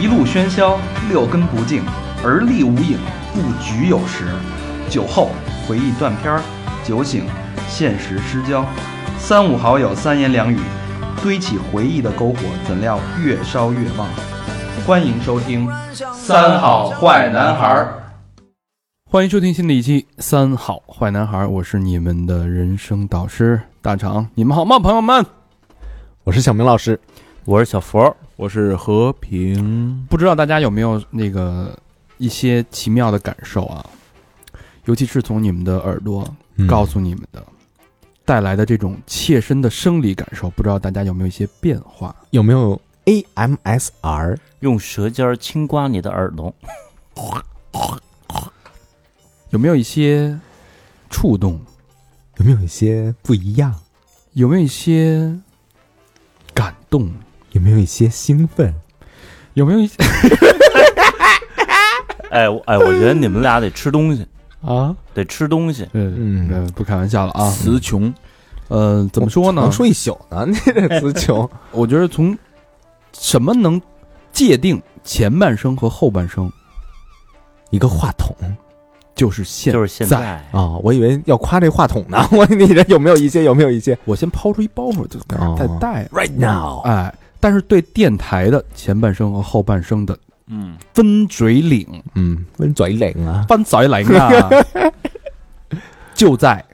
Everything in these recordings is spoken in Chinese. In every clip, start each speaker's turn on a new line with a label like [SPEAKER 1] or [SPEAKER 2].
[SPEAKER 1] 一路喧嚣，六根不净，而立无影，不局有时。酒后回忆断片儿，酒醒现实失焦。三五好友三言两语，堆起回忆的篝火，怎料越烧越旺。欢迎收听《三好坏男孩》。
[SPEAKER 2] 欢迎收听新的一期《三好坏男孩》，我是你们的人生导师大长，你们好吗，朋友们？
[SPEAKER 3] 我是小明老师，
[SPEAKER 4] 我是小佛，
[SPEAKER 5] 我是和平。
[SPEAKER 2] 不知道大家有没有那个一些奇妙的感受啊？尤其是从你们的耳朵告诉你们的、带来的这种切身的生理感受，不知道大家有没有一些变化？
[SPEAKER 3] 有没有 AMSR？
[SPEAKER 4] 用舌尖轻刮你的耳朵，
[SPEAKER 2] 有没有一些触动？
[SPEAKER 3] 有没有一些不一样？
[SPEAKER 2] 有没有一些感动？
[SPEAKER 3] 有没有一些兴奋？
[SPEAKER 2] 有没有一些
[SPEAKER 4] 哎我哎，我觉得你们俩得吃东西，
[SPEAKER 2] 啊？
[SPEAKER 4] 得吃东西。
[SPEAKER 2] 嗯，呃不开玩笑了啊。
[SPEAKER 5] 词穷，
[SPEAKER 2] 呃，怎么说呢
[SPEAKER 3] 能？说一宿呢？ 你这词穷，
[SPEAKER 2] 我觉得从什么能界定前半生和后半生，
[SPEAKER 3] 一个话筒
[SPEAKER 2] 就是现。
[SPEAKER 4] 就是现在，
[SPEAKER 3] 啊、我以为要夸这话筒呢。 我你这有没有一些？有没有一些
[SPEAKER 2] 我先抛出一包袱，就开始
[SPEAKER 3] 哦
[SPEAKER 2] 再带。
[SPEAKER 3] ？Right now，
[SPEAKER 2] 哎，但是对电台的前半生和后半生的
[SPEAKER 5] 嗯，
[SPEAKER 2] 分水岭、
[SPEAKER 3] 嗯，温嘴冷啊，
[SPEAKER 2] 翻嘴岭啊，就在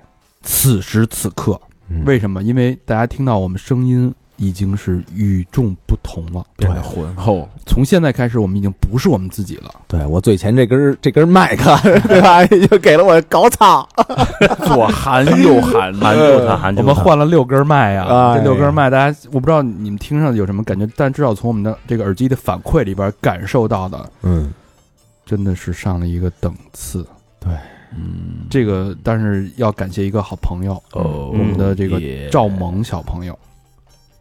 [SPEAKER 2] 此时此刻。
[SPEAKER 3] 嗯
[SPEAKER 2] 为什么？因为大家听到我们声音已经是与众不同了。
[SPEAKER 3] 对
[SPEAKER 5] 浑
[SPEAKER 2] 啊
[SPEAKER 5] 厚，
[SPEAKER 2] 从现在开始，我们已经不是我们自己了。
[SPEAKER 3] 对我嘴前这根这根麦克， 对吧？又给了我搞草
[SPEAKER 5] 左含右含，
[SPEAKER 4] 含住它，含住
[SPEAKER 2] 嗯我们
[SPEAKER 4] 它。
[SPEAKER 2] 换了六根麦呀、
[SPEAKER 3] 哎
[SPEAKER 2] 这六根麦，大家我不知道你们听上有什么感觉，但至少从我们的这个耳机的反馈里边感受到的，
[SPEAKER 3] 嗯，
[SPEAKER 2] 真的是上了一个等次。
[SPEAKER 5] 嗯，
[SPEAKER 2] 这个，但是要感谢一个好朋友，
[SPEAKER 5] 哦，
[SPEAKER 2] 我们的这个
[SPEAKER 5] 也
[SPEAKER 2] 赵萌小朋友，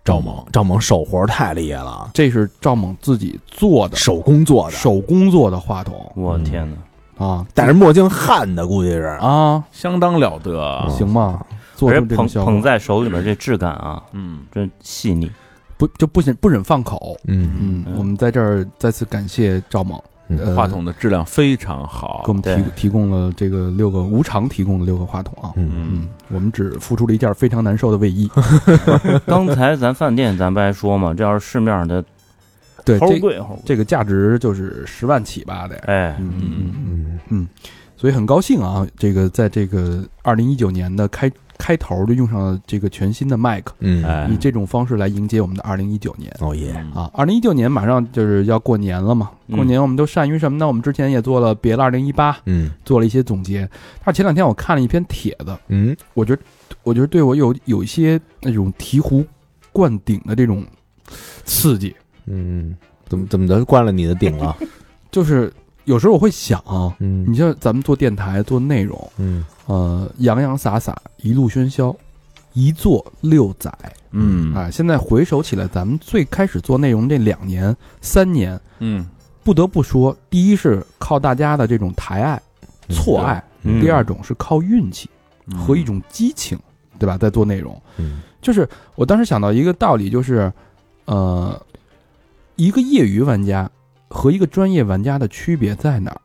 [SPEAKER 3] 赵猛，赵猛手活太厉害了，
[SPEAKER 2] 这是赵猛自己做的
[SPEAKER 3] 手工做的，
[SPEAKER 2] 手工做的话筒
[SPEAKER 4] 我天哪！
[SPEAKER 2] 啊
[SPEAKER 3] 戴着墨镜焊的，估计是。
[SPEAKER 2] 啊，
[SPEAKER 5] 相当了得。啊
[SPEAKER 2] 行吗？做
[SPEAKER 4] 而
[SPEAKER 2] 出
[SPEAKER 4] 且
[SPEAKER 2] 这
[SPEAKER 4] 捧
[SPEAKER 2] 种效
[SPEAKER 4] 捧
[SPEAKER 2] 果，
[SPEAKER 4] 在手里面这质感啊，
[SPEAKER 5] 嗯，
[SPEAKER 4] 真细腻。
[SPEAKER 2] 不就不忍不忍放口。
[SPEAKER 3] 嗯，
[SPEAKER 2] 嗯，
[SPEAKER 4] 嗯
[SPEAKER 2] 我们在这儿再次感谢赵猛，
[SPEAKER 3] 嗯
[SPEAKER 2] 呃
[SPEAKER 5] 话筒的质量非常
[SPEAKER 2] 给我
[SPEAKER 5] 好。
[SPEAKER 2] 们提
[SPEAKER 4] 对
[SPEAKER 2] 提供了这个六个无偿提供的六个话筒啊。
[SPEAKER 5] 嗯
[SPEAKER 2] 嗯，我们只付出了一件非常难受的卫衣。
[SPEAKER 4] 刚才咱饭店咱不还说嘛，这要是市面上的
[SPEAKER 2] 对，
[SPEAKER 4] 齁
[SPEAKER 2] 这
[SPEAKER 4] 贵齁贵。
[SPEAKER 2] 这个价值就是十万起吧得。
[SPEAKER 4] 哎，
[SPEAKER 2] 嗯嗯嗯，
[SPEAKER 3] 嗯
[SPEAKER 2] 所以很高兴啊，这个在这个二零一九年的开开头就用上了这个全新的麦克，
[SPEAKER 3] 嗯，
[SPEAKER 5] 哎
[SPEAKER 2] 以这种方式来迎接我们的二零一九年
[SPEAKER 3] 哦耶，
[SPEAKER 2] 啊。二零一九年马上就是要过年了嘛，
[SPEAKER 4] 嗯
[SPEAKER 2] 过年我们都善于什么呢？我们之前也做了别了二零一八，
[SPEAKER 3] 嗯
[SPEAKER 2] 做了一些总结。但前两天我看了一篇帖子，
[SPEAKER 3] 嗯，
[SPEAKER 2] 我觉得我觉得对我有有一些那种醍醐灌顶的这种刺激。
[SPEAKER 3] 嗯，怎么怎么的关了你的顶了？
[SPEAKER 2] 就是有时候我会想啊，
[SPEAKER 3] 嗯
[SPEAKER 2] 你像咱们做电台做内容，
[SPEAKER 3] 嗯，
[SPEAKER 2] 呃，洋洋洒洒，一路喧嚣，一做六载
[SPEAKER 5] 嗯
[SPEAKER 2] 啊、现在回首起来，咱们最开始做内容这两年、三年，
[SPEAKER 5] 嗯，
[SPEAKER 2] 不得不说，第一是靠大家的这种抬爱、错爱；
[SPEAKER 4] 嗯
[SPEAKER 2] 第二种是靠运气
[SPEAKER 5] 嗯
[SPEAKER 2] 和一种激情，对吧？在做内容，
[SPEAKER 3] 嗯
[SPEAKER 2] 就是我当时想到一个道理，就是，呃，一个业余玩家和一个专业玩家的区别在哪儿？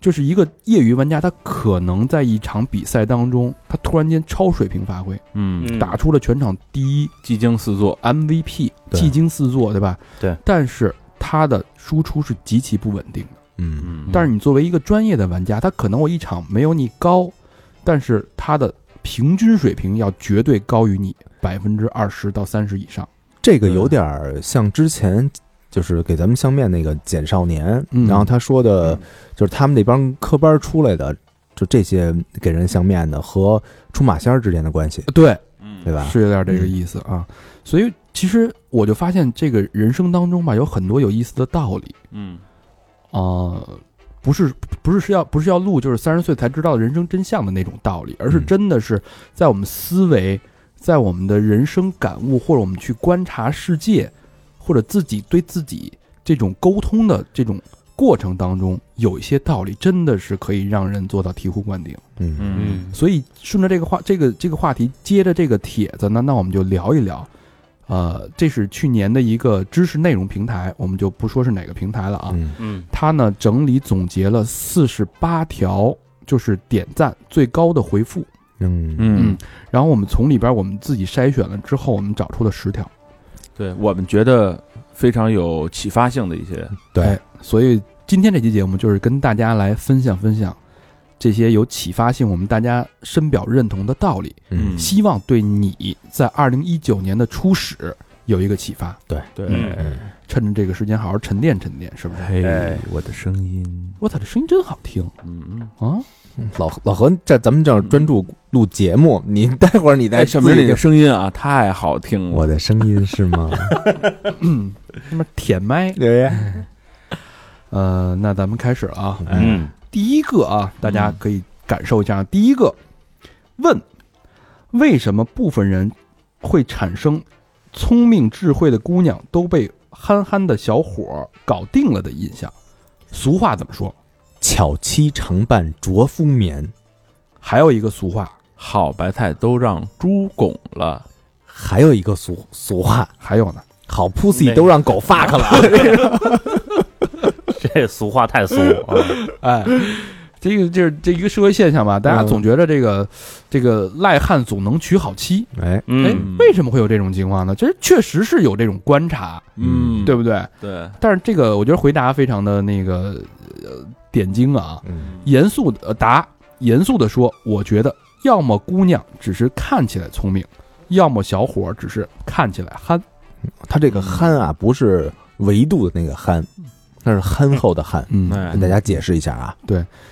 [SPEAKER 2] 就是一个业余玩家，他可能在一场比赛当中，他突然间超水平发挥，
[SPEAKER 5] 嗯，
[SPEAKER 2] 打出了全场第一
[SPEAKER 5] 技惊四座，
[SPEAKER 2] MVP，
[SPEAKER 3] 对
[SPEAKER 2] 技惊四座，对吧？
[SPEAKER 4] 对。
[SPEAKER 2] 但是他的输出是极其不稳定的。
[SPEAKER 3] 嗯
[SPEAKER 5] 嗯，
[SPEAKER 2] 但是你作为一个专业的玩家，他可能我一场没有你高，但是他的平均水平要绝对高于你百分之二十到三十以上。
[SPEAKER 3] 这个有点儿像之前就是给咱们相面那个简少年，
[SPEAKER 2] 嗯
[SPEAKER 3] 然后他说的，就是他们那帮科班出来的，就这些给人相面的和出马仙儿之间的关系，
[SPEAKER 2] 对，
[SPEAKER 5] 嗯
[SPEAKER 3] 对吧？
[SPEAKER 2] 是有点这个意思啊。所以其实我就发现，这个人生当中吧，有很多有意思的道理
[SPEAKER 5] 嗯
[SPEAKER 2] 啊、呃不是不是是要不是要录，就是三十岁才知道人生真相的那种道理，而是
[SPEAKER 3] 嗯
[SPEAKER 2] 真的是在我们思维，在我们的人生感悟，或者我们去观察世界，或者自己对自己这种沟通的这种过程当中，有一些道理真的是可以让人做到醍醐灌顶。
[SPEAKER 3] 嗯
[SPEAKER 5] 嗯
[SPEAKER 4] 嗯，
[SPEAKER 2] 所以顺着这个话，这个这个话题，接着这个帖子呢，那我们就聊一聊呃，这是去年的一个知识内容平台，我们就不说是哪个平台了啊。
[SPEAKER 3] 嗯
[SPEAKER 4] 嗯
[SPEAKER 2] 它呢整理总结了四十八条，就是点赞最高的回复。
[SPEAKER 3] 嗯
[SPEAKER 5] 嗯，
[SPEAKER 2] 然后我们从里边我们自己筛选了之后，我们找出了十条。
[SPEAKER 5] 对我们觉得非常有启发性的一些，
[SPEAKER 3] 对
[SPEAKER 2] 哎，所以今天这期节目就是跟大家来分享分享这些有启发性、我们大家深表认同的道理，
[SPEAKER 5] 嗯
[SPEAKER 2] 希望对你在二零一九年的初始有一个启发。
[SPEAKER 5] 对
[SPEAKER 4] 嗯
[SPEAKER 3] 嗯
[SPEAKER 2] 趁着这个时间好好沉淀沉淀，是不是？
[SPEAKER 5] 嘿
[SPEAKER 4] 哎，
[SPEAKER 5] 我的声音，
[SPEAKER 2] 我操，这声音真好听
[SPEAKER 5] 嗯，
[SPEAKER 2] 啊！
[SPEAKER 3] 老老何，这咱们这样专注录节目，你待会儿你再
[SPEAKER 5] 哎，小明
[SPEAKER 3] 自己
[SPEAKER 5] 你的声音啊，太好听了，
[SPEAKER 3] 我的声音是吗？
[SPEAKER 2] 嗯 那么舔麦，
[SPEAKER 3] 对，
[SPEAKER 2] 呃，那咱们开始了啊。
[SPEAKER 3] 嗯
[SPEAKER 4] 嗯
[SPEAKER 2] 第一个啊，大家可以感受一下。啊第一个，问为什么部分人会产生聪明智慧的姑娘都被憨憨的小伙儿搞定了的印象？俗话怎么说？
[SPEAKER 3] 巧妻常伴拙夫眠，
[SPEAKER 2] 还有一个俗话，
[SPEAKER 5] 好白菜都让猪拱了，
[SPEAKER 3] 还有一个俗俗话，
[SPEAKER 2] 还有呢，
[SPEAKER 3] 好 pussy 都让狗 fuck 了。
[SPEAKER 4] 这俗话太俗啊！
[SPEAKER 2] 哎，这个这这一个社会现象吧，大家
[SPEAKER 3] 嗯
[SPEAKER 2] 总觉着这个、这个赖汉总能娶好妻，
[SPEAKER 3] 哎，
[SPEAKER 2] 哎
[SPEAKER 4] 嗯，，
[SPEAKER 2] 为什么会有这种情况呢？其实确实是有这种观察，
[SPEAKER 5] 嗯，
[SPEAKER 2] 对不对？
[SPEAKER 5] 对，
[SPEAKER 2] 但是这个我觉得回答非常的那个呃点睛啊，
[SPEAKER 3] 嗯
[SPEAKER 2] 严肃的呃答，严肃的说，我觉得要么姑娘只是看起来聪明，要么小伙儿只是看起来憨。
[SPEAKER 3] 他这个憨啊，不是维度的那个憨，那是憨厚的憨。
[SPEAKER 2] 嗯
[SPEAKER 5] 哎
[SPEAKER 3] 跟大家解释一下啊，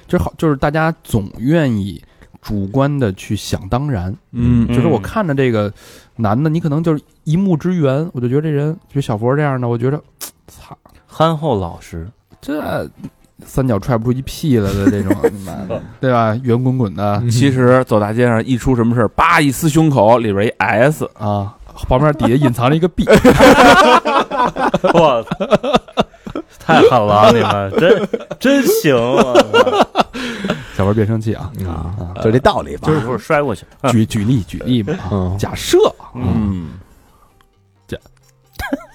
[SPEAKER 2] 就好，就是大家总愿意主观的去想当然，
[SPEAKER 5] 嗯，
[SPEAKER 2] 就是我看着这个男的，你可能就是一目之缘，我就觉得这人就小佛这样的，我觉得，操，
[SPEAKER 4] 憨厚老实，
[SPEAKER 2] 这三脚踹不出一屁来的这种，你妈 的对吧？圆滚滚
[SPEAKER 4] 嗯
[SPEAKER 2] 的
[SPEAKER 5] 啊其实走大街上一出什么事儿，叭一撕胸口，里边一 S，
[SPEAKER 2] 啊，旁边底下隐藏着一个 B，
[SPEAKER 4] 我操，太狠了啊，你们真真行啊！
[SPEAKER 2] 小佛别生气啊，
[SPEAKER 3] 啊，就这道理吧。
[SPEAKER 4] 不是摔过去，
[SPEAKER 2] 举举例举例嘛，啊
[SPEAKER 3] 嗯，
[SPEAKER 2] 假设啊，
[SPEAKER 5] 嗯，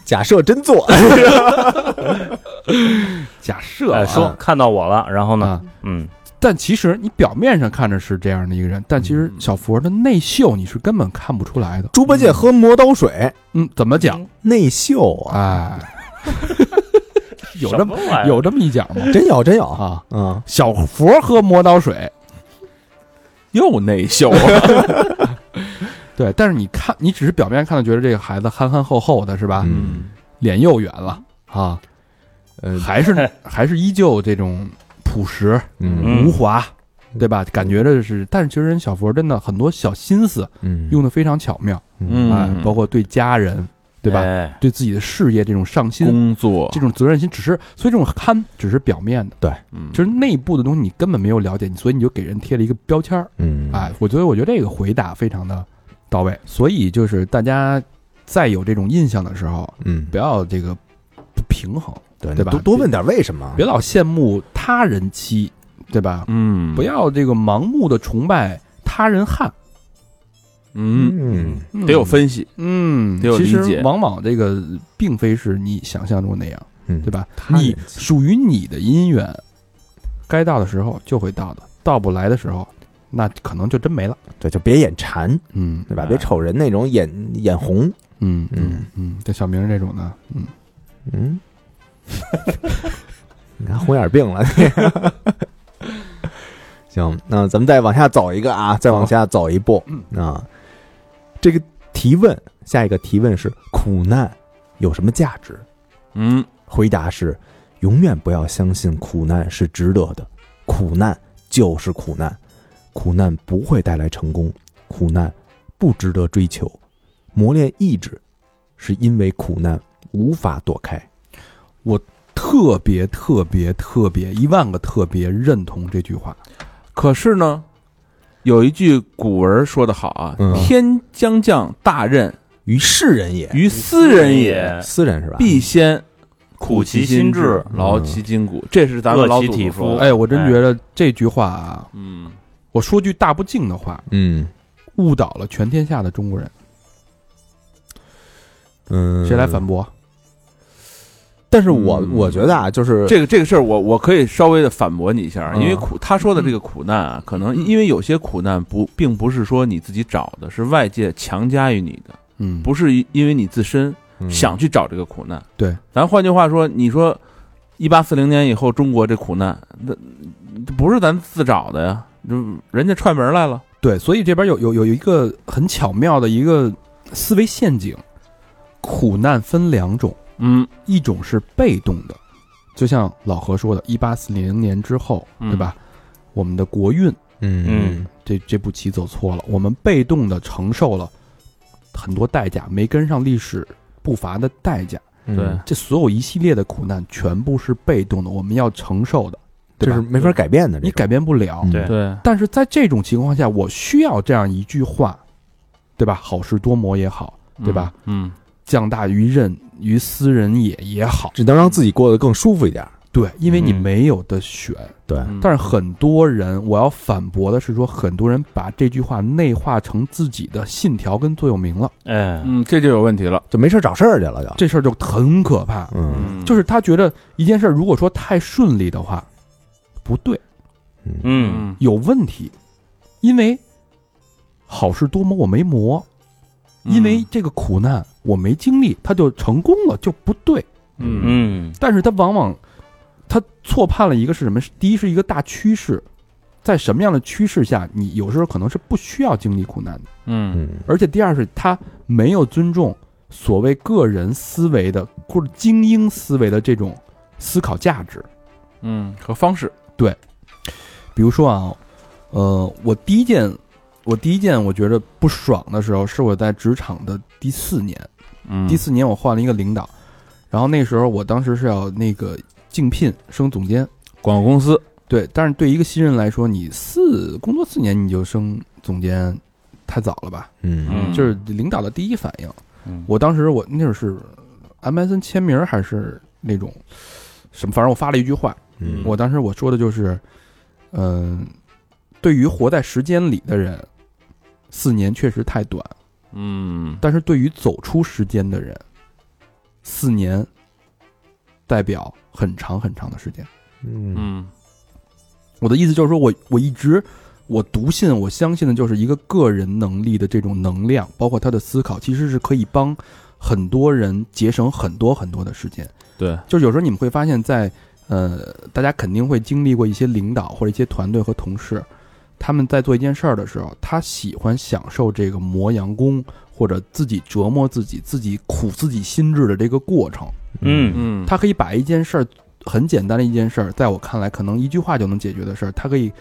[SPEAKER 3] 假设真做，
[SPEAKER 2] 假设啊
[SPEAKER 4] 哎，说看到我了，然后呢
[SPEAKER 2] 啊，，
[SPEAKER 4] 嗯，
[SPEAKER 2] 但其实你表面上看着是这样的一个人，但其实
[SPEAKER 5] 嗯
[SPEAKER 2] 小佛的内秀你是根本看不出来的。
[SPEAKER 3] 猪八戒喝磨刀水，
[SPEAKER 2] 嗯，怎么讲？
[SPEAKER 3] 内秀啊，
[SPEAKER 2] 哎，有这么
[SPEAKER 4] 什玩意儿
[SPEAKER 2] 有这么一讲吗？
[SPEAKER 3] 真有真有啊，
[SPEAKER 2] 啊，
[SPEAKER 3] 嗯，
[SPEAKER 2] 小佛喝磨刀 水，
[SPEAKER 5] 又内秀，
[SPEAKER 2] 对，但是你看，你只是表面看到觉得这个孩子憨憨厚厚的，是吧？
[SPEAKER 3] 嗯，
[SPEAKER 2] 脸又圆了啊，
[SPEAKER 3] 呃，
[SPEAKER 2] 还是还是依旧这种朴实
[SPEAKER 3] 嗯
[SPEAKER 4] 嗯
[SPEAKER 2] 无华，对吧？感觉着是，但是其实人小佛真的很多小心思
[SPEAKER 3] 嗯，
[SPEAKER 2] 用的非常巧妙，
[SPEAKER 5] 嗯
[SPEAKER 2] 哎，包括对家人，对吧？
[SPEAKER 4] 哎
[SPEAKER 2] 对自己的事业这种上心。
[SPEAKER 5] 工作
[SPEAKER 2] 这，种责任心只是，所以这种憨只是表面的，
[SPEAKER 5] 嗯
[SPEAKER 2] 就是内部的东西你根本没有了解，所以你就给人贴了一个标签儿。
[SPEAKER 3] 嗯，
[SPEAKER 2] 哎，我觉得我觉得这个回答非常的到位，所以就是大家在有这种印象的时候，
[SPEAKER 3] 嗯，
[SPEAKER 2] 不要这个不平衡，
[SPEAKER 3] 对
[SPEAKER 2] 对吧
[SPEAKER 3] 多多问点为什么，
[SPEAKER 2] 别老羡慕他人妻，对吧？
[SPEAKER 5] 嗯，
[SPEAKER 2] 不，要这个盲目的崇拜他人汉，
[SPEAKER 5] 嗯，
[SPEAKER 3] 嗯，
[SPEAKER 2] 嗯
[SPEAKER 5] 得有，分析，
[SPEAKER 2] 嗯，
[SPEAKER 5] 得有
[SPEAKER 2] 其
[SPEAKER 5] 理
[SPEAKER 2] 实
[SPEAKER 5] 解
[SPEAKER 2] 往往这个并非是你想象中那样，
[SPEAKER 3] 嗯
[SPEAKER 2] 对吧？
[SPEAKER 3] 人
[SPEAKER 2] 你
[SPEAKER 3] 妻
[SPEAKER 2] 属于你的姻缘，该到的时候就会到的，到不来的时候，那可能就真没了。
[SPEAKER 3] 对，就别眼馋，
[SPEAKER 2] 嗯
[SPEAKER 3] 对吧？
[SPEAKER 5] 哎
[SPEAKER 3] 别瞅人那种眼眼红，
[SPEAKER 2] 嗯
[SPEAKER 3] 嗯
[SPEAKER 2] 嗯，这小明这种的，嗯。
[SPEAKER 3] 嗯， 你看红眼病了。 行，那咱们再往下走一个啊，再往下走一步啊。这个提问，下一个提问是：苦难有什么价值？
[SPEAKER 5] 嗯，
[SPEAKER 3] 回答是：永远不要相信苦难是值得的，苦难就是苦难，苦难不会带来成功，苦难不值得追求。磨练意志，是因为苦难无法躲开。
[SPEAKER 2] 特别特别特别一万个特别认同这句话。
[SPEAKER 5] 可是呢，有一句古文说得好啊
[SPEAKER 3] 嗯，
[SPEAKER 5] 天将降大任
[SPEAKER 3] 于世人也，
[SPEAKER 5] 于斯人也，
[SPEAKER 3] 斯人是吧？
[SPEAKER 5] 必先
[SPEAKER 4] 哎苦
[SPEAKER 5] 其
[SPEAKER 4] 其心
[SPEAKER 5] 志
[SPEAKER 4] 志，
[SPEAKER 5] 劳其筋骨，这是咱们
[SPEAKER 4] 饿
[SPEAKER 5] 老
[SPEAKER 4] 其
[SPEAKER 5] 祖
[SPEAKER 4] 体
[SPEAKER 5] 宗说
[SPEAKER 4] 肤
[SPEAKER 5] 的，
[SPEAKER 2] 哎，我真觉得这句话啊，
[SPEAKER 5] 嗯，
[SPEAKER 2] 我说句大不敬的话，
[SPEAKER 3] 嗯，
[SPEAKER 2] 误导了全天下的中国人。
[SPEAKER 3] 嗯，
[SPEAKER 2] 谁来反？驳？
[SPEAKER 3] 但是我
[SPEAKER 5] 嗯
[SPEAKER 3] 我觉得啊，就是
[SPEAKER 5] 这个这个事儿，我我可以稍微的反驳你一下，啊
[SPEAKER 3] 嗯
[SPEAKER 5] 因为苦他说的这个苦难啊，可能因为有些苦难不并不是说你自己找的，是外界强加于你的，
[SPEAKER 2] 嗯，
[SPEAKER 5] 不是因为你自身
[SPEAKER 3] 嗯
[SPEAKER 5] 想去找这个苦难。
[SPEAKER 2] 对，
[SPEAKER 5] 咱换句话说，你说一八四零年以后中国这苦难，那那不是咱自找的呀，就人家串门来了。
[SPEAKER 2] 对，所以这边有有有一个很巧妙的一个思维陷阱，苦难分两种，
[SPEAKER 5] 嗯
[SPEAKER 2] 一种是被动的，就像老何说的，一八四零年之后，
[SPEAKER 5] 嗯
[SPEAKER 2] 对吧？我们的国运
[SPEAKER 3] 嗯
[SPEAKER 2] 这这步棋走错了，我们被动的承受了很多代价，没跟上历史步伐的代价，
[SPEAKER 3] 嗯
[SPEAKER 5] 对
[SPEAKER 2] 这所有一系列的苦难全部是被动的，我们要承受的，对
[SPEAKER 3] 这是
[SPEAKER 2] 吧？
[SPEAKER 3] 没法改变的，
[SPEAKER 2] 你改变不了，
[SPEAKER 3] 嗯
[SPEAKER 4] 对
[SPEAKER 5] 对，
[SPEAKER 2] 但是在这种情况下，我需要这样一句话，对吧？好事多磨也好，对吧？
[SPEAKER 5] 嗯，
[SPEAKER 2] 将大于任于斯人也也好，
[SPEAKER 3] 只能让自己过得更舒服一点。
[SPEAKER 2] 对，因为你
[SPEAKER 5] 嗯
[SPEAKER 2] 没有的选。
[SPEAKER 3] 对，
[SPEAKER 5] 嗯
[SPEAKER 2] 但是很多人，我要反驳的是说，很多人把这句话内化成自己的信条跟座右铭了，
[SPEAKER 4] 哎，
[SPEAKER 5] 嗯，这就有问题了。
[SPEAKER 3] 就没事儿找事儿去了，就
[SPEAKER 2] 这事儿就很可怕。
[SPEAKER 3] 嗯
[SPEAKER 2] 就是他觉得一件事儿如果说太顺利的话，不对，
[SPEAKER 3] 嗯
[SPEAKER 4] 嗯
[SPEAKER 5] 嗯，
[SPEAKER 2] 有问题，因为好事多磨我没磨，
[SPEAKER 5] 嗯
[SPEAKER 2] 因为这个苦难我没经历，他就成功了，就不对。
[SPEAKER 5] 嗯
[SPEAKER 4] 嗯
[SPEAKER 2] 但是他往往他错判了一个是什么？是第一是一个大趋势，在什么样的趋势下，你有时候可能是不需要经历苦难的。
[SPEAKER 5] 嗯
[SPEAKER 3] 嗯
[SPEAKER 2] 而且第二是他没有尊重所谓个人思维的或者精英思维的这种思考价值。
[SPEAKER 5] 嗯和方式，
[SPEAKER 2] 比如说啊，呃，我第一件我第一件我觉得不爽的时候，是我在职场的第四年。
[SPEAKER 5] 嗯
[SPEAKER 2] 第四年我换了一个领导，然后那时候我当时是要那个竞聘升总监，
[SPEAKER 5] 广告公司，
[SPEAKER 2] 对，但是对一个新人来说，你四工作四年你就升总监，太早了吧？
[SPEAKER 3] 嗯
[SPEAKER 5] 嗯
[SPEAKER 2] 就是领导的第一反应。
[SPEAKER 4] 嗯
[SPEAKER 2] 我当时我那会儿是呃 MSN 签名还是那种什么，反正我发了一句话，
[SPEAKER 3] 嗯，
[SPEAKER 2] 我当时我说的就是，嗯、对于活在时间里的人，四年确实太短，
[SPEAKER 5] 嗯
[SPEAKER 2] 但是对于走出时间的人，四年代表很长很长的时间。
[SPEAKER 3] 嗯
[SPEAKER 5] 嗯
[SPEAKER 2] 我的意思就是说我我一直我笃信我相信的就是一个个人能力的这种能量，包括他的思考，其实是可以帮很多人节省很多很多的时间。
[SPEAKER 5] 对，
[SPEAKER 2] 就是有时候你们会发现在，呃，大家肯定会经历过一些领导或者一些团队和同事，他们在做一件事儿的时候，他喜欢享受这个磨洋工或者自己折磨自己、自己苦自己心智的这个过程。
[SPEAKER 4] 嗯
[SPEAKER 5] 嗯
[SPEAKER 2] 他可以把一件事儿很简单的一件事儿，在我看来可能一句话就能解决的事儿，他可以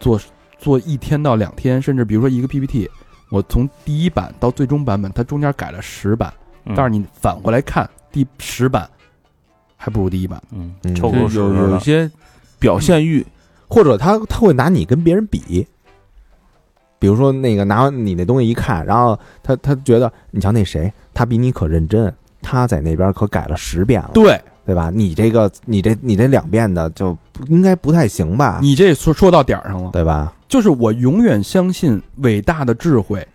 [SPEAKER 2] 做做一天到两天，甚至比如说一个 PPT，我从第一版到最终版本，它中间改了十版，
[SPEAKER 4] 嗯
[SPEAKER 2] 但是你返回来看第十版，还不如第一版。
[SPEAKER 4] 嗯
[SPEAKER 3] 嗯
[SPEAKER 4] 臭
[SPEAKER 5] 就
[SPEAKER 4] 狗屎
[SPEAKER 5] 有有一
[SPEAKER 4] 了，
[SPEAKER 5] 些表现欲，
[SPEAKER 3] 或者他他会拿你跟别人比，比如说那个拿你那东西一看，然后他他觉得你瞧那谁，他比你可认真，他在那边可改了十遍了，
[SPEAKER 2] 对
[SPEAKER 3] 对吧？你这个你这你这两遍的就不应该不太行吧？
[SPEAKER 2] 你这说说到点儿上了，
[SPEAKER 3] 对吧？
[SPEAKER 2] 啊就是我永远相信伟大的智慧。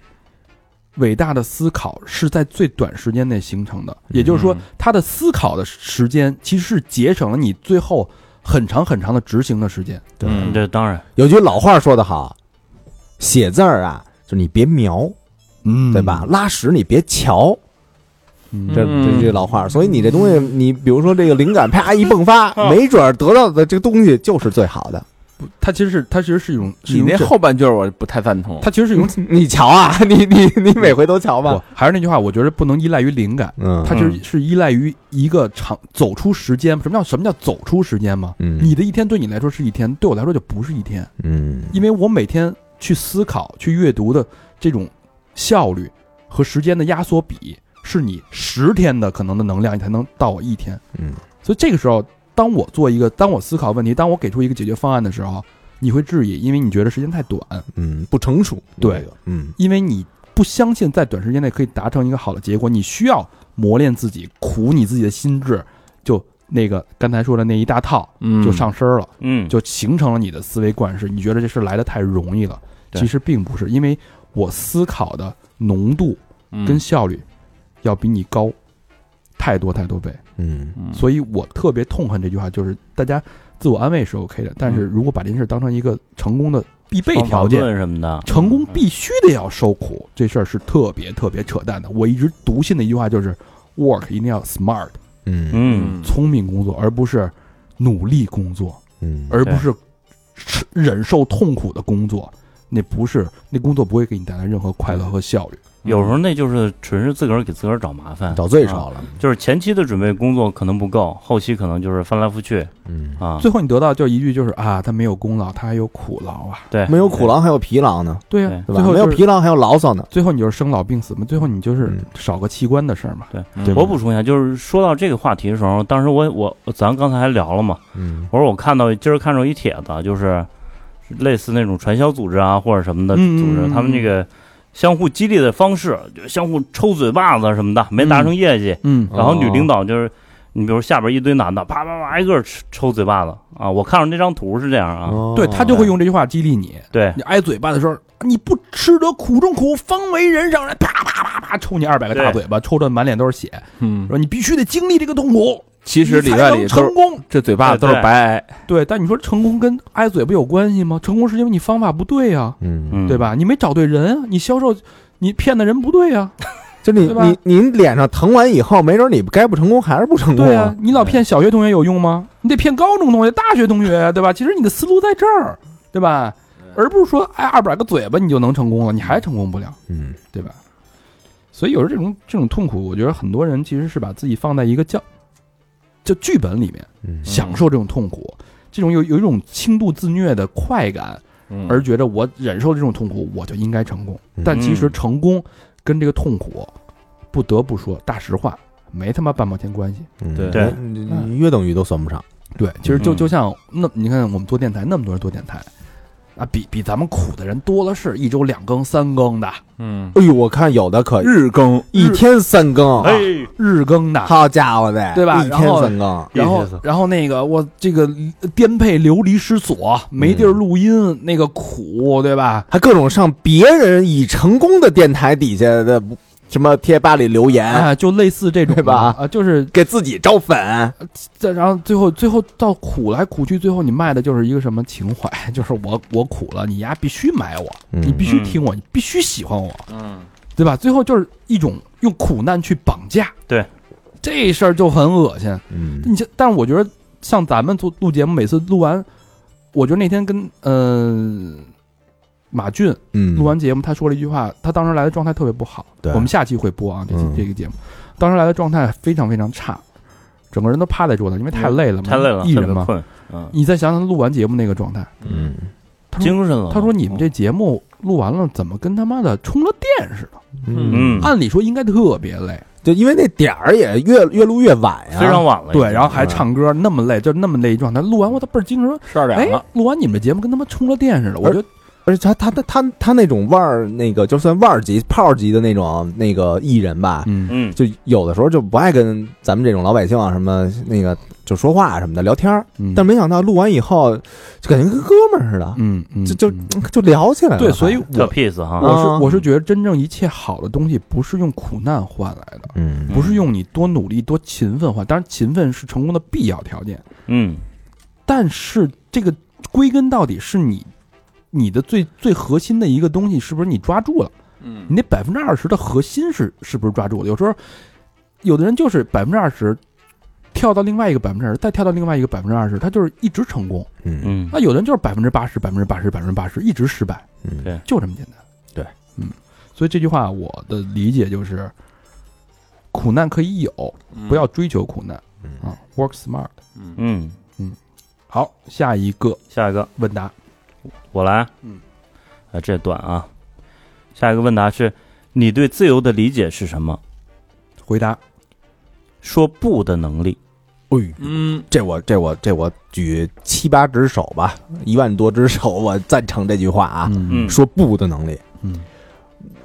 [SPEAKER 2] 伟大的思考是在最短时间内形成的，也就是说
[SPEAKER 5] 嗯，
[SPEAKER 2] 他的思考的时间其实是节省了你最后很长很长的执行的时间。
[SPEAKER 3] 对，
[SPEAKER 5] 嗯
[SPEAKER 4] 这当然，
[SPEAKER 3] 有句老话说得好，写字儿啊，就你别描，
[SPEAKER 2] 嗯
[SPEAKER 3] 对吧？？拉屎你别瞧，
[SPEAKER 2] 嗯
[SPEAKER 3] 这
[SPEAKER 5] 嗯
[SPEAKER 3] 这句老话儿。所以你这东西，你比如说这个灵感啪一迸发，
[SPEAKER 2] 嗯
[SPEAKER 3] 没准儿得到的这个东西就是最好的。
[SPEAKER 2] 它其实是它其实是一种是一
[SPEAKER 5] 你
[SPEAKER 2] 种
[SPEAKER 5] 那
[SPEAKER 2] 整
[SPEAKER 5] 后半句儿我不太赞同。
[SPEAKER 2] 它其实是一种
[SPEAKER 3] 你瞧啊，你你你每回都
[SPEAKER 2] 嗯
[SPEAKER 3] 瞧
[SPEAKER 2] 不
[SPEAKER 3] 吧。
[SPEAKER 2] 还是那句话，我觉得不能依赖于灵感，
[SPEAKER 3] 嗯
[SPEAKER 2] 它其实是依赖于一个长走出时间。什么叫什么叫走出时间嘛？
[SPEAKER 3] 嗯
[SPEAKER 2] 你的一天对你来说是一天，对我来说就不是一天，
[SPEAKER 3] 嗯
[SPEAKER 2] 因为我每天去思考、去阅读的这种效率和时间的压缩比，是你十天的可能的能量，你才能到我一天。
[SPEAKER 3] 嗯
[SPEAKER 2] 所以这个时候，当我做一个，当我思考问题，当我给出一个解决方案的时候，你会质疑，因为你觉得时间太短，
[SPEAKER 3] 嗯，不成熟。
[SPEAKER 2] 对
[SPEAKER 3] 这个，嗯
[SPEAKER 2] 因为你不相信在短时间内可以达成一个好的结果，你需要磨练自己，苦你自己的心智，就那个刚才说的那一大套
[SPEAKER 5] 嗯
[SPEAKER 2] 就上身了，
[SPEAKER 4] 嗯，
[SPEAKER 2] 就形成了你的思维惯式。你觉得这事来的太容易了，
[SPEAKER 5] 对
[SPEAKER 2] 其实并不是，因为我思考的浓度
[SPEAKER 5] 嗯
[SPEAKER 2] 跟效率要比你高太多太多倍。
[SPEAKER 3] 嗯
[SPEAKER 5] 嗯
[SPEAKER 2] 所以我特别痛恨这句话，就是大家自我安慰是 OK 的，但是
[SPEAKER 5] 嗯
[SPEAKER 2] 如果把这件事当成一个成功的必备
[SPEAKER 4] 方法
[SPEAKER 2] 条件，
[SPEAKER 4] 论什么的，
[SPEAKER 2] 成
[SPEAKER 5] 嗯
[SPEAKER 2] 功必须得要受苦，这事儿是特别特别扯淡的。我一直笃信的一句话就是 “work 一定要 smart”，
[SPEAKER 3] 嗯
[SPEAKER 4] 嗯，
[SPEAKER 2] 聪明工作，而不是努力工作，
[SPEAKER 3] 嗯，
[SPEAKER 2] 而不是吃忍受痛苦的工作。那不是那工作不会给你带来任何快乐和效率。
[SPEAKER 4] 有时候那就是纯是自个儿给自个儿找麻烦，
[SPEAKER 3] 找罪受了，
[SPEAKER 4] 就是前期的准备工作可能不够，后期可能就是翻来覆去
[SPEAKER 3] 嗯，
[SPEAKER 4] 啊。
[SPEAKER 2] 最后你得到就一句就是啊，他没有功劳，他还有苦劳啊。
[SPEAKER 4] 对，
[SPEAKER 3] 嗯没有苦劳还有疲劳呢，
[SPEAKER 2] 对呀、啊
[SPEAKER 4] 对
[SPEAKER 3] 对
[SPEAKER 2] 最
[SPEAKER 3] 吧？
[SPEAKER 2] 后
[SPEAKER 3] 没有
[SPEAKER 2] 就是
[SPEAKER 3] 疲劳还有牢骚呢，
[SPEAKER 2] 最后你就是生老病死嘛，最后你就是
[SPEAKER 3] 嗯
[SPEAKER 2] 少个器官的事儿嘛。
[SPEAKER 3] 对吧
[SPEAKER 4] 我补充一下，就是说到这个话题的时候，当时我我咱刚才还聊了嘛，
[SPEAKER 3] 嗯
[SPEAKER 4] 我说我看到今儿看着一帖子，就是类似那种传销组织啊或者什么的
[SPEAKER 2] 嗯
[SPEAKER 4] 组织，
[SPEAKER 2] 嗯嗯
[SPEAKER 4] 他们这个相互激励的方式，就相互抽嘴巴子什么的，没达成业绩，
[SPEAKER 2] 嗯
[SPEAKER 4] 然后女领导就是。你比如下边一堆男的，啪啪啪挨个抽抽嘴巴子啊！我看着那张图是这样啊，
[SPEAKER 3] 哦
[SPEAKER 2] 对他就会用这句话激励你。
[SPEAKER 4] 对
[SPEAKER 2] 你挨嘴巴的时候，你不吃得苦中苦，方为人上人，啪啪啪啪抽你二百个大
[SPEAKER 4] 对
[SPEAKER 2] 嘴巴，抽的满脸都是血，
[SPEAKER 5] 嗯，
[SPEAKER 2] 说你必须得经历这个痛苦，
[SPEAKER 5] 其实
[SPEAKER 2] 你
[SPEAKER 5] 里
[SPEAKER 2] 才
[SPEAKER 5] 外
[SPEAKER 2] 能
[SPEAKER 5] 里都
[SPEAKER 2] 成
[SPEAKER 5] 是
[SPEAKER 2] 功。
[SPEAKER 5] 这嘴巴都是白挨，
[SPEAKER 2] 对，但你说成功跟挨嘴巴有关系吗？成功是因为你方法不对呀、
[SPEAKER 3] 嗯，
[SPEAKER 4] 嗯，
[SPEAKER 2] 对？吧？你没找对人啊，你销售，你骗的人不对啊呀、
[SPEAKER 3] 就你
[SPEAKER 2] 对吧
[SPEAKER 3] 你你脸上疼完以后，没准你该不成功还是不成功啊
[SPEAKER 2] 对啊呀、你老骗小学同学有用吗？你得骗高中同学、大学同学，啊对吧？其实你的思路在这儿，对吧？而不是说挨二百个嘴巴你就能成功了，你还成功不了。
[SPEAKER 3] 嗯
[SPEAKER 2] 对吧？所以有时候这种这种痛苦，我觉得很多人其实是把自己放在一个叫叫剧本里面，
[SPEAKER 3] 嗯
[SPEAKER 2] 享受这种痛苦，这种有有一种轻度自虐的快感，
[SPEAKER 5] 嗯
[SPEAKER 2] 而觉得我忍受这种痛苦，我就应该成功。
[SPEAKER 3] 嗯
[SPEAKER 2] 但其实成功跟这个痛苦，不得不说大实话，没他妈半毛钱关系。
[SPEAKER 3] 嗯
[SPEAKER 5] 对
[SPEAKER 4] 对
[SPEAKER 3] 你你约等于都算不上，
[SPEAKER 2] 对，其实就
[SPEAKER 4] 嗯
[SPEAKER 2] 就像那你看我们做电台，那么多人做电台。啊，比比咱们苦的人多了是，一周两更、三更的，
[SPEAKER 5] 嗯，
[SPEAKER 3] 哎呦，我看有的可
[SPEAKER 5] 日更
[SPEAKER 3] 一天三更，啊
[SPEAKER 4] 哎，
[SPEAKER 2] 日更的，
[SPEAKER 3] 好家伙的，
[SPEAKER 2] 对吧
[SPEAKER 3] 一
[SPEAKER 2] 然
[SPEAKER 3] 天
[SPEAKER 2] 后
[SPEAKER 3] 三更，
[SPEAKER 2] 然后
[SPEAKER 4] 意思，
[SPEAKER 2] 然后那个我这个颠沛流离失所，没地儿录音，那个苦，对吧？
[SPEAKER 3] 还各种上别人已成功的电台底下的什么贴吧里留言，
[SPEAKER 2] 啊，就类似这种
[SPEAKER 3] 对吧
[SPEAKER 2] 的啊，就是
[SPEAKER 3] 给自己招粉，
[SPEAKER 2] 这，然后最后最后到苦来苦去，最后你卖的就是一个什么情怀？ 就是我我苦了，你丫必须买我，你必须听我，你必须喜欢我，
[SPEAKER 5] 嗯，
[SPEAKER 2] 对吧？最后就是一种用苦难去绑架，
[SPEAKER 4] 对，
[SPEAKER 2] 这事儿就很恶心。
[SPEAKER 3] 嗯
[SPEAKER 2] 你这，但是我觉得像咱们做录节目，每次录完，我觉得那天跟嗯、马俊。
[SPEAKER 3] 嗯
[SPEAKER 2] 录完节目，他说了一句话，他当时来的状态特别不好。
[SPEAKER 3] 对
[SPEAKER 2] 我们下期会播啊，这期
[SPEAKER 3] 嗯
[SPEAKER 2] 这个节目，当时来的状态非常非常差，整个人都趴在桌子上，因为太累了嘛，
[SPEAKER 4] 太累了，
[SPEAKER 2] 艺
[SPEAKER 4] 特
[SPEAKER 2] 人
[SPEAKER 4] 别
[SPEAKER 2] 嘛。
[SPEAKER 4] 困，嗯，
[SPEAKER 2] 你再想想录完节目那个状态，
[SPEAKER 3] 嗯
[SPEAKER 2] 他说
[SPEAKER 4] 精神嗯了。
[SPEAKER 2] 他说你们这节目录完了，怎么跟他妈的充了电似的？
[SPEAKER 4] 嗯
[SPEAKER 2] 按理说应该特别累，
[SPEAKER 3] 就因为那点儿也越越录越晚呀，
[SPEAKER 4] 非常晚了已经，
[SPEAKER 2] 对，然后还唱歌那么累，就那么累一状态，录完我他倍儿精神，说
[SPEAKER 5] 十二
[SPEAKER 2] 哎
[SPEAKER 5] 点了，，
[SPEAKER 2] 录完你们这节目跟他妈充了电似的，我觉得
[SPEAKER 3] 而且他他他他他那种腕儿，那个就算腕儿级、炮儿级的那种那个艺人吧，
[SPEAKER 2] 嗯
[SPEAKER 4] 嗯，
[SPEAKER 3] 就有的时候就不爱跟咱们这种老百姓啊什么那个就说话啊什么的聊天儿，
[SPEAKER 2] 嗯，
[SPEAKER 3] 但没想到录完以后，就感觉跟哥们儿似的，
[SPEAKER 2] 嗯嗯
[SPEAKER 3] 就嗯就
[SPEAKER 2] 嗯
[SPEAKER 3] 就聊起来了。
[SPEAKER 2] 对，所以
[SPEAKER 4] 特
[SPEAKER 2] 我
[SPEAKER 4] peace 哈，
[SPEAKER 2] 我
[SPEAKER 3] 啊
[SPEAKER 2] 是我是觉得，真正一切好的东西不是用苦难换来的，
[SPEAKER 3] 嗯
[SPEAKER 2] 不是用你多努力、多勤奋换。当然，勤奋是成功的必要条件，
[SPEAKER 4] 嗯，
[SPEAKER 2] 但是这个归根到底是你，你的最最核心的一个东西是不是你抓住了？
[SPEAKER 5] 嗯
[SPEAKER 2] 你那百分之二十的核心是是不是抓住了？有时候，有的人就是百分之二十。跳到另外一个百分之二十，再跳到另外一个百分之二十，他就是一直成功。
[SPEAKER 3] 嗯
[SPEAKER 4] 嗯
[SPEAKER 2] 那有的人就是百分之八十、百分之八十、百分之八十，一直失败。
[SPEAKER 3] 嗯
[SPEAKER 4] 对
[SPEAKER 2] 就这么简单。
[SPEAKER 3] 对，
[SPEAKER 2] 嗯，所以这句话我的理解就是，苦难可以有，不要追求苦难
[SPEAKER 3] 嗯
[SPEAKER 2] 啊，work smart。
[SPEAKER 5] 嗯
[SPEAKER 4] 嗯，
[SPEAKER 2] 好，下一个
[SPEAKER 4] 下一个
[SPEAKER 2] 问答，
[SPEAKER 4] 我来，
[SPEAKER 2] 嗯，
[SPEAKER 4] 啊，这短啊。下一个问答是：你对自由的理解是什么？
[SPEAKER 2] 回答
[SPEAKER 4] 说不的能力，
[SPEAKER 3] 哎
[SPEAKER 5] 嗯，
[SPEAKER 3] 这我这我这我举七八只手吧，一万多只手，我赞成这句话啊。
[SPEAKER 2] 嗯
[SPEAKER 4] 嗯
[SPEAKER 3] 说不的能力，
[SPEAKER 2] 嗯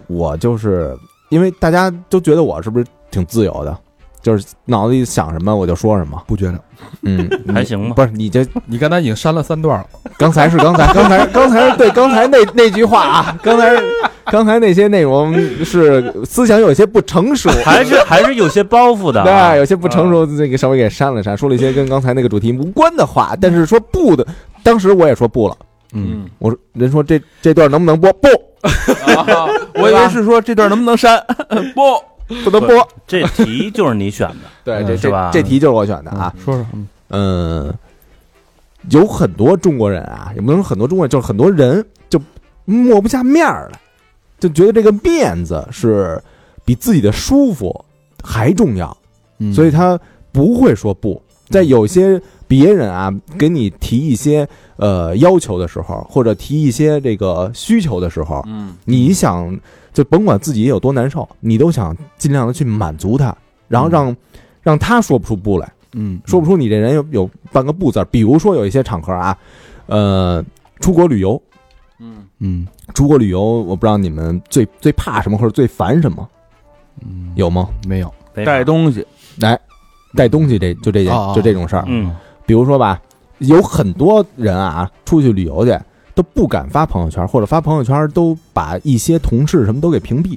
[SPEAKER 3] 我就是因为大家都觉得我是不是挺自由的，就是脑子里想什么我就说什么。
[SPEAKER 2] 不觉着。
[SPEAKER 3] 嗯，
[SPEAKER 4] 还行吧。
[SPEAKER 3] 不是你这
[SPEAKER 2] 你刚才已经删了三段了，
[SPEAKER 3] 刚才是刚才，刚才 刚才是对刚才那那句话啊，刚才刚才那些内容是思想有些不成熟，
[SPEAKER 4] 还是还是有些包袱的、啊，
[SPEAKER 3] 对，有些不成熟，这个稍微给删了删，说了一些跟刚才那个主题无关的话，但是说不的，当时我也说不了，
[SPEAKER 2] 嗯，
[SPEAKER 3] 我说人说这这段能不能播？不，
[SPEAKER 5] 啊，我以为是说这段能不能删， 不，
[SPEAKER 3] 不能播。
[SPEAKER 4] 这题就是你选的，
[SPEAKER 3] 对，这
[SPEAKER 4] 嗯是
[SPEAKER 3] 这
[SPEAKER 4] 吧
[SPEAKER 3] 这题就是我选的啊，
[SPEAKER 2] 说说，嗯
[SPEAKER 3] 嗯，有很多中国人啊，也不能说很多中国人，就是很多人就抹不下面儿来，就觉得这个面子是比自己的舒服还重要，
[SPEAKER 2] 嗯
[SPEAKER 3] 所以他不会说不。在有些别人啊给你提一些呃要求的时候，或者提一些这个需求的时候，
[SPEAKER 5] 嗯，
[SPEAKER 3] 你想就甭管自己有多难受，你都想尽量的去满足他，然后让让他说不出不来。
[SPEAKER 2] 嗯
[SPEAKER 3] 说不出你这人有有半个不字儿。比如说有一些场合啊，呃，出国旅游，
[SPEAKER 5] 嗯，
[SPEAKER 2] 嗯
[SPEAKER 3] 出国旅游，我不知道你们最最怕什么或者最烦什么，
[SPEAKER 2] 嗯
[SPEAKER 3] 有吗？
[SPEAKER 2] 没有？
[SPEAKER 4] 得
[SPEAKER 5] 带东西，
[SPEAKER 3] 来，带东西这就这件
[SPEAKER 2] 哦哦
[SPEAKER 3] 就这种事儿。
[SPEAKER 4] 嗯，
[SPEAKER 3] 比如说吧，有很多人啊，出去旅游去都不敢发朋友圈，或者发朋友圈都把一些同事什么都给屏蔽，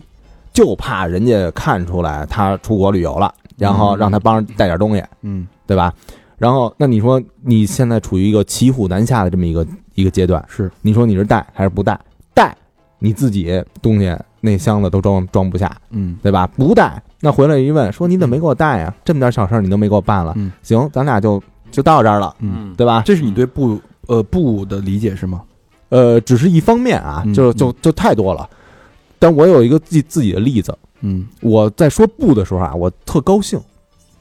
[SPEAKER 3] 就怕人家看出来他出国旅游了，然后让他帮着带点东西。
[SPEAKER 2] 嗯
[SPEAKER 3] 对吧？然后，那你说你现在处于一个骑虎难下的这么一个一个阶段，
[SPEAKER 2] 是
[SPEAKER 3] 你说你是带还是不带？带你自己东西那箱子都装装不下，
[SPEAKER 2] 嗯
[SPEAKER 3] 对吧？不带，那回来一问，说你怎么没给我带呀？这么点小事儿你都没给我办了，
[SPEAKER 2] 嗯
[SPEAKER 3] 行，咱俩就就到这儿了，
[SPEAKER 2] 嗯，
[SPEAKER 3] 对吧？
[SPEAKER 2] 这是你对不呃不的理解是吗？
[SPEAKER 3] 呃，只是一方面啊，
[SPEAKER 2] 嗯
[SPEAKER 3] 就就就太多了。但我有一个自己自己的例子，
[SPEAKER 2] 嗯
[SPEAKER 3] 我在说不的时候啊，我特高兴，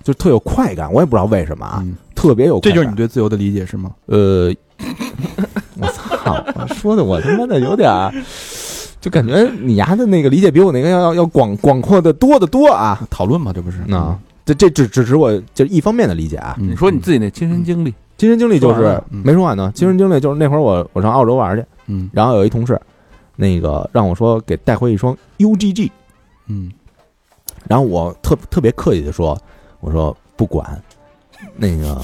[SPEAKER 3] 就特有快感，我也不知道为什么啊，
[SPEAKER 2] 嗯
[SPEAKER 3] 特别有快
[SPEAKER 2] 这
[SPEAKER 3] 感。
[SPEAKER 2] 就是你对自由的理解是吗？
[SPEAKER 3] 呃， 我操，我说的我他妈的有点儿，就感觉你丫的那个理解比我那个要要要广广阔的多得多啊！
[SPEAKER 2] 讨论嘛，这不是？
[SPEAKER 3] 那、这这只只是我这一方面的理解啊。
[SPEAKER 2] 嗯
[SPEAKER 5] 你说你自己那亲身经历，
[SPEAKER 3] 亲身经历就
[SPEAKER 2] 说完
[SPEAKER 3] 是
[SPEAKER 2] 了嗯
[SPEAKER 3] 没说完呢，亲身经历就是那会儿我我上澳洲玩去，
[SPEAKER 2] 嗯
[SPEAKER 3] 然后有一同事，那个让我说给带回一双 UGG，
[SPEAKER 2] 嗯
[SPEAKER 3] 然后我特特别客气的说，我说不管，那个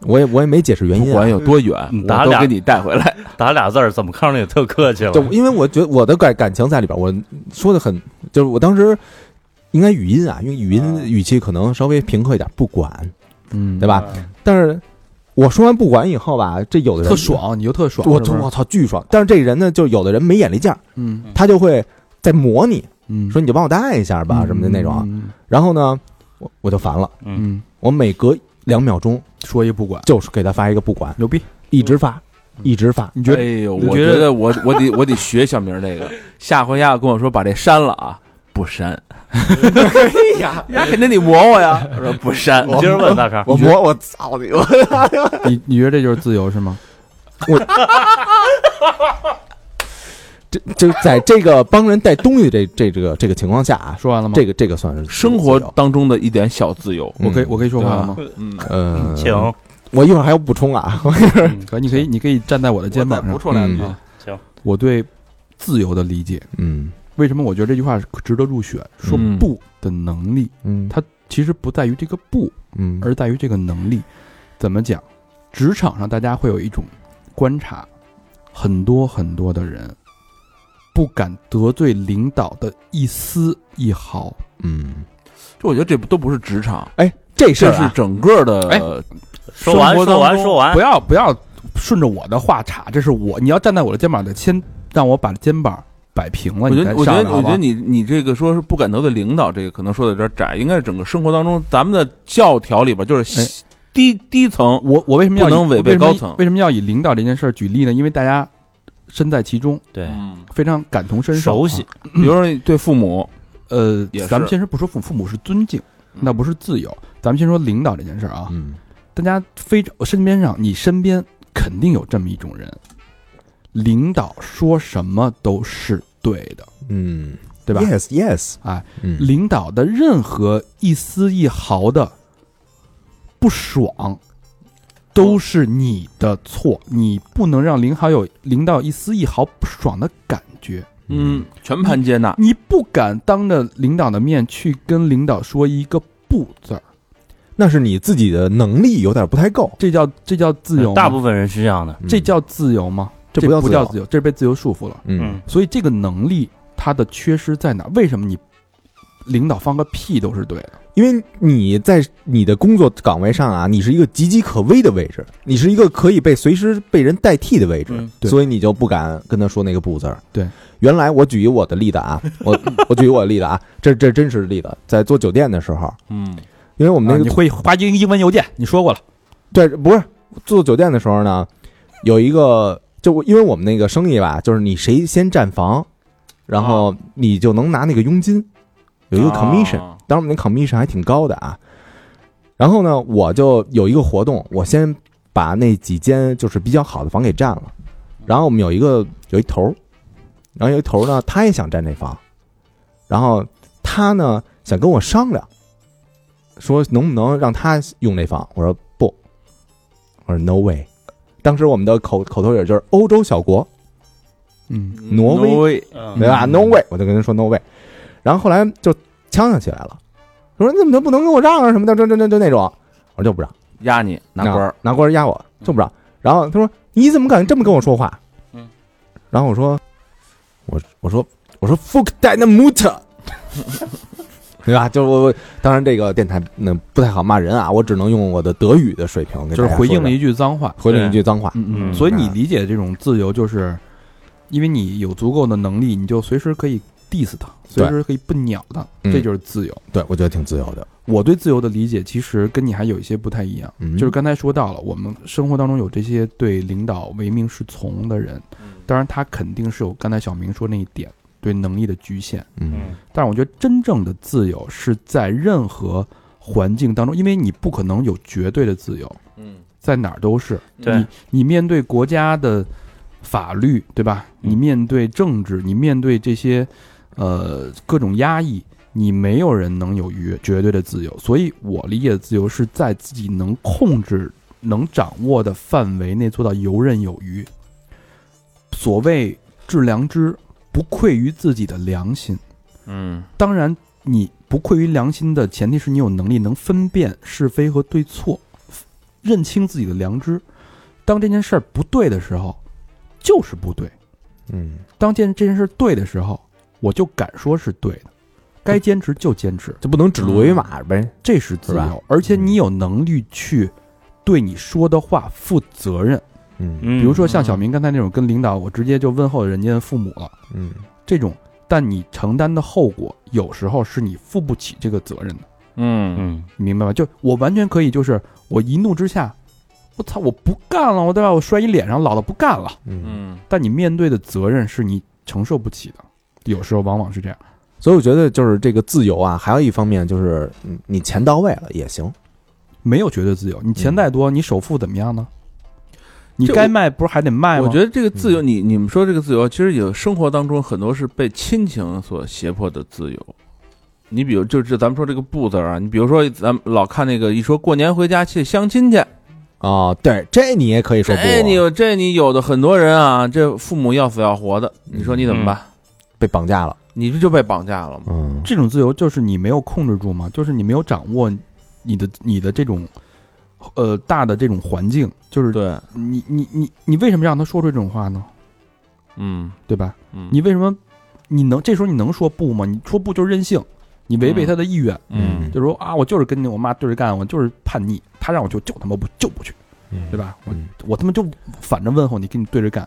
[SPEAKER 3] 我也我也没解释原
[SPEAKER 5] 不
[SPEAKER 3] 因、啊，
[SPEAKER 5] 管有多远，
[SPEAKER 4] 嗯
[SPEAKER 5] 我
[SPEAKER 4] 咱
[SPEAKER 5] 都
[SPEAKER 4] 俩
[SPEAKER 5] 给你带回来。
[SPEAKER 4] 打俩字儿，怎么看着也特客气了。
[SPEAKER 3] 就因为我觉得我的感感情在里边，我说的很，就是我当时应该语音啊，用语音语气可能稍微平和一点，不管，
[SPEAKER 2] 嗯，
[SPEAKER 3] 对？吧？但是我说完不管以后吧，这有的人
[SPEAKER 2] 特，爽，你就特爽，
[SPEAKER 3] 我
[SPEAKER 2] 是不是
[SPEAKER 3] 我操，巨爽！但是这人呢，就有的人没眼力见儿，
[SPEAKER 2] 嗯
[SPEAKER 3] 他就会在磨你，
[SPEAKER 2] 嗯，
[SPEAKER 3] 说你就帮我带一下吧，什么的那种。啊
[SPEAKER 2] 嗯，
[SPEAKER 3] 然后呢，我我就烦了，
[SPEAKER 4] 嗯，
[SPEAKER 2] 嗯，
[SPEAKER 3] 我每隔两秒钟
[SPEAKER 2] 说一不管，
[SPEAKER 3] 就是给他发一个不管，
[SPEAKER 2] 牛逼！嗯
[SPEAKER 3] 一直发，一直发。
[SPEAKER 2] 你觉
[SPEAKER 5] 哎
[SPEAKER 2] 得
[SPEAKER 5] 呦，
[SPEAKER 2] 你
[SPEAKER 5] 我
[SPEAKER 2] 觉
[SPEAKER 5] 觉
[SPEAKER 2] 得
[SPEAKER 5] 得我我得 我得学小明这个，下回丫跟我说把这删了啊，不 删，
[SPEAKER 3] 哎 呀，
[SPEAKER 5] 丫肯定得磨我呀，我说 不删，
[SPEAKER 4] 你接着问大肠，
[SPEAKER 3] 我磨我操你！我
[SPEAKER 2] 嗯你你觉得这就是自由是吗？
[SPEAKER 3] 这就在这个帮人带东西这这这个这个情况下啊，
[SPEAKER 2] 说完了吗？
[SPEAKER 3] 这个这个算是
[SPEAKER 5] 生活当中的一点小自由，
[SPEAKER 2] 嗯我可以
[SPEAKER 3] 嗯
[SPEAKER 2] 我可以说话了吗？
[SPEAKER 5] 嗯，
[SPEAKER 3] 呃，
[SPEAKER 4] 请
[SPEAKER 3] 我一会儿还要补充啊，
[SPEAKER 2] 可以你可以你可以站在我的肩膀上
[SPEAKER 5] 不，错两句
[SPEAKER 3] 嗯，
[SPEAKER 2] 我对自由的理解。
[SPEAKER 3] 嗯
[SPEAKER 2] 为什么我觉得这句话是值得入选？说
[SPEAKER 5] 嗯
[SPEAKER 2] 不的能力，
[SPEAKER 3] 嗯
[SPEAKER 2] 它其实不在于这个不，
[SPEAKER 3] 嗯
[SPEAKER 2] 而在于这个能力。怎么讲？职场上大家会有一种观察，很多很多的人不敢得罪领导的一丝一毫。
[SPEAKER 3] 嗯，
[SPEAKER 5] 就我觉得这都不是职场，
[SPEAKER 3] 哎，这事儿
[SPEAKER 5] 这是
[SPEAKER 3] 啊
[SPEAKER 5] 整个的
[SPEAKER 4] 哎说完
[SPEAKER 5] 生活当中
[SPEAKER 4] 说完说完
[SPEAKER 5] 啊
[SPEAKER 2] 不，要不要顺着我的话岔，这是我你要站在我的肩膀上，先让我把肩膀摆平了，
[SPEAKER 5] 我觉
[SPEAKER 2] 你再
[SPEAKER 5] 得，我
[SPEAKER 2] 上
[SPEAKER 5] 觉
[SPEAKER 2] 来
[SPEAKER 5] 得，
[SPEAKER 2] 好
[SPEAKER 5] 我
[SPEAKER 2] 不
[SPEAKER 5] 觉
[SPEAKER 2] 好
[SPEAKER 5] 得你你这个说是不敢得罪领导，这个可能说的有点窄，应该是整个生活当中咱们的教条里边就是
[SPEAKER 2] 哎
[SPEAKER 5] 低低层，
[SPEAKER 2] 我我为什么要以
[SPEAKER 5] 不能违背
[SPEAKER 2] 为什么
[SPEAKER 5] 高层
[SPEAKER 2] 为什么要以领导这件事儿举例呢？因为大家身在其中，
[SPEAKER 4] 对，
[SPEAKER 2] 非常感同身受，
[SPEAKER 4] 熟悉
[SPEAKER 2] 啊。
[SPEAKER 5] 比如说对父母，
[SPEAKER 2] 呃
[SPEAKER 5] 也，是
[SPEAKER 2] 咱们先说不说父父母是尊敬，那不是自由。咱们先说领导这件事儿啊，
[SPEAKER 3] 嗯
[SPEAKER 2] 大家非常我身边上，你身边肯定有这么一种人，领导说什么都是对的，
[SPEAKER 3] 嗯，
[SPEAKER 2] 对吧？
[SPEAKER 3] ？Yes Yes，
[SPEAKER 2] 哎，
[SPEAKER 3] 嗯
[SPEAKER 2] 领导的任何一丝一毫的不爽，都是你的错，你不能让领导有领导一丝一毫不爽的感觉。
[SPEAKER 4] 嗯
[SPEAKER 5] 嗯
[SPEAKER 3] 嗯
[SPEAKER 5] 嗯，全盘接纳，
[SPEAKER 2] 你不敢当着领导的面去跟领导说一个不字儿，
[SPEAKER 3] 那是你自己的能力有点不太够，
[SPEAKER 2] 这叫这叫自由吗？
[SPEAKER 4] 大部分人是这样的，
[SPEAKER 3] 嗯
[SPEAKER 2] 这叫自由吗？
[SPEAKER 3] 这
[SPEAKER 2] 不
[SPEAKER 3] 不叫自由
[SPEAKER 2] 自由，这是被自由束缚了。
[SPEAKER 3] 嗯，
[SPEAKER 4] 嗯，
[SPEAKER 2] 所以这个能力它的缺失在哪？为什么你领导放个屁都是对的？
[SPEAKER 3] 因为你在你的工作岗位上啊，你是一个岌岌可危的位置，你是一个可以被随时被人代替的位置，
[SPEAKER 4] 嗯
[SPEAKER 2] 对
[SPEAKER 3] 所以你就不敢跟他说那个不字儿。
[SPEAKER 2] 对，
[SPEAKER 3] 原来我举一我的例子啊，我 我举一我的例子啊，这这真实的例子，在做酒店的时候，
[SPEAKER 5] 嗯
[SPEAKER 3] 因为我们那
[SPEAKER 2] 啊
[SPEAKER 3] 个
[SPEAKER 2] 你会发英英文邮件，你说过了，
[SPEAKER 3] 对，不是住酒店的时候呢，有一个就我因为我们那个生意吧，就是你谁先占房，然
[SPEAKER 2] 啊
[SPEAKER 3] 后你就能拿那个佣金，有一个 commission，、
[SPEAKER 5] 啊
[SPEAKER 3] 当然我们那 commission 还挺高的啊。然后呢，我就有一个活动，我先把那几间就是比较好的房给占了，然后我们有一个有一头儿，然后有一头儿呢，他也想占这房，然后他呢想跟我商量，说能不能让他用这房？我说不，我说 no way。当时我们的口口头语就是欧洲小国，
[SPEAKER 2] 嗯，
[SPEAKER 3] 挪威
[SPEAKER 5] 威，
[SPEAKER 3] 对
[SPEAKER 4] 嗯
[SPEAKER 3] 吧、
[SPEAKER 2] 嗯
[SPEAKER 3] n o way，我就跟他说 no way。然后后来就呛呛起来了，我说你怎么就不能给我让啊让什么的，就就就就那种，我说就不让，
[SPEAKER 5] 压你拿
[SPEAKER 3] 拿
[SPEAKER 5] 官儿，嗯
[SPEAKER 3] 拿棍压我就不让。然后他说你怎么敢这么跟我说话？
[SPEAKER 4] 嗯，
[SPEAKER 3] 然后我说我我说我说 fuck dynamite，对吧？就我我当然这个电台那不太好骂人啊，我只能用我的德语的水平给
[SPEAKER 2] 就是
[SPEAKER 3] 大家
[SPEAKER 2] 回
[SPEAKER 3] 说
[SPEAKER 2] 应了
[SPEAKER 3] 说
[SPEAKER 2] 一句脏话。
[SPEAKER 3] 回了一句脏话，
[SPEAKER 2] 嗯
[SPEAKER 4] 嗯
[SPEAKER 2] 所以你理解这种自由，就是因为你有足够的能力，你就随时可以 diss 他，随
[SPEAKER 3] 对
[SPEAKER 2] 时可以不鸟他，
[SPEAKER 3] 嗯
[SPEAKER 2] 这就是自由。
[SPEAKER 3] 对我觉得挺自由的，
[SPEAKER 2] 我对自由的理解其实跟你还有一些不太一样，
[SPEAKER 3] 嗯
[SPEAKER 2] 就是刚才说到了，我们生活当中有这些对领导唯命是从的人，当然他肯定是有刚才小明说那一点对能力的局限，
[SPEAKER 3] 嗯
[SPEAKER 4] 嗯
[SPEAKER 2] 但我觉得真正的自由是在任何环境当中，因为你不可能有绝对的自由，
[SPEAKER 5] 嗯，
[SPEAKER 2] 在哪儿都是，
[SPEAKER 4] 对
[SPEAKER 2] 你，你面对国家的法律，对吧？
[SPEAKER 4] 嗯
[SPEAKER 2] 你面对政治，你面对这些呃各种压抑，你没有人能有绝绝对的自由。所以我理解的自由是在自己能控制、能掌握的范围内做到游刃有余。所谓致良知，不愧于自己的良心。
[SPEAKER 5] 嗯
[SPEAKER 2] 当然，你不愧于良心的前提是你有能力能分辨是非和对错，认清自己的良知。当这件事儿不对的时候，就是不对；
[SPEAKER 3] 嗯
[SPEAKER 2] 当件这件事儿对的时候，我就敢说是对的，该坚持就坚持，
[SPEAKER 3] 就不能指鹿为马呗，
[SPEAKER 2] 这是自
[SPEAKER 3] 是吧
[SPEAKER 2] 由。而且你有能力去对你说的话负责任。
[SPEAKER 3] 嗯
[SPEAKER 4] 比
[SPEAKER 2] 比如说像小明刚才那种跟领导，我直接就问候人家父母了，
[SPEAKER 3] 嗯
[SPEAKER 2] 这种，但你承担的后果有时候是你负不起这个责任的。
[SPEAKER 5] 嗯
[SPEAKER 4] 嗯
[SPEAKER 2] 你明白吗？就我完全可以，就是我一怒之下，我操，我不干了，我对吧？我摔你脸上，老子不干了。
[SPEAKER 3] 嗯。
[SPEAKER 5] 嗯
[SPEAKER 2] 但你面对的责任是你承受不起的，有时候往往是这样。
[SPEAKER 3] 所以我觉得就是这个自由啊，还有一方面就是，嗯你钱到位了也行，
[SPEAKER 2] 没有绝对自由，你钱再多，你首付怎么样呢？你
[SPEAKER 5] 这
[SPEAKER 2] 该卖不是还得卖吗？
[SPEAKER 5] 我觉得这个自由，你你们说这个自由，其实有生活当中很多是被亲情所胁迫的自由。你比如就是咱们说这个“不”字儿啊，你比如说咱们老看那个一说过年回家去相亲去，
[SPEAKER 3] 哦，对，这你也可以说不。啊
[SPEAKER 5] 这哎你有这你有的很多人啊，这父母要死要活的，你说你怎么办？
[SPEAKER 3] 被绑架了，
[SPEAKER 5] 你不就被绑架了吗？
[SPEAKER 3] 嗯，
[SPEAKER 2] 这种自由就是你没有控制住嘛，就是你没有掌握你的你的这种呃大的这种环境，就是
[SPEAKER 5] 对，
[SPEAKER 2] 你你你你为什么让他说出这种话呢？
[SPEAKER 5] 嗯
[SPEAKER 2] 对吧？
[SPEAKER 5] 嗯，
[SPEAKER 2] 你为什么你能这时候你能说不吗？你说不就是任性，你违背他的意愿，
[SPEAKER 5] 嗯
[SPEAKER 2] 就是说啊，我就是跟你我妈对着干，我就是叛逆，他让我就就他妈不就不去，对
[SPEAKER 3] 吧？
[SPEAKER 2] 吧？我
[SPEAKER 3] 嗯
[SPEAKER 2] 我他妈就反正问候你，跟你对着干，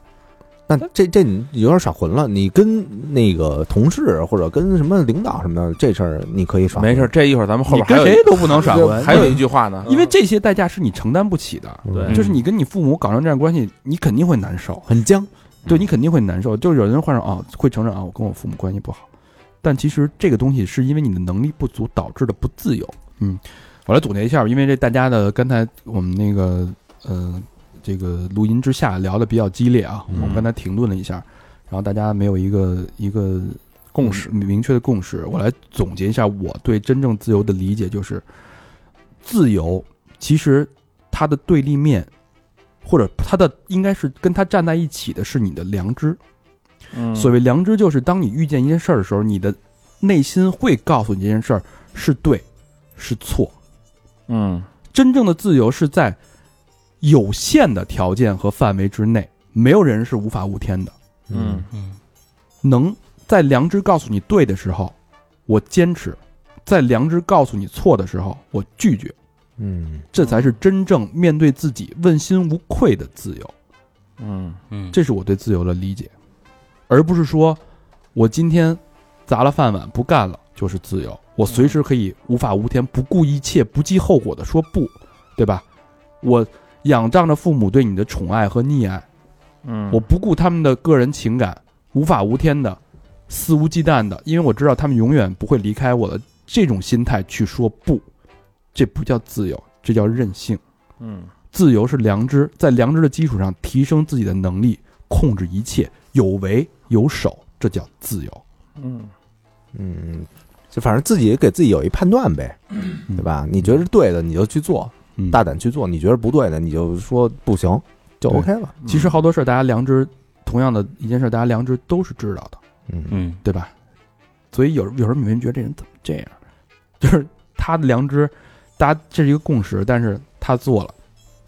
[SPEAKER 3] 那这这你有点耍混了。你跟那个同事或者跟什么领导什么的，这事儿你可以耍混。
[SPEAKER 5] 没事儿，这一会嗯儿咱们后
[SPEAKER 2] 你
[SPEAKER 5] 边还
[SPEAKER 2] 跟
[SPEAKER 5] 有
[SPEAKER 2] 谁都不能耍混，
[SPEAKER 5] 还有一句话呢，
[SPEAKER 2] 因为这些代价是你承担不起的。
[SPEAKER 3] 嗯，
[SPEAKER 5] 对
[SPEAKER 2] 就是你跟你父母搞成这样的关系，你肯定会难受，
[SPEAKER 3] 很僵。
[SPEAKER 2] 对你肯定会难受。就是有人会说啊，会承认啊，我跟我父母关系不好，但其实这个东西是因为你的能力不足导致的不自由。嗯，我来总结一下吧，因为这大家的刚才我们那个呃这个录音之下聊的比较激烈啊，
[SPEAKER 3] 嗯
[SPEAKER 2] 我们刚才停顿了一下，然后大家没有一个一个
[SPEAKER 5] 共识
[SPEAKER 2] 明明确的共识。我来总结一下我对真正自由的理解，就是自由其实它的对立面。或者它的应该是跟它站在一起的是你的良知，
[SPEAKER 5] 嗯
[SPEAKER 2] 所谓良知，就是当你遇见一件事儿的时候，你的内心会告诉你这件事儿是对是错。
[SPEAKER 5] 嗯
[SPEAKER 2] 真正的自由是在有限的条件和范围之内，没有人是无法无天的。
[SPEAKER 5] 嗯，
[SPEAKER 4] 嗯
[SPEAKER 2] 能在良知告诉你对的时候，我坚持；在良知告诉你错的时候，我拒绝。
[SPEAKER 3] 嗯，
[SPEAKER 2] 这才是真正面对自己问心无愧的自由。
[SPEAKER 5] 嗯
[SPEAKER 4] 嗯，
[SPEAKER 2] 这是我对自由的理解，而不是说我今天砸了饭碗不干了就是自由，我随时可以无法无天，不顾一切、不计后果的说不，对吧？我仰仗着父母对你的宠爱和溺爱，
[SPEAKER 5] 嗯
[SPEAKER 2] 我不顾他们的个人情感，无法无天的、肆无忌惮的，因为我知道他们永远不会离开我的这种心态去说不，这不叫自由，这叫任性。
[SPEAKER 5] 嗯
[SPEAKER 2] 自由是良知，在良知的基础上提升自己的能力，控制一切，有为有守，这叫自由。
[SPEAKER 5] 嗯
[SPEAKER 3] 嗯，就反正自己给自己有一判断呗，对吧？你觉得是对的，你就去做，
[SPEAKER 2] 嗯
[SPEAKER 3] 大胆去做；你觉得不对的，你就说不行，就
[SPEAKER 2] 对
[SPEAKER 3] OK 了。
[SPEAKER 2] 其实好多事儿，大家良知，同样的一件事儿，大家良知都是知道的，
[SPEAKER 3] 嗯
[SPEAKER 4] 嗯
[SPEAKER 2] 对吧？所以有有时候你会觉得这人怎么这样，就是他的良知，大家这是一个共识，但是他做了，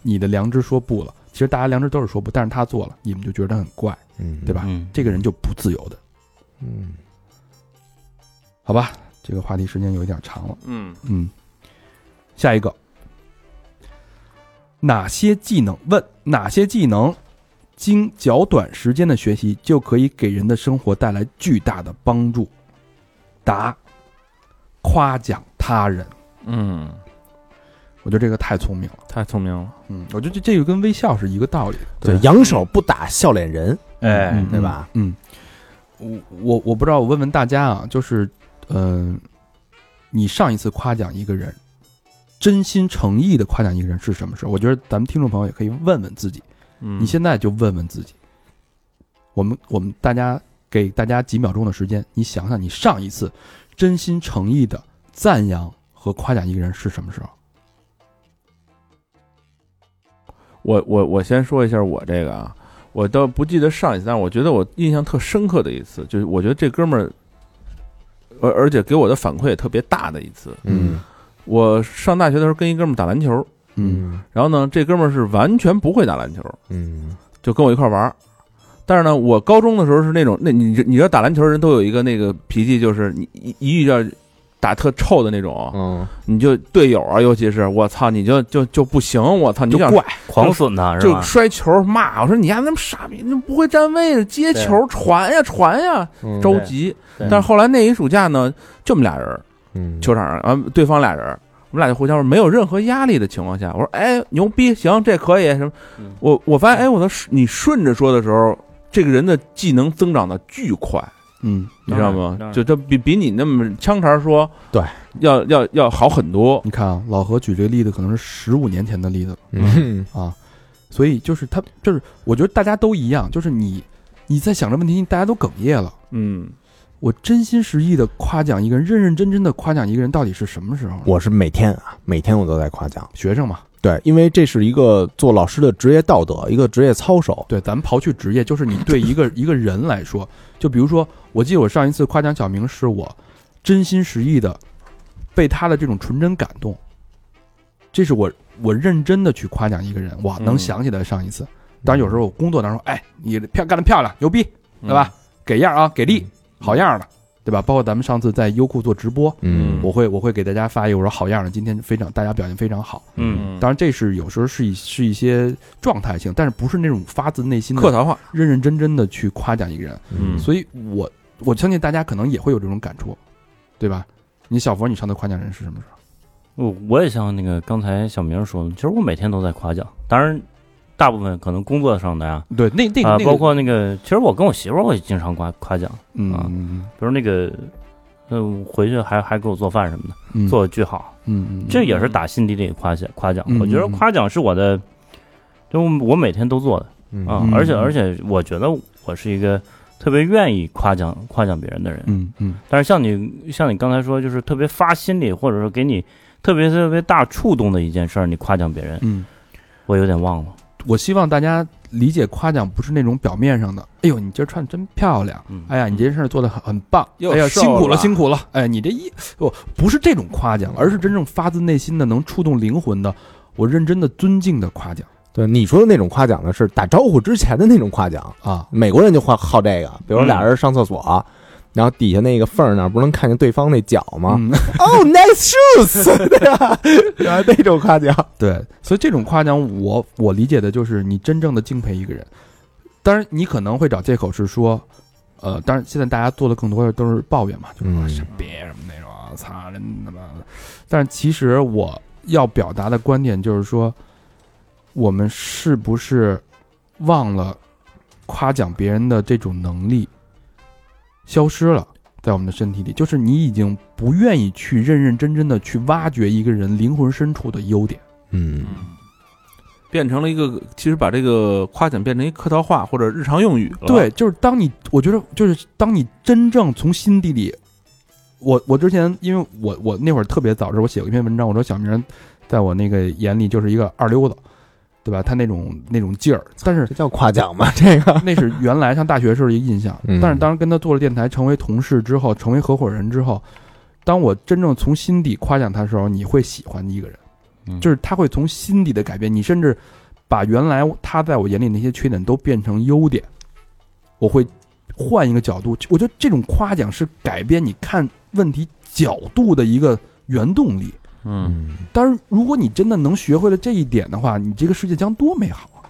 [SPEAKER 2] 你的良知说不了。其实大家良知都是说不，但是他做了，你们就觉得他很怪，
[SPEAKER 3] 嗯，
[SPEAKER 2] 对吧？
[SPEAKER 4] 嗯，
[SPEAKER 2] 这个人就不自由的，
[SPEAKER 3] 嗯，
[SPEAKER 2] 好吧？这个话题时间有一点长了。
[SPEAKER 5] 嗯
[SPEAKER 2] 嗯，下一个，哪些技能？问哪些技能经较短时间的学习就可以给人的生活带来巨大的帮助？答：夸奖他人。
[SPEAKER 5] 嗯，
[SPEAKER 2] 我觉得这个太聪明了。
[SPEAKER 5] 太聪明了，
[SPEAKER 2] 嗯，我觉得这这个跟微笑是一个道理的。
[SPEAKER 3] 对，扬手不打笑脸人，
[SPEAKER 4] 哎，
[SPEAKER 3] 对吧？
[SPEAKER 2] 嗯，我我我不知道，我问问大家啊，就是，嗯、你上一次夸奖一个人，真心诚意的夸奖一个人是什么时候？我觉得咱们听众朋友也可以问问自己，
[SPEAKER 5] 嗯
[SPEAKER 2] 你现在就问问自己，我们我们大家给大家几秒钟的时间，你想想你上一次真心诚意的赞扬和夸奖一个人是什么时候？
[SPEAKER 5] 我我我先说一下我这个啊，我倒不记得上一次，但是我觉得我印象特深刻的一次，就是我觉得这哥们儿，而而且给我的反馈也特别大的一次。
[SPEAKER 3] 嗯
[SPEAKER 5] 我上大学的时候跟一哥们儿打篮球，
[SPEAKER 3] 嗯
[SPEAKER 5] 然后呢，这哥们儿是完全不会打篮球，
[SPEAKER 3] 嗯
[SPEAKER 5] 就跟我一块儿玩儿。但是呢，我高中的时候是那种，那你你知道打篮球人都有一个那个脾气，就是你一一遇到打特臭的那种，啊
[SPEAKER 3] 嗯，
[SPEAKER 5] 你就队友啊，尤其是我操，你就就就不行，我操，你
[SPEAKER 3] 就
[SPEAKER 5] 想
[SPEAKER 3] 怪，
[SPEAKER 4] 狂损他是
[SPEAKER 5] 就
[SPEAKER 4] 吧？
[SPEAKER 5] 摔球骂，我说你丫那么傻逼，那不会站位的，接
[SPEAKER 4] 对
[SPEAKER 5] 球传呀传呀，
[SPEAKER 3] 嗯
[SPEAKER 5] 着急。
[SPEAKER 4] 对
[SPEAKER 5] 但是后来那一暑假呢，就我们俩人儿，
[SPEAKER 3] 嗯
[SPEAKER 5] 球场上啊，对方俩人儿，我们俩就互相说没有任何压力的情况下，我说哎牛逼，行，这可以什么
[SPEAKER 4] 嗯？
[SPEAKER 5] 我我发现哎我的你顺着说的时候，这个人的技能增长的巨快，
[SPEAKER 2] 嗯，
[SPEAKER 5] 你知道
[SPEAKER 4] 当
[SPEAKER 5] 吗？
[SPEAKER 4] 然
[SPEAKER 5] 就这比比你那么腔茬说
[SPEAKER 3] 对
[SPEAKER 5] 要要要好很多。
[SPEAKER 2] 你看啊，老何举这个例子可能是十五年前的例子了。
[SPEAKER 3] 嗯
[SPEAKER 2] 啊，所以就是他就是，我觉得大家都一样，就是你你在想着问题，大家都哽咽了。
[SPEAKER 5] 嗯，
[SPEAKER 2] 我真心实意的夸奖一个人，认认真真的夸奖一个人，到底是什么时候呢？
[SPEAKER 3] 我是每天啊，每天我都在夸奖。
[SPEAKER 2] 学生嘛，
[SPEAKER 3] 对，因为这是一个做老师的职业道德，一个职业操守。
[SPEAKER 2] 对，咱们刨去职业，就是你对一个 一个人来说，就比如说，我记得我上一次夸奖小明，是我真心实意的被他的这种纯真感动，这是我我认真的去夸奖一个人，哇，能
[SPEAKER 5] 嗯
[SPEAKER 2] 想起来上一次。当然有时候我工作当中，哎，你漂干得漂亮，牛逼，
[SPEAKER 5] 嗯
[SPEAKER 2] 对吧？？给样啊，给力，好样儿的，对吧？包括咱们上次在优酷做直播，
[SPEAKER 3] 嗯
[SPEAKER 2] 我会我会给大家发一个我说好样儿的，今天非常大家表现非常好。
[SPEAKER 4] 嗯
[SPEAKER 5] 嗯，
[SPEAKER 2] 当然这是有时候是一是一些状态性，但是不是那种发自内心
[SPEAKER 4] 嗯
[SPEAKER 2] 的
[SPEAKER 5] 客套话，
[SPEAKER 2] 认认真真的去夸奖一个人。
[SPEAKER 5] 嗯
[SPEAKER 2] 所以我我相信大家可能也会有这种感触，对吧？你小佛，你上次夸奖人是什么时候？
[SPEAKER 4] 我我也像那个刚才小明说的，其实我每天都在夸奖，当然大部分可能工作上的呀，
[SPEAKER 2] 对，那那个、
[SPEAKER 4] 啊、
[SPEAKER 2] 那个
[SPEAKER 4] 包括那个，其实我跟我媳妇儿我也经常夸夸奖，啊
[SPEAKER 2] 嗯
[SPEAKER 4] 比如那个，嗯、回去还还给我做饭什么的，
[SPEAKER 2] 嗯
[SPEAKER 4] 做的巨好，
[SPEAKER 2] 嗯嗯
[SPEAKER 4] 这也是打心底里夸奖夸奖。
[SPEAKER 2] 嗯
[SPEAKER 4] 我觉得
[SPEAKER 2] 嗯嗯
[SPEAKER 4] 夸奖是我的，就我每天都做的啊，
[SPEAKER 2] 嗯
[SPEAKER 4] 而且而且我觉得我是一个特别愿意夸奖夸奖别人的人。
[SPEAKER 2] 嗯嗯
[SPEAKER 4] 但是像你像你刚才说，就是特别发心里，或者说给你特别特别大触动的一件事儿，你夸奖别人，
[SPEAKER 2] 嗯，
[SPEAKER 4] 我有点忘了。
[SPEAKER 2] 我希望大家理解夸奖不是那种表面上的，哎呦，你今儿穿的真漂亮，
[SPEAKER 4] 嗯
[SPEAKER 2] 哎呀，你这件事儿做的很很棒，
[SPEAKER 5] 又
[SPEAKER 2] 哎呀，
[SPEAKER 5] 瘦
[SPEAKER 2] 辛苦了，
[SPEAKER 5] 了
[SPEAKER 2] 辛苦了，哎，你这一不不是这种夸奖，而是真正发自内心的能触动灵魂的，我认真的尊敬的夸奖
[SPEAKER 3] 对你说的那种夸奖呢，是打招呼之前的那种夸奖。
[SPEAKER 2] 啊，
[SPEAKER 3] 美国人就好好这个，比如俩人上厕所，然后底下那个缝儿那儿不能看见对方那脚吗？
[SPEAKER 2] 嗯，
[SPEAKER 3] 哦、n i c e shoes，对 吧？然后那种夸奖，
[SPEAKER 2] 对，所以这种夸奖我，我理解的就是你真正的敬佩一个人。当然，你可能会找借口是说，呃，当然现在大家做的更多的都是抱怨嘛，就是
[SPEAKER 3] 嗯
[SPEAKER 2] 说什么别什么那种，啊操，真他妈的。但是其实我要表达的观点就是说，我们是不是忘了夸奖别人的这种能力消失了？在我们的身体里，就是你已经不愿意去认认真真的去挖掘一个人灵魂深处的优点。
[SPEAKER 3] 嗯
[SPEAKER 5] 变成了一个，其实把这个夸奖变成一客套话或者日常用语了。
[SPEAKER 2] 对，，就是当你，我觉得就是当你真正从心底里，我我之前因为我我那会儿特别早的时候，我写过一篇文章，我说小明在我那个眼里就是一个二流子，对吧？他那种那种劲儿，但是
[SPEAKER 3] 这叫夸奖吗？这个，
[SPEAKER 2] 那是原来上大学时候的一个印象
[SPEAKER 3] 嗯，
[SPEAKER 2] 但是当跟他做了电台，成为同事之后，成为合伙人之后，当我真正从心底夸奖他的时候，你会喜欢一个人，
[SPEAKER 4] 嗯
[SPEAKER 2] 就是他会从心底的改变，你甚至把原来他在我眼里那些缺点都变成优点，我会换一个角度，我觉得这种夸奖是改变你看问题角度的一个原动力。
[SPEAKER 4] 嗯，
[SPEAKER 3] 嗯，
[SPEAKER 2] 当然，如果你真的能学会了这一点的话，你这个世界将多美好啊！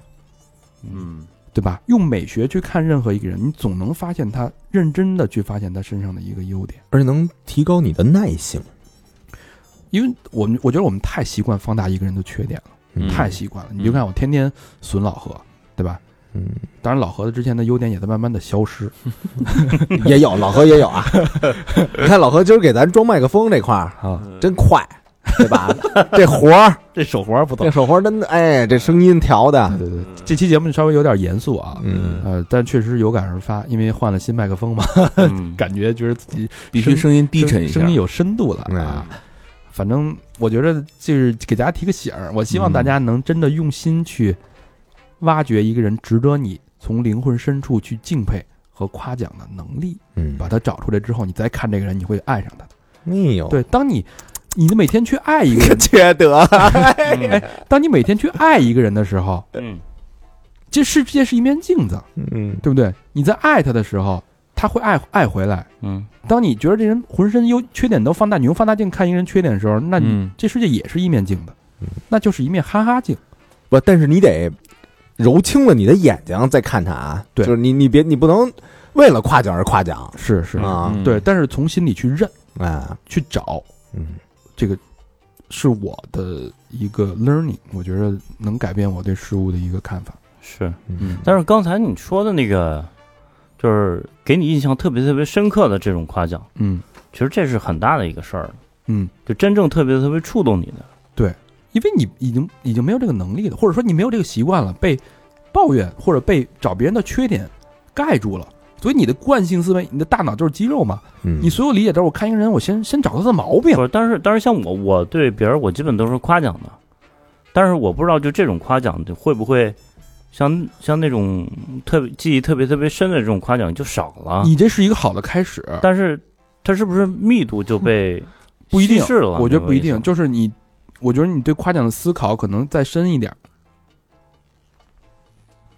[SPEAKER 5] 嗯，
[SPEAKER 2] 对吧？用美学去看任何一个人，你总能发现他认真的去发现他身上的一个优点。
[SPEAKER 3] 而且能提高你的耐性，
[SPEAKER 2] 因为我们我觉得我们太习惯放大一个人的缺点了，
[SPEAKER 3] 嗯
[SPEAKER 2] 太习惯了。你就看我天天损老何，对吧？
[SPEAKER 3] 嗯，
[SPEAKER 2] 当然，老何的之前的优点也在慢慢的消失。
[SPEAKER 3] 嗯也有老何也 有啊。你看老何今儿给咱装麦克风这块儿
[SPEAKER 2] 啊，
[SPEAKER 5] 嗯
[SPEAKER 3] 真快，对 吧？这活儿，
[SPEAKER 4] 这手活不
[SPEAKER 3] 这手活儿真的，哎，这声音调的，
[SPEAKER 2] 对对，这期节目稍微有点严肃啊，
[SPEAKER 3] 嗯，
[SPEAKER 2] 呃，但确实有感而发，因为换了新麦克风嘛，感觉觉得自己
[SPEAKER 5] 嗯必须声音低沉一下。哎
[SPEAKER 2] 声音有深度了
[SPEAKER 3] 嗯
[SPEAKER 2] 啊。反正我觉得就是给大家提个醒儿，我希望大家能真的用心去挖掘一个人值得你从灵魂深处去敬佩和夸奖的能力，
[SPEAKER 3] 嗯
[SPEAKER 2] 把，它找出来之后，你再看这个人，你会爱上他的。
[SPEAKER 3] 哎
[SPEAKER 5] 哦
[SPEAKER 3] 呦，，
[SPEAKER 2] 对，当你你每天去爱一个人
[SPEAKER 3] 缺德，
[SPEAKER 2] 当你每天去爱一个人的时候，
[SPEAKER 4] 嗯
[SPEAKER 2] 这世界是一面镜子，
[SPEAKER 3] 嗯，
[SPEAKER 2] 对不对？你在爱他的时候，他会爱爱回来。
[SPEAKER 4] 嗯
[SPEAKER 2] 当你觉得这人浑身优缺点都放大，你用放大镜看一个人缺点的时候，那你
[SPEAKER 5] 嗯
[SPEAKER 2] 这世界也是一面镜子，那就是一面哈哈镜。
[SPEAKER 3] 不，但是你得揉清了你的眼睛再看他啊，
[SPEAKER 2] 对
[SPEAKER 3] 就是你你别你不能为了夸奖而夸奖
[SPEAKER 2] 是是
[SPEAKER 3] 啊，
[SPEAKER 5] 嗯
[SPEAKER 2] 对。但是从心里去认、
[SPEAKER 3] 哎，
[SPEAKER 2] 去找，
[SPEAKER 3] 嗯，
[SPEAKER 2] 这个是我的一个 learning，我觉得能改变我对事物的一个看法。
[SPEAKER 4] 是。
[SPEAKER 3] 嗯
[SPEAKER 4] 但是刚才你说的那个，就是给你印象特别特别深刻的这种夸奖，
[SPEAKER 2] 嗯
[SPEAKER 4] 其实这是很大的一个事儿，
[SPEAKER 2] 嗯，
[SPEAKER 4] 就真正特别特别触动你的。
[SPEAKER 2] 因为你已经已经没有这个能力了，或者说你没有这个习惯了，被抱怨或者被找别人的缺点盖住了。所以你的惯性思维，你的大脑就是肌肉嘛。
[SPEAKER 3] 嗯
[SPEAKER 2] 你所有理解都是我看一个人，我先先找到他的毛病
[SPEAKER 4] 不。是，但是但是像我，我对别人我基本都是夸奖的，但是我不知道就这种夸奖就会不会像像那种特别记忆特别特别深的这种夸奖就少了，
[SPEAKER 2] 你这是一个好的开始，
[SPEAKER 4] 但是它是不是密度就被
[SPEAKER 2] 嗯不一定
[SPEAKER 4] 稀释了？
[SPEAKER 2] 我觉得不一
[SPEAKER 4] 那
[SPEAKER 2] 定，
[SPEAKER 4] 个意思
[SPEAKER 2] 就是你，我觉得你对夸奖的思考可能再深一点儿，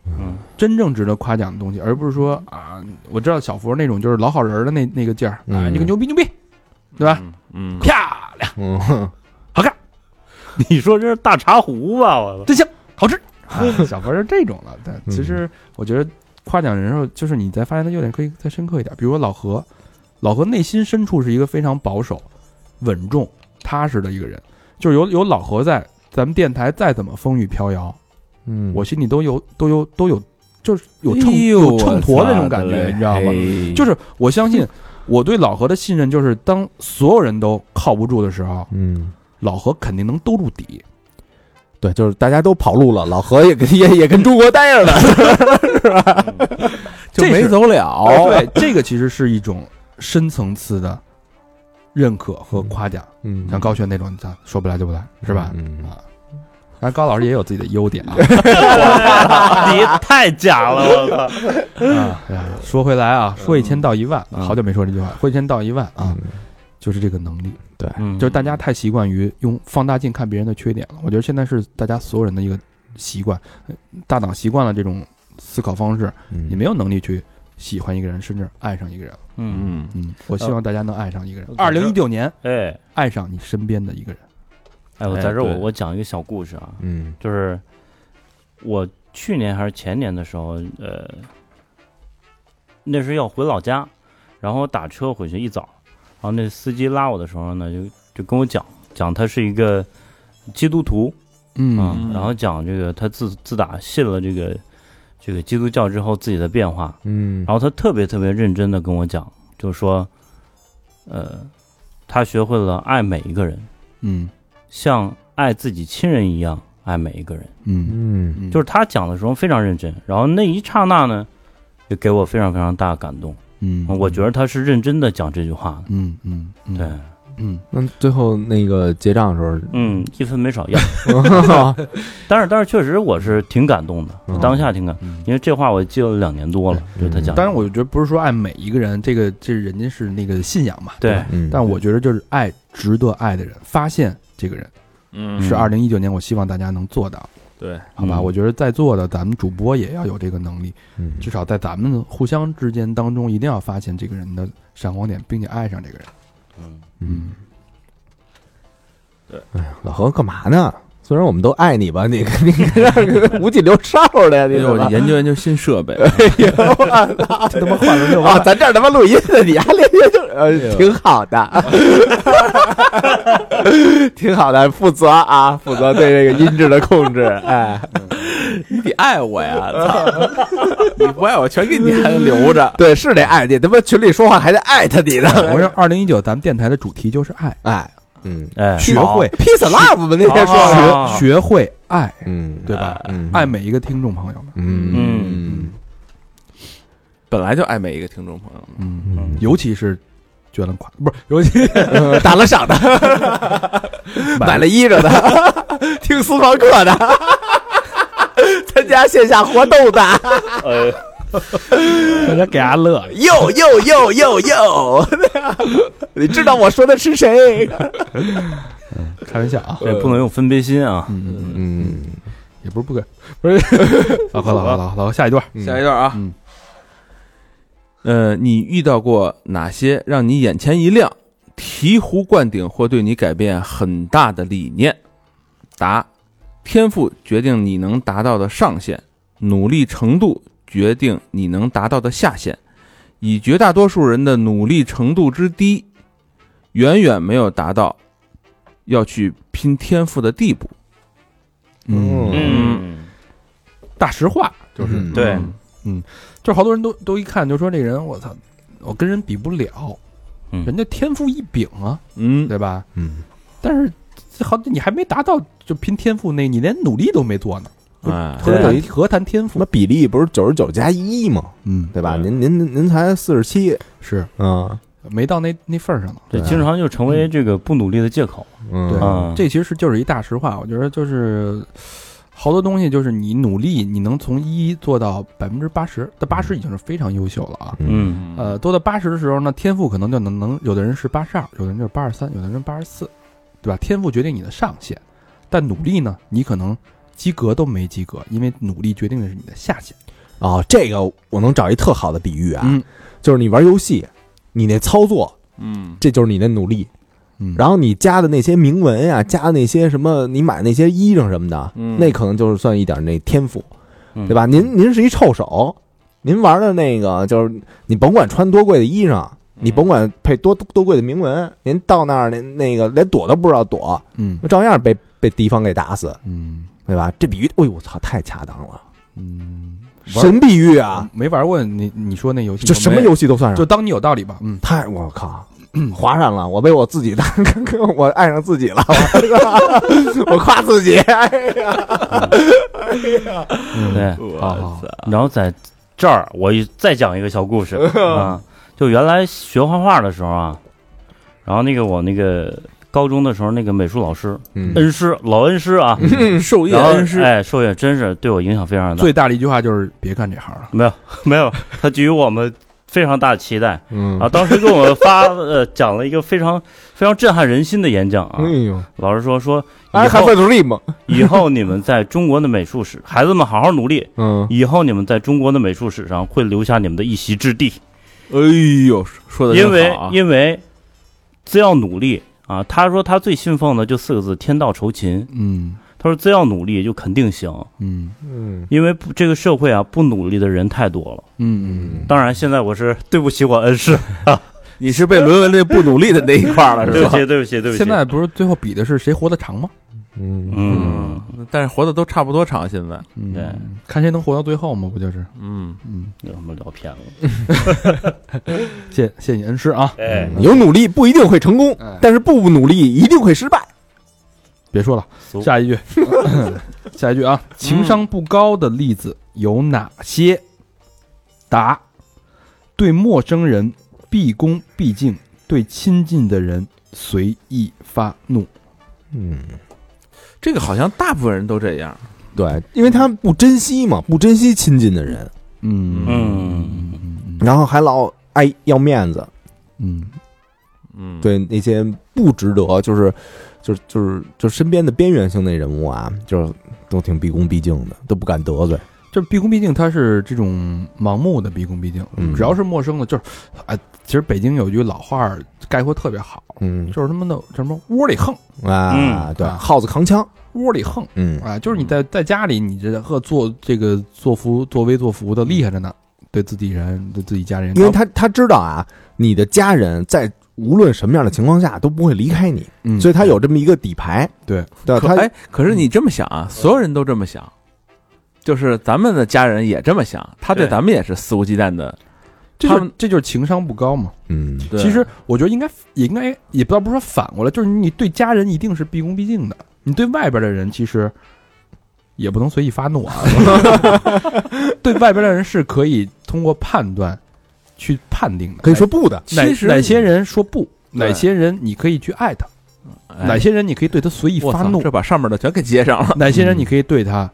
[SPEAKER 4] 嗯
[SPEAKER 2] 真正值得夸奖的东西，而不是说啊，我知道小佛那种就是老好人儿的那那个劲儿啊，
[SPEAKER 3] 嗯
[SPEAKER 2] 你个牛逼牛逼，对吧？
[SPEAKER 5] 嗯，
[SPEAKER 2] 漂亮，
[SPEAKER 3] 嗯哼
[SPEAKER 4] 你说这是大茶壶吧？我
[SPEAKER 2] 真香，好吃。 啊小佛是这种了，但
[SPEAKER 5] 嗯
[SPEAKER 2] 其实我觉得夸奖人的时候，就是你在发现他优点可以再深刻一点，比如说老何，老何内心深处是一个非常保守、稳重、踏实的一个人，就是有有老何在，咱们电台再怎么风雨飘摇，
[SPEAKER 3] 嗯，
[SPEAKER 2] 我心里都有都有都有，就是有
[SPEAKER 5] 哎
[SPEAKER 2] 秤
[SPEAKER 5] 呦
[SPEAKER 2] 有秤砣的那种
[SPEAKER 5] 我操
[SPEAKER 2] 感觉，
[SPEAKER 5] 嘞
[SPEAKER 2] 你知道吗？
[SPEAKER 5] 哎
[SPEAKER 2] 就是我相信我对老何的信任，就是当所有人都靠不住的时候，
[SPEAKER 3] 嗯。
[SPEAKER 2] 老何肯定能兜住底。
[SPEAKER 3] 对，就是大家都跑路了，老何也跟也也跟中国待着呢，
[SPEAKER 5] 就
[SPEAKER 2] 这
[SPEAKER 5] 没
[SPEAKER 2] 是
[SPEAKER 5] 走了。
[SPEAKER 3] 哦
[SPEAKER 2] 对，这个其实是一种深层次的认可和夸奖，
[SPEAKER 3] 嗯
[SPEAKER 2] 像高璇那种，咱说不来就不来，是吧？
[SPEAKER 3] 嗯
[SPEAKER 2] 啊，然后高老师也有自己的优点啊。
[SPEAKER 4] 你太假了，我操！
[SPEAKER 2] 啊，哎呀说回来啊，说一千道一万，
[SPEAKER 4] 嗯
[SPEAKER 2] 好久没说这句话，说一千道一万啊，
[SPEAKER 3] 嗯
[SPEAKER 2] 就是这个能力，
[SPEAKER 4] 嗯
[SPEAKER 2] 就是大家太习惯于用放大镜看别人的缺点了。我觉得现在是大家所有人的一个习惯，呃大脑习惯了这种思考方式，
[SPEAKER 3] 嗯
[SPEAKER 2] 你没有能力去喜欢一个人，甚至爱上一个人。
[SPEAKER 4] 嗯，
[SPEAKER 5] 嗯，
[SPEAKER 2] 嗯，我希望大家能爱上一个人
[SPEAKER 4] 呃。
[SPEAKER 2] 二零一九年，
[SPEAKER 4] 哎
[SPEAKER 2] 爱上你身边的一个人。
[SPEAKER 4] 哎，我
[SPEAKER 2] 哎
[SPEAKER 4] 在这儿我
[SPEAKER 5] 对
[SPEAKER 4] 我讲一个小故事啊，
[SPEAKER 3] 嗯
[SPEAKER 4] 就是我去年还是前年的时候，呃，那时候要回老家，然后打车回去一早，然后那司机拉我的时候呢，就就跟我讲讲他是一个基督徒，
[SPEAKER 2] 嗯
[SPEAKER 4] 然后讲这个他自自打信了这个这个基督教之后自己的变化，
[SPEAKER 3] 嗯，
[SPEAKER 4] 然后他特别特别认真的跟我讲，就说，呃，他学会了爱每一个人，
[SPEAKER 2] 嗯
[SPEAKER 4] 像爱自己亲人一样爱每一个人。
[SPEAKER 2] 嗯
[SPEAKER 3] 嗯
[SPEAKER 2] 嗯，
[SPEAKER 4] 就是他讲的时候非常认真，然后那一刹那呢，就给我非常非常大的感动。
[SPEAKER 2] 嗯，
[SPEAKER 4] 我觉得他是认真的讲这句话
[SPEAKER 2] 嗯嗯嗯
[SPEAKER 4] 的，对，
[SPEAKER 2] 嗯
[SPEAKER 3] 那最后那个结账的时候，
[SPEAKER 4] 嗯，一分没少要。 但是但是确实我是挺感动的，我当下挺感，
[SPEAKER 2] 嗯。
[SPEAKER 4] 因为这话我记了两年多了，就他讲的。
[SPEAKER 2] 当然，我觉得不是说爱每一个人，这个这人家是那个信仰嘛，
[SPEAKER 4] 对
[SPEAKER 2] 吧。
[SPEAKER 3] 嗯，
[SPEAKER 2] 但我觉得就是爱值得爱的人，发现这个人
[SPEAKER 5] 嗯
[SPEAKER 2] 是二零一九年，我希望大家能做到，
[SPEAKER 5] 对，
[SPEAKER 2] 好吧？
[SPEAKER 4] 嗯
[SPEAKER 2] 我觉得在座的咱们主播也要有这个能力，
[SPEAKER 3] 嗯
[SPEAKER 2] 至少在咱们互相之间当中，一定要发现这个人的闪光点，并且爱上这个人。
[SPEAKER 4] 嗯
[SPEAKER 3] 嗯，
[SPEAKER 5] 对，
[SPEAKER 3] 哎呀，老何干嘛呢？虽然我们都爱你吧，你你让人五脊六哨的呀，你
[SPEAKER 5] 那
[SPEAKER 3] 怎
[SPEAKER 5] 我
[SPEAKER 3] 么？
[SPEAKER 5] 研究研究新设备，啊
[SPEAKER 2] 这他妈换了六哎
[SPEAKER 3] 啊，咱这儿他妈录音呢，你还连接就呃，挺好的， 挺好的，负责啊，负责对这个音质的控制，哎，
[SPEAKER 5] 你得爱我呀！操，你不爱我全给你还留着。
[SPEAKER 3] 对，是得爱你，他妈群里说话还得艾特你呢，
[SPEAKER 2] 我说二零一九咱们电台的主题就是爱，
[SPEAKER 3] 哎，嗯，
[SPEAKER 4] 哎，
[SPEAKER 2] 学会
[SPEAKER 3] peace and love 嘛，那天说
[SPEAKER 4] 好
[SPEAKER 3] 的，
[SPEAKER 4] 啊
[SPEAKER 2] 学学会爱，
[SPEAKER 3] 嗯，
[SPEAKER 2] 对吧？
[SPEAKER 3] 嗯，
[SPEAKER 2] 爱，每一个听众朋友们，
[SPEAKER 3] 嗯
[SPEAKER 5] 本来就爱每一个听众朋友们，
[SPEAKER 2] 嗯，
[SPEAKER 3] 嗯
[SPEAKER 2] 尤其是捐了款， 不是，尤其
[SPEAKER 3] 嗯，打了赏的，买了衣裳的，听私房课的，参加线下活动的，
[SPEAKER 4] 呃，
[SPEAKER 2] 大家给他乐，
[SPEAKER 3] 哟哟哟哟哟，你知道我说的是谁？
[SPEAKER 2] 开玩笑啊，
[SPEAKER 4] 这不能用分别心啊。
[SPEAKER 2] 嗯嗯，
[SPEAKER 3] 嗯，
[SPEAKER 2] 也不是不给， 不是， 老何老何老何老何，下一段，
[SPEAKER 5] 下一段啊。
[SPEAKER 2] 嗯
[SPEAKER 5] 呃，你遇到过哪些让你眼前一亮、醍醐灌顶或对你改变很大的理念？答：天赋决定你能达到的上限，努力程度决定你能达到的下限。以绝大多数人的努力程度之低，远远没有达到要去拼天赋的地步。
[SPEAKER 2] 嗯，
[SPEAKER 4] 嗯，
[SPEAKER 2] 大实话就是，
[SPEAKER 3] 嗯
[SPEAKER 4] 对，
[SPEAKER 2] 就是好多人都都一看就说这人，我操，我跟人比不了，
[SPEAKER 4] 嗯
[SPEAKER 2] 人家天赋异禀啊，
[SPEAKER 5] 嗯，
[SPEAKER 2] 对吧？
[SPEAKER 3] 嗯，
[SPEAKER 2] 但是这好，你还没达到就拼天赋那，你连努力都没做呢，
[SPEAKER 5] 哎，
[SPEAKER 2] 何
[SPEAKER 3] 对
[SPEAKER 2] 谈何谈天
[SPEAKER 3] 什
[SPEAKER 2] 赋
[SPEAKER 3] 么？比例不是九十九加一吗？
[SPEAKER 2] 嗯，
[SPEAKER 3] 对吧？
[SPEAKER 5] 对
[SPEAKER 3] 您您您才四十七，
[SPEAKER 2] 是
[SPEAKER 3] 嗯
[SPEAKER 2] 没到那那份儿上呢。
[SPEAKER 4] 这
[SPEAKER 3] 对
[SPEAKER 4] 经常就成为这个不努力的借口。
[SPEAKER 2] 对
[SPEAKER 3] 嗯
[SPEAKER 4] 嗯
[SPEAKER 2] 这其实是就是一大实话。我觉得就是好多东西，就是你努力，你能从一做到百分之八十，但八十已经是非常优秀了啊。
[SPEAKER 4] 嗯
[SPEAKER 2] 呃，做到八十的时候呢，天赋可能就能能，有的人是八十二，有的人就是八十三，有的人是八十四，对吧？天赋决定你的上限，但努力呢，你可能及格都没及格，因为努力决定的是你的下限。
[SPEAKER 3] 哦，这个我能找一特好的比喻啊，
[SPEAKER 2] 嗯
[SPEAKER 3] 就是你玩游戏，你那操作，
[SPEAKER 5] 嗯，
[SPEAKER 3] 这就是你的努力。
[SPEAKER 2] 嗯，
[SPEAKER 3] 然后你加的那些铭文呀、加的那些什么，你买那些衣裳什么的，
[SPEAKER 5] 嗯
[SPEAKER 3] 那可能就是算一点那天赋，
[SPEAKER 4] 嗯
[SPEAKER 3] 对吧？您您是一臭手，您玩的那个就是你甭管穿多贵的衣裳，你甭管配多多贵的铭文，您到那儿那那个连躲都不知道躲，
[SPEAKER 2] 嗯
[SPEAKER 3] 那照样被被敌方给打死，
[SPEAKER 2] 嗯
[SPEAKER 3] 对吧？这比喻，哎呦我操，太恰当了，
[SPEAKER 2] 嗯，玩
[SPEAKER 3] 神比喻啊！
[SPEAKER 2] 没玩过你你说那游戏
[SPEAKER 3] 这什么
[SPEAKER 2] 没
[SPEAKER 3] 游戏都算
[SPEAKER 2] 就
[SPEAKER 3] 上，
[SPEAKER 2] 当你有道理吧。嗯，
[SPEAKER 3] 太我靠，划上了，我被我自己的， 我爱上自己了，我我夸自己，哎呀。
[SPEAKER 4] 对，
[SPEAKER 2] 好好，
[SPEAKER 4] 然后在这儿，我一再讲一个小 故事啊，就原来学画画的时候啊，然后那个我那个高中的时候那个美术老师，
[SPEAKER 3] 嗯
[SPEAKER 4] 恩师老恩师啊，
[SPEAKER 2] 嗯
[SPEAKER 5] 授业
[SPEAKER 4] 然后
[SPEAKER 5] 恩师，
[SPEAKER 4] 哎，授业真是对我影响非常大。
[SPEAKER 2] 最大的一句话就是别干这行了。
[SPEAKER 4] 没有没有，他给予我们非常大的期待
[SPEAKER 3] 嗯
[SPEAKER 4] 啊！当时给我们发呃讲了一个非常非常震撼人心的演讲啊
[SPEAKER 3] 哎。
[SPEAKER 2] 嗯
[SPEAKER 3] 呦，
[SPEAKER 4] 老师说说
[SPEAKER 3] 哎，
[SPEAKER 4] 以
[SPEAKER 3] 还
[SPEAKER 4] 后
[SPEAKER 3] 会努力吗？
[SPEAKER 4] 以后你们在中国的美术史，孩子们好好努力，
[SPEAKER 3] 嗯，
[SPEAKER 4] 以后你们在中国的美术史上会留下你们的一席之地，
[SPEAKER 5] 哎呦，说的
[SPEAKER 4] 因为
[SPEAKER 5] 好啊，
[SPEAKER 4] 因为只要努力啊。他说他最信奉的就四个字：天道酬勤。
[SPEAKER 2] 嗯
[SPEAKER 4] 他说只要努力就肯定行，
[SPEAKER 2] 嗯
[SPEAKER 3] 嗯，
[SPEAKER 4] 因为不这个社会啊不努力的人太多了。
[SPEAKER 2] 嗯
[SPEAKER 4] 当然，现在我是对不起我恩师，
[SPEAKER 5] 你是被沦为那 不努力的那一块儿了，
[SPEAKER 4] 对
[SPEAKER 5] 是
[SPEAKER 4] 不
[SPEAKER 5] 吧？
[SPEAKER 4] 起，对不起，对不
[SPEAKER 2] 嗯。
[SPEAKER 4] 起。
[SPEAKER 2] 现在不是最后比的是谁活得长吗？
[SPEAKER 3] 嗯，
[SPEAKER 4] 嗯，
[SPEAKER 5] 但是活的都差不多长，现在，
[SPEAKER 2] 嗯
[SPEAKER 4] 对，
[SPEAKER 2] 看谁能活到最后嘛，不就是？
[SPEAKER 5] 嗯，
[SPEAKER 2] 嗯，
[SPEAKER 4] 那我们聊偏了。
[SPEAKER 2] 谢谢谢恩师啊，
[SPEAKER 4] 哎，
[SPEAKER 3] 有努力不一定会成功
[SPEAKER 2] 哎，
[SPEAKER 3] 但是不努力一定会失败。
[SPEAKER 2] 别说了，
[SPEAKER 4] 俗
[SPEAKER 2] 下一 句，下一句啊，情商不高的例子有哪些？答：对陌生人毕恭毕敬，对亲近的人随意发怒。
[SPEAKER 3] 嗯，
[SPEAKER 5] 这个好像大部分人都这样，
[SPEAKER 3] 对，因为他们不珍惜嘛，不珍惜亲近的人，
[SPEAKER 2] 嗯
[SPEAKER 4] 嗯
[SPEAKER 2] 嗯
[SPEAKER 3] 然后还老爱要面子，
[SPEAKER 2] 嗯
[SPEAKER 5] 嗯，，
[SPEAKER 3] 对那些不值得，就是就是就是就是身边的边缘性的人物啊，就是都挺毕恭毕敬的，都不敢得罪。
[SPEAKER 2] 就是毕恭毕敬，他是这种盲目的毕恭毕敬
[SPEAKER 3] 嗯，
[SPEAKER 2] 只要是陌生的，就是，哎，其实北京有一句老话儿概括特别好，
[SPEAKER 3] 嗯
[SPEAKER 2] 就是他妈的叫什么窝里横，
[SPEAKER 3] 啊，
[SPEAKER 4] 嗯
[SPEAKER 3] 对，
[SPEAKER 2] 啊
[SPEAKER 3] 耗子扛枪，
[SPEAKER 2] 窝里横
[SPEAKER 3] 嗯
[SPEAKER 2] 啊，就是你在在家里，你这呵做这个作福作威作福的厉害着呢，对自己人对自己家人，
[SPEAKER 3] 因为他他知道啊，你的家人在无论什么样的情况下都不会离开你，
[SPEAKER 2] 嗯，
[SPEAKER 3] 所以他有这么一个底牌。
[SPEAKER 2] 对，
[SPEAKER 3] 对
[SPEAKER 5] 可
[SPEAKER 3] 他
[SPEAKER 5] 哎，可是你这么想啊，所有人都这么想，就是咱们的家人也这么想，他对
[SPEAKER 4] 对
[SPEAKER 5] 咱们也是肆无忌惮的，
[SPEAKER 2] 这就
[SPEAKER 5] 他
[SPEAKER 2] 是
[SPEAKER 5] 们
[SPEAKER 2] 这就是情商不高嘛。
[SPEAKER 3] 嗯，
[SPEAKER 5] 对
[SPEAKER 2] 其实我觉得应该也应该也不倒不是说反过来，就是你对家人一定是毕恭毕敬的，你对外边的人其实也不能随意发怒啊。 对外边的人是可以通过判断去判定的，
[SPEAKER 3] 可以说不的，
[SPEAKER 2] 哪
[SPEAKER 5] 其实
[SPEAKER 2] 哪些人说不，
[SPEAKER 5] 对
[SPEAKER 2] 哪些人你可以去爱他，
[SPEAKER 5] 哎
[SPEAKER 2] 哪些人你可以对他随意
[SPEAKER 5] 我
[SPEAKER 2] 发
[SPEAKER 5] 操
[SPEAKER 2] 怒
[SPEAKER 5] 这，把上面的全给接上了，
[SPEAKER 2] 哪些人你可以对他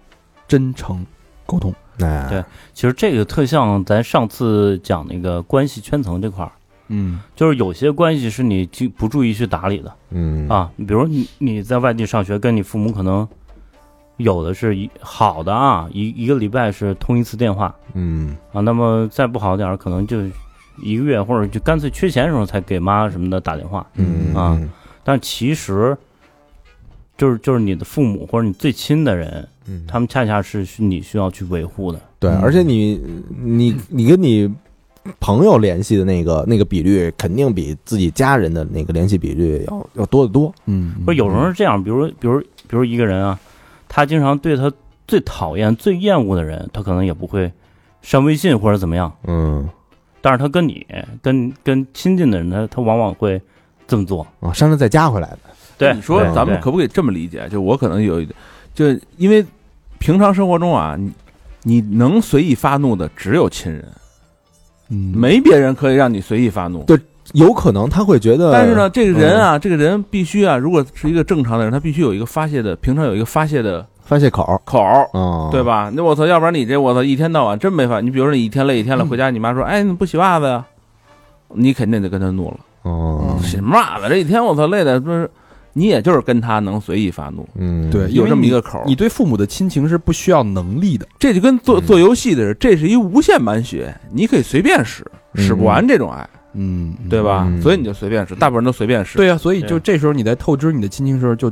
[SPEAKER 2] 真诚沟通。
[SPEAKER 3] 哎，
[SPEAKER 4] 对其实这个特像咱上次讲那个关系圈层这块儿，
[SPEAKER 2] 嗯
[SPEAKER 4] 就是有些关系是你去不注意去打理的
[SPEAKER 3] 嗯，
[SPEAKER 4] 啊，比如你你在外地上学，跟你父母可能有的是一好的啊，一一个礼拜是通一次电话
[SPEAKER 3] 嗯
[SPEAKER 4] 啊，那么再不好点儿，可能就一个月或者就干脆缺钱的时候才给妈什么的打电话，
[SPEAKER 3] 嗯
[SPEAKER 4] 啊，但其实就是就是你的父母或者你最亲的人，
[SPEAKER 3] 嗯，
[SPEAKER 4] 他们恰恰是需你需要去维护的。
[SPEAKER 3] 对，
[SPEAKER 2] 嗯
[SPEAKER 3] 而且你你你跟你朋友联系的那个那个比率，肯定比自己家人的那个联系比率要要多得多。
[SPEAKER 2] 嗯，
[SPEAKER 4] 不是有时候是这样，比如比如比如一个人啊，他经常对他最讨厌、最厌恶的人，他可能也不会删微信或者怎么样，
[SPEAKER 3] 嗯
[SPEAKER 4] 但是他跟你跟跟亲近的人，他他往往会这么做。
[SPEAKER 3] 啊，删了再加回来的。
[SPEAKER 4] 对，
[SPEAKER 5] 你说
[SPEAKER 4] 对
[SPEAKER 5] 咱们
[SPEAKER 4] 对
[SPEAKER 5] 可不可以这么理解？就我可能有一点，就因为平常生活中啊，你你能随意发怒的只有亲人，
[SPEAKER 2] 嗯
[SPEAKER 5] 没别人可以让你随意发怒。
[SPEAKER 3] 对有可能他会觉得，
[SPEAKER 5] 但是呢，，这
[SPEAKER 3] 嗯
[SPEAKER 5] 个人啊，这个人必须啊，如果是一个正常的人，他必须有一个发泄的，平常有一个发泄的
[SPEAKER 3] 发泄口儿，
[SPEAKER 5] 口儿，
[SPEAKER 3] 嗯，
[SPEAKER 5] 对？吧？那我操，要不然你这我操一天到晚真没法。你比如说你一天累
[SPEAKER 3] 嗯
[SPEAKER 5] 一天了，回家你妈说，哎，你不洗袜子呀？你肯定得跟他怒了。
[SPEAKER 3] 嗯
[SPEAKER 5] 洗什么袜子？这一天我操累的，不是你也就是跟他能随意发怒，
[SPEAKER 3] 嗯，
[SPEAKER 2] 对因为
[SPEAKER 5] 有这么
[SPEAKER 2] 你
[SPEAKER 5] 一个口儿。
[SPEAKER 2] 你对父母的亲情是不需要能力的，
[SPEAKER 5] 这就跟做
[SPEAKER 3] 嗯
[SPEAKER 5] 做游戏的人，这是一无限满血，你可以随便使，
[SPEAKER 3] 嗯
[SPEAKER 5] 使不完这种爱，
[SPEAKER 2] 嗯，
[SPEAKER 5] 对吧
[SPEAKER 3] 嗯？
[SPEAKER 5] 所以你就随便使，大部分人都随便使。
[SPEAKER 2] 对啊，所以
[SPEAKER 4] 对
[SPEAKER 2] 就这时候你在透支你的亲情时候，就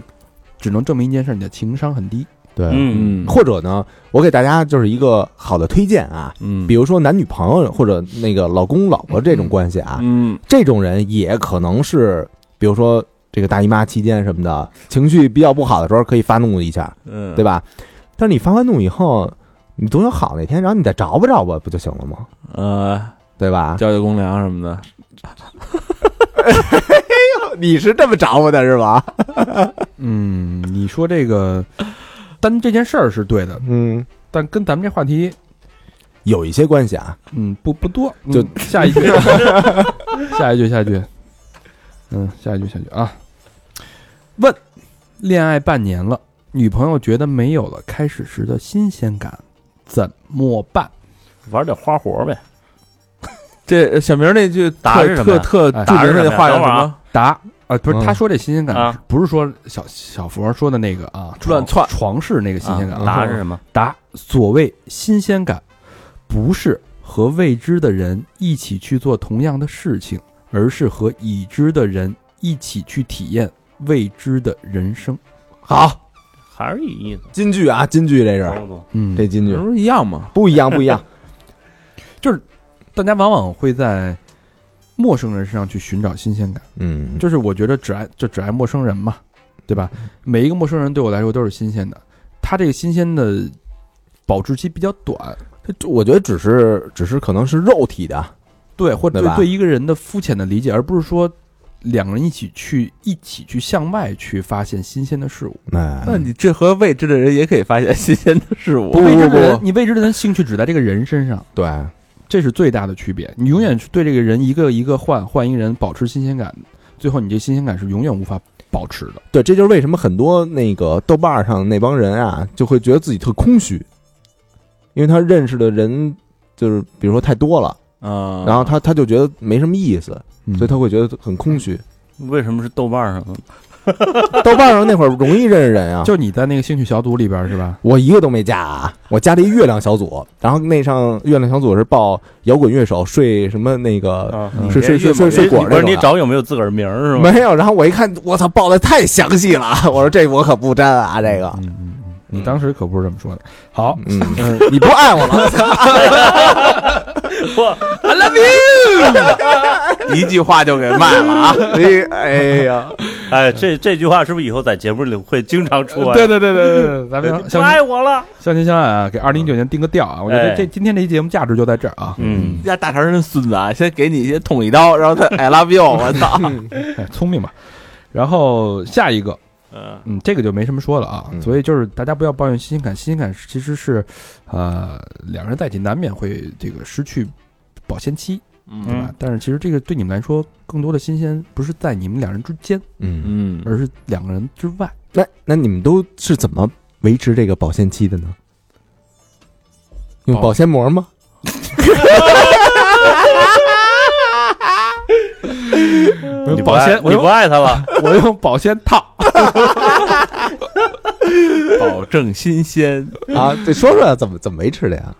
[SPEAKER 2] 只能证明一件事：你的情商很低。
[SPEAKER 3] 对，
[SPEAKER 4] 嗯，
[SPEAKER 5] 嗯，
[SPEAKER 3] 或者呢，我给大家就是一个好的推荐啊，
[SPEAKER 5] 嗯，
[SPEAKER 3] 比如说男女朋友或者那个老公老婆这种关系啊，
[SPEAKER 5] 嗯，
[SPEAKER 3] 这种人也可能是，比如说这个大姨妈期间什么的，情绪比较不好的时候可以发怒一下，
[SPEAKER 5] 嗯，
[SPEAKER 3] 对吧？但是你发完怒以后，你总有好那天，然后你再找吧找吧，不就行了吗？
[SPEAKER 5] 呃，
[SPEAKER 3] 对吧？
[SPEAKER 5] 交交公粮什么的，
[SPEAKER 3] 你是这么找我的是吧？
[SPEAKER 2] 嗯，你说这个， 但这件事儿是对的，
[SPEAKER 3] 嗯，
[SPEAKER 2] 但跟咱们这话题，
[SPEAKER 3] 有一些关系啊，
[SPEAKER 2] 嗯，不不多。
[SPEAKER 3] 就
[SPEAKER 2] 嗯下一 句，下一句，下一句，嗯，下一句，下一句啊。问，恋爱半年了，女朋友觉得没有了开始时的新鲜感，怎么办？
[SPEAKER 4] 玩点花活呗。
[SPEAKER 5] 这小明那句
[SPEAKER 4] 答
[SPEAKER 5] 特
[SPEAKER 4] 是什么
[SPEAKER 5] 特
[SPEAKER 4] 呀
[SPEAKER 5] 特
[SPEAKER 2] 哎
[SPEAKER 5] 著名的那话叫
[SPEAKER 4] 答是什么呀等会儿
[SPEAKER 5] 什么
[SPEAKER 4] 啊？
[SPEAKER 2] 答啊、不是
[SPEAKER 3] 嗯
[SPEAKER 2] 他说这新鲜感，
[SPEAKER 4] 啊
[SPEAKER 2] 不是说小小佛说的那个啊，
[SPEAKER 5] 乱窜
[SPEAKER 2] 床事那个新鲜感。
[SPEAKER 4] 啊答是什么？
[SPEAKER 2] 答：所谓新鲜感，不是和未知的人一起去做同样的事情，而是和已知的人一起去体验未知的人生。
[SPEAKER 3] 好，
[SPEAKER 4] 还是一意思。
[SPEAKER 3] 金句啊，金句这
[SPEAKER 4] 差
[SPEAKER 3] 是
[SPEAKER 4] 不多
[SPEAKER 2] 嗯
[SPEAKER 3] 这金句
[SPEAKER 5] 不是一样吗？
[SPEAKER 3] 不一样，不一样。
[SPEAKER 2] 大家往往会在陌生人身上去寻找新鲜感，
[SPEAKER 3] 嗯，
[SPEAKER 2] 就是我觉得只爱就只爱陌生人嘛，对吧？每一个陌生人对我来说都是新鲜的，他这个新鲜的保质期比较短，
[SPEAKER 3] 这我觉得只是只是可能是肉体的，
[SPEAKER 2] 对，或者
[SPEAKER 3] 对吧
[SPEAKER 2] 对对一个人的肤浅的理解，而不是说两个人一起去一起去向外去发现新鲜的事物。
[SPEAKER 3] 哎，
[SPEAKER 5] 那你这和未知的人也可以发现 新鲜的事物。
[SPEAKER 2] 未知的人，，你未知的人兴趣只在这个人身上，
[SPEAKER 3] 对，
[SPEAKER 2] 这是最大的区别。你永远是对这个人一个一个换换一个人，保持新鲜感，最后你这新鲜感是永远无法保持的。
[SPEAKER 3] 对，这就是为什么很多那个豆瓣儿上那帮人啊，就会觉得自己特空虚，因为他认识的人就是比如说太多了，
[SPEAKER 5] 嗯，
[SPEAKER 3] 然后他他就觉得没什么意思，
[SPEAKER 2] 嗯
[SPEAKER 3] 所以他会觉得很空 虚。
[SPEAKER 4] 为什么是豆瓣儿上的？
[SPEAKER 3] 豆瓣上那会儿容易认识人啊，
[SPEAKER 2] 就你在那个兴趣小组里边是吧？
[SPEAKER 3] 我一个都没加啊，我加了一月亮小组，然后那上月亮小组是报摇滚乐手睡什么那个
[SPEAKER 4] 啊
[SPEAKER 2] 嗯
[SPEAKER 3] 睡睡睡睡睡果
[SPEAKER 4] 不
[SPEAKER 3] 那
[SPEAKER 4] 是
[SPEAKER 3] 种啊
[SPEAKER 4] 你
[SPEAKER 3] 的。
[SPEAKER 4] 找有没有自个儿名儿是 吗？
[SPEAKER 3] 没有，然后我一看，我操，报的太详细了， 我说这我可不沾啊，这个，
[SPEAKER 2] 嗯嗯嗯，你当时可不是这么说的。好，呃
[SPEAKER 3] 嗯，你不爱我了，
[SPEAKER 4] 我
[SPEAKER 3] I love you，一句话就给卖了啊！你哎呀，
[SPEAKER 4] 哎，这这句话是不是以后在节目里会经常出 来？
[SPEAKER 2] 对对对 对，咱们
[SPEAKER 4] 你
[SPEAKER 2] 相
[SPEAKER 4] 不
[SPEAKER 2] 亲
[SPEAKER 4] 爱我了。
[SPEAKER 2] 相亲相爱啊，给二零一九年定个调啊！我觉得
[SPEAKER 4] 哎
[SPEAKER 2] 这今天这期节目价值就在这儿啊，
[SPEAKER 4] 嗯，
[SPEAKER 5] 家大肠人孙子啊，先给你先捅一刀，然后他 I love you，我操！
[SPEAKER 2] 哎 聪明吧？然后下一个，
[SPEAKER 5] 嗯，
[SPEAKER 2] 嗯，这个就没什么说了啊。
[SPEAKER 3] 嗯
[SPEAKER 2] 所以就是大家不要抱怨新鲜感，新鲜感其实是，呃，两个人在一起难免会这个失去保鲜期，对吧？
[SPEAKER 4] 嗯
[SPEAKER 2] 但是其实这个对你们来说，更多的新鲜不是在你们两人之间，
[SPEAKER 3] 嗯，
[SPEAKER 5] 嗯，
[SPEAKER 2] 而是两个人之外。
[SPEAKER 3] 那那你们都是怎么维持这个保鲜期的呢？用保鲜膜吗？
[SPEAKER 4] 你不
[SPEAKER 2] 保
[SPEAKER 4] 爱
[SPEAKER 2] 鲜，我
[SPEAKER 4] 你不
[SPEAKER 2] 用
[SPEAKER 4] 爱他了，
[SPEAKER 2] 我用保鲜套。哎
[SPEAKER 5] 保证新鲜。
[SPEAKER 3] 啊，得说说怎么怎么维持的呀？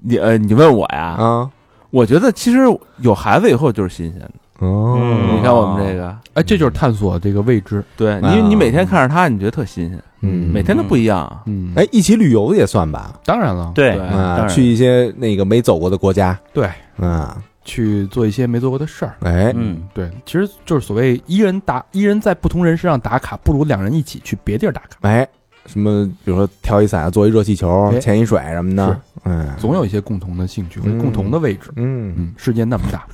[SPEAKER 5] 你呃，你问我呀，
[SPEAKER 3] 啊，
[SPEAKER 5] 我觉得其实有孩子以后就是新鲜的。
[SPEAKER 3] 哦，
[SPEAKER 4] 嗯
[SPEAKER 5] 你看我们这个，
[SPEAKER 2] 哎，这就是探索这个未知。
[SPEAKER 5] 对
[SPEAKER 3] 啊
[SPEAKER 5] 你你每天看着他，你觉得特新鲜，
[SPEAKER 3] 嗯
[SPEAKER 5] 每天都不一样啊。
[SPEAKER 2] 嗯，
[SPEAKER 3] 哎，，一起旅游也算吧？
[SPEAKER 2] 当然了，
[SPEAKER 4] 对
[SPEAKER 5] 对当
[SPEAKER 3] 啊，
[SPEAKER 4] 然
[SPEAKER 3] 去一些那个没走过的国家，
[SPEAKER 2] 对，
[SPEAKER 3] 啊，
[SPEAKER 2] 去做一些没做过的事儿。
[SPEAKER 3] 哎，
[SPEAKER 4] 嗯，
[SPEAKER 2] 对，其实就是所谓一人打一人在不同人身上打卡，不如两人一起去别地儿打卡，
[SPEAKER 3] 哎，什么，比如说跳一伞、啊做一热气球、
[SPEAKER 2] 哎
[SPEAKER 3] 潜一水什么
[SPEAKER 2] 是
[SPEAKER 3] 的，嗯，
[SPEAKER 2] 总有一些共同的兴趣和
[SPEAKER 3] 嗯
[SPEAKER 2] 共同的位置。
[SPEAKER 3] 嗯，
[SPEAKER 2] 嗯，世界那么大，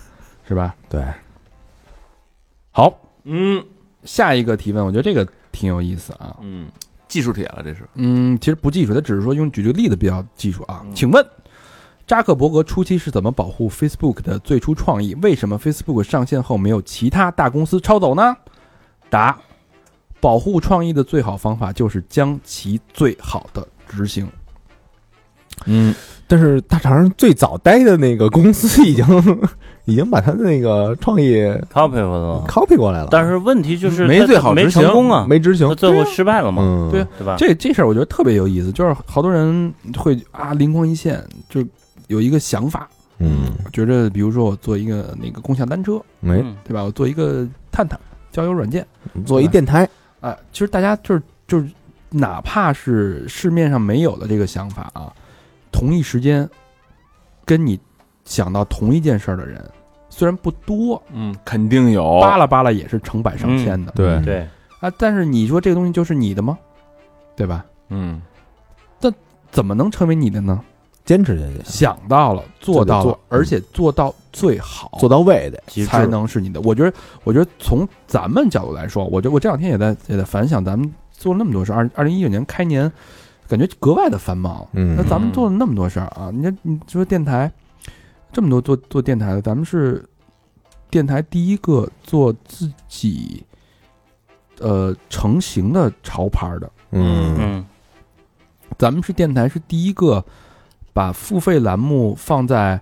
[SPEAKER 2] 是吧？
[SPEAKER 3] 对，
[SPEAKER 2] 好，
[SPEAKER 5] 嗯
[SPEAKER 2] 下一个提问，我觉得这个挺有意思啊。
[SPEAKER 5] 嗯，技术帖了，这是
[SPEAKER 2] 嗯，其实不技术，他只是说用举这个例子比较技术啊
[SPEAKER 5] 嗯。
[SPEAKER 2] 请问扎克伯格初期是怎么保护 Facebook 的最初创意？为什么 Facebook 上线后没有其他大公司抄走呢？答：保护创意的最好方法就是将其最好的执行。
[SPEAKER 5] 嗯，
[SPEAKER 3] 但是大肠最早待的那个公司已经 已经把他的那个创意
[SPEAKER 4] copy 我了。
[SPEAKER 3] copy 过来了，
[SPEAKER 4] 但是问题就是
[SPEAKER 5] 没
[SPEAKER 4] 他
[SPEAKER 5] 最好
[SPEAKER 4] 没
[SPEAKER 5] 执行
[SPEAKER 4] 成功啊，
[SPEAKER 3] 没执行
[SPEAKER 4] 他，最后失败了嘛，
[SPEAKER 3] 嗯，
[SPEAKER 2] 对啊
[SPEAKER 4] 对吧？
[SPEAKER 2] 这这事儿我觉得特别有意思，就是好多人会啊灵光一现，就有一个想法，
[SPEAKER 3] 嗯，
[SPEAKER 2] 觉着比如说我做一个那个共享单车，
[SPEAKER 3] 没
[SPEAKER 4] 嗯
[SPEAKER 2] 对吧？我做一个探探交友软件。
[SPEAKER 3] 做一电台，
[SPEAKER 2] 啊，其实大家就是就是，哪怕是市面上没有的这个想法啊，同一时间跟你想到同一件事儿的人，虽然不
[SPEAKER 3] 哦
[SPEAKER 2] 多，
[SPEAKER 5] 嗯，肯定有
[SPEAKER 2] 扒拉扒拉也是成百上千的、
[SPEAKER 3] 对
[SPEAKER 4] 嗯对，
[SPEAKER 2] 啊。但是你说这个东西就是你的吗？对吧？
[SPEAKER 5] 嗯，
[SPEAKER 2] 怎么能成为你的呢？
[SPEAKER 3] 坚持下去，
[SPEAKER 2] 想到了，做到
[SPEAKER 3] 嗯就
[SPEAKER 2] 了
[SPEAKER 3] 得做，嗯
[SPEAKER 2] 而且做到最好，
[SPEAKER 3] 做到位得，
[SPEAKER 4] 极致
[SPEAKER 2] 才能是你的。我觉得，我觉得从咱们角度来说，我觉得我这两天也在也在反想，咱们做了那么多事儿，二二零一九年开年，感觉格外的繁忙。
[SPEAKER 3] 嗯
[SPEAKER 2] 那咱们做了那么多事儿啊，你这你说电台这么多做做电台的，咱们是电台第一个做自己呃成型的潮牌的。
[SPEAKER 3] 嗯
[SPEAKER 4] 嗯
[SPEAKER 2] 咱们是电台是第一个把付费栏目放在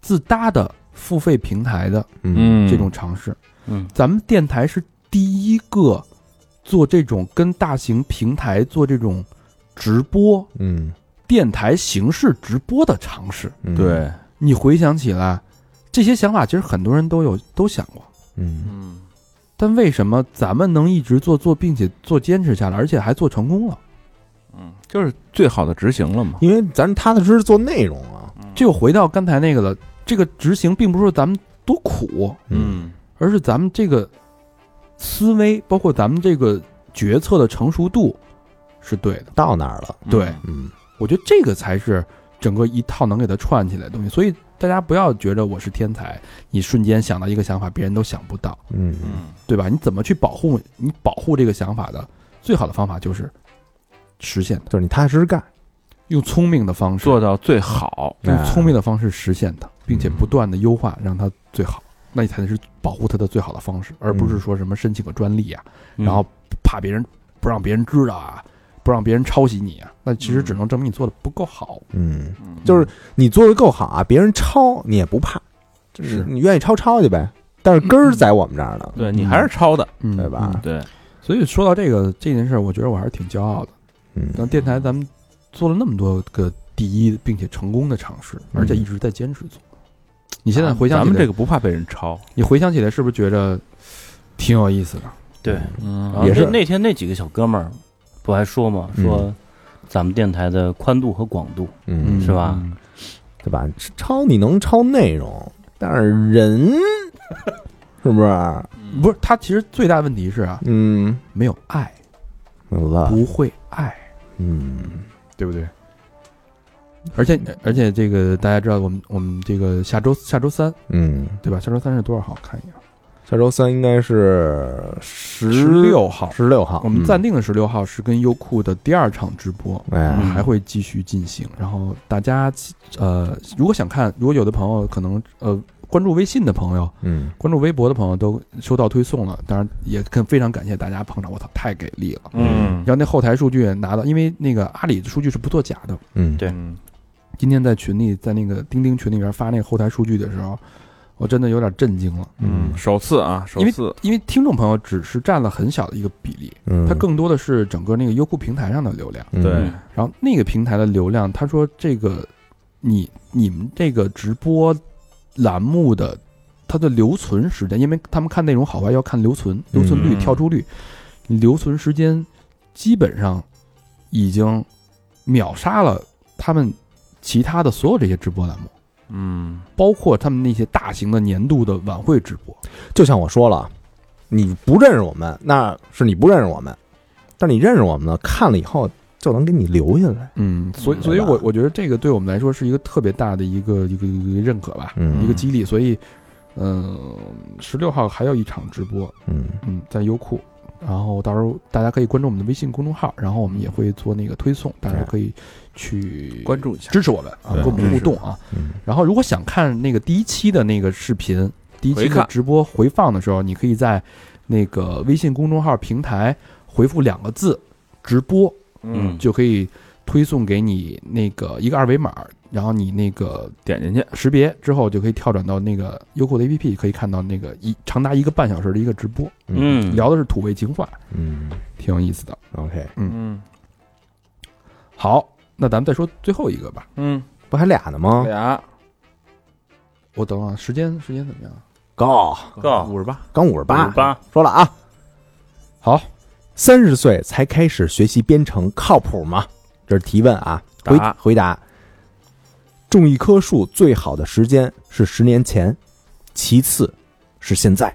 [SPEAKER 2] 自搭的付费平台的
[SPEAKER 3] 嗯
[SPEAKER 2] 这种尝试。
[SPEAKER 4] 嗯
[SPEAKER 2] 咱们电台是第一个做这种跟大型平台做这种直播
[SPEAKER 3] 嗯，
[SPEAKER 2] 电台形式直播的尝试。
[SPEAKER 3] 嗯，
[SPEAKER 5] 对，
[SPEAKER 2] 你回想起来，这些想法其实很多人都有都想过，
[SPEAKER 3] 嗯
[SPEAKER 5] 嗯
[SPEAKER 2] 但为什么咱们能一直做做，并且做坚持下来，而且还做成功了？
[SPEAKER 5] 嗯，就是最好的执行了嘛。
[SPEAKER 3] 因为咱踏踏实实做内容啊，
[SPEAKER 2] 这又回到刚才那个了，这个执行并不是说咱们多苦，
[SPEAKER 5] 嗯
[SPEAKER 2] 而是咱们这个思维，包括咱们这个决策的成熟度是对的。
[SPEAKER 3] 到哪儿了？
[SPEAKER 2] 对
[SPEAKER 3] 嗯
[SPEAKER 2] 我觉得这个才是整个一套能给它串起来的东西。所以大家不要觉得我是天才，你瞬间想到一个想法，别人都想不到，
[SPEAKER 3] 嗯
[SPEAKER 5] 嗯
[SPEAKER 2] 对吧？你怎么去保护你保护这个想法的最好的方法就是实现它，
[SPEAKER 3] 就是你踏踏实实干，
[SPEAKER 2] 用聪明的方式，
[SPEAKER 5] 做到最好。
[SPEAKER 2] 用聪明的方式实现它，并且不断的优化，让它最好。那你才是保护它的最好的方式，而不是说什么申请个专利啊，
[SPEAKER 4] 嗯
[SPEAKER 2] 然后怕别人不让别人知道啊，不让别人抄袭你啊，那其实只能证明你做的不够好。
[SPEAKER 3] 嗯，
[SPEAKER 5] 嗯
[SPEAKER 3] 就是你做的够好啊，别人抄你也不怕，就是
[SPEAKER 2] 是
[SPEAKER 3] 你愿意抄抄去呗。但是根儿在我们这儿呢，
[SPEAKER 5] 对你还是抄的，
[SPEAKER 2] 嗯，
[SPEAKER 3] 对吧
[SPEAKER 2] 嗯
[SPEAKER 5] 对，
[SPEAKER 2] 所以说到这个这件事儿，我觉得我还是挺骄傲的。
[SPEAKER 3] 嗯
[SPEAKER 2] 那电台咱们做了那么多个第一，并且成功的尝试，
[SPEAKER 3] 嗯
[SPEAKER 2] 而且一直在坚持做。你现在回想
[SPEAKER 5] 咱
[SPEAKER 2] 起
[SPEAKER 5] 们
[SPEAKER 2] 来，
[SPEAKER 5] 这个不怕被人抄，
[SPEAKER 2] 你回想起来是不是觉得挺有意思的？
[SPEAKER 4] 对，然
[SPEAKER 5] 嗯
[SPEAKER 4] 后
[SPEAKER 3] 也是
[SPEAKER 4] 那那天那几个小哥们儿不还说吗？说咱们电台的宽度和广度，
[SPEAKER 3] 嗯，
[SPEAKER 4] 是吧
[SPEAKER 2] 嗯？
[SPEAKER 3] 对吧？抄你能抄内容，但是人 是不是？
[SPEAKER 2] 不是，他其实最大问题是啊，
[SPEAKER 3] 嗯，
[SPEAKER 2] 没有爱，
[SPEAKER 3] 没有 love，
[SPEAKER 2] 不会爱，
[SPEAKER 3] 嗯
[SPEAKER 2] 对不对？而且而且这个大家知道，我们我们这个下周下周三
[SPEAKER 3] 嗯，
[SPEAKER 2] 对吧？下周三是多少号？看一眼，
[SPEAKER 3] 下周三应该是十
[SPEAKER 2] 十六号。
[SPEAKER 3] 十六号，
[SPEAKER 2] 我们
[SPEAKER 3] 嗯
[SPEAKER 2] 暂定的十六号是跟优酷的第二场直播，
[SPEAKER 3] 哎，
[SPEAKER 4] 嗯
[SPEAKER 2] 还会继续进行。然后大家呃，如果想看，如果有的朋友可能呃关注微信的朋友、
[SPEAKER 3] 嗯
[SPEAKER 2] 关注微博的朋友都收到推送了，当然也更非常感谢大家捧场，我操，太给力了！
[SPEAKER 5] 嗯
[SPEAKER 2] 然，后那后台数据拿到，因为那个阿里的数据是不作假的。
[SPEAKER 3] 嗯，
[SPEAKER 4] 对
[SPEAKER 2] 今天在群里，在那个钉钉群里边发那个后台数据的时候，我真的有点震惊了，
[SPEAKER 3] 嗯
[SPEAKER 5] 首次啊，首
[SPEAKER 2] 因为
[SPEAKER 5] 次，
[SPEAKER 2] 因为听众朋友只是占了很小的一个比例，
[SPEAKER 3] 嗯，
[SPEAKER 2] 它更多的是整个那个优酷平台上的流量。
[SPEAKER 3] 嗯
[SPEAKER 5] 对
[SPEAKER 2] 然后那个平台的流量，他说这个你你们这个直播栏目的它的留存时间，因为他们看内容好坏要看留存、留存率、
[SPEAKER 5] 嗯
[SPEAKER 2] 跳出率，留存时间基本上已经秒杀了他们其他的所有这些直播栏目，
[SPEAKER 5] 嗯
[SPEAKER 2] 包括他们那些大型的年度的晚会直播。
[SPEAKER 3] 就像我说了，你不认识我们，那是你不认识我们，但你认识我们了，看了以后就能给你留下来。
[SPEAKER 2] 嗯，所以所以我我觉得这个对我们来说是一个特别大的一个一个一个认可吧，
[SPEAKER 3] 嗯
[SPEAKER 2] 一个激励。所以，嗯、1十六号还有一场直播，
[SPEAKER 3] 嗯
[SPEAKER 2] 嗯，在优酷，然后到时候大家可以关注我们的微信公众号，然后我们也会做那个推送，大家可以去
[SPEAKER 5] 关注一下
[SPEAKER 2] 支持我们啊，
[SPEAKER 5] 对
[SPEAKER 2] 跟我们
[SPEAKER 5] 支
[SPEAKER 2] 互
[SPEAKER 5] 持
[SPEAKER 2] 动啊。
[SPEAKER 3] 嗯
[SPEAKER 2] 然后如果想看那个第一期的那个视频，第一期
[SPEAKER 5] 回
[SPEAKER 2] 的
[SPEAKER 5] 看
[SPEAKER 2] 直播回放的时候，你可以在那个微信公众号平台回复两个字“直播”。
[SPEAKER 4] 嗯
[SPEAKER 2] 就可以推送给你那个一个二维码，然后你那个
[SPEAKER 5] 点进去，
[SPEAKER 2] 识别之后就可以跳转到那个优酷的 APP，可以看到那个一长达一个半小时的一个直播，
[SPEAKER 4] 嗯，
[SPEAKER 2] 聊的是土味情话，
[SPEAKER 3] 嗯
[SPEAKER 2] 挺有意思的。
[SPEAKER 3] ，OK，
[SPEAKER 5] 嗯
[SPEAKER 2] 好，那咱们再说最后一个吧。
[SPEAKER 5] 嗯，
[SPEAKER 3] 不还俩呢吗？
[SPEAKER 5] 俩
[SPEAKER 2] 我等啊，时间时间怎么样？
[SPEAKER 3] 高，
[SPEAKER 4] 告
[SPEAKER 5] 五十八，
[SPEAKER 3] 刚五十八，
[SPEAKER 4] 八，
[SPEAKER 3] 说了啊，
[SPEAKER 2] 好，
[SPEAKER 3] 三十岁才开始学习编程靠谱吗？这是提问啊，回
[SPEAKER 5] 答
[SPEAKER 3] 回答。种一棵树最好的时间是十年前，其次是现在。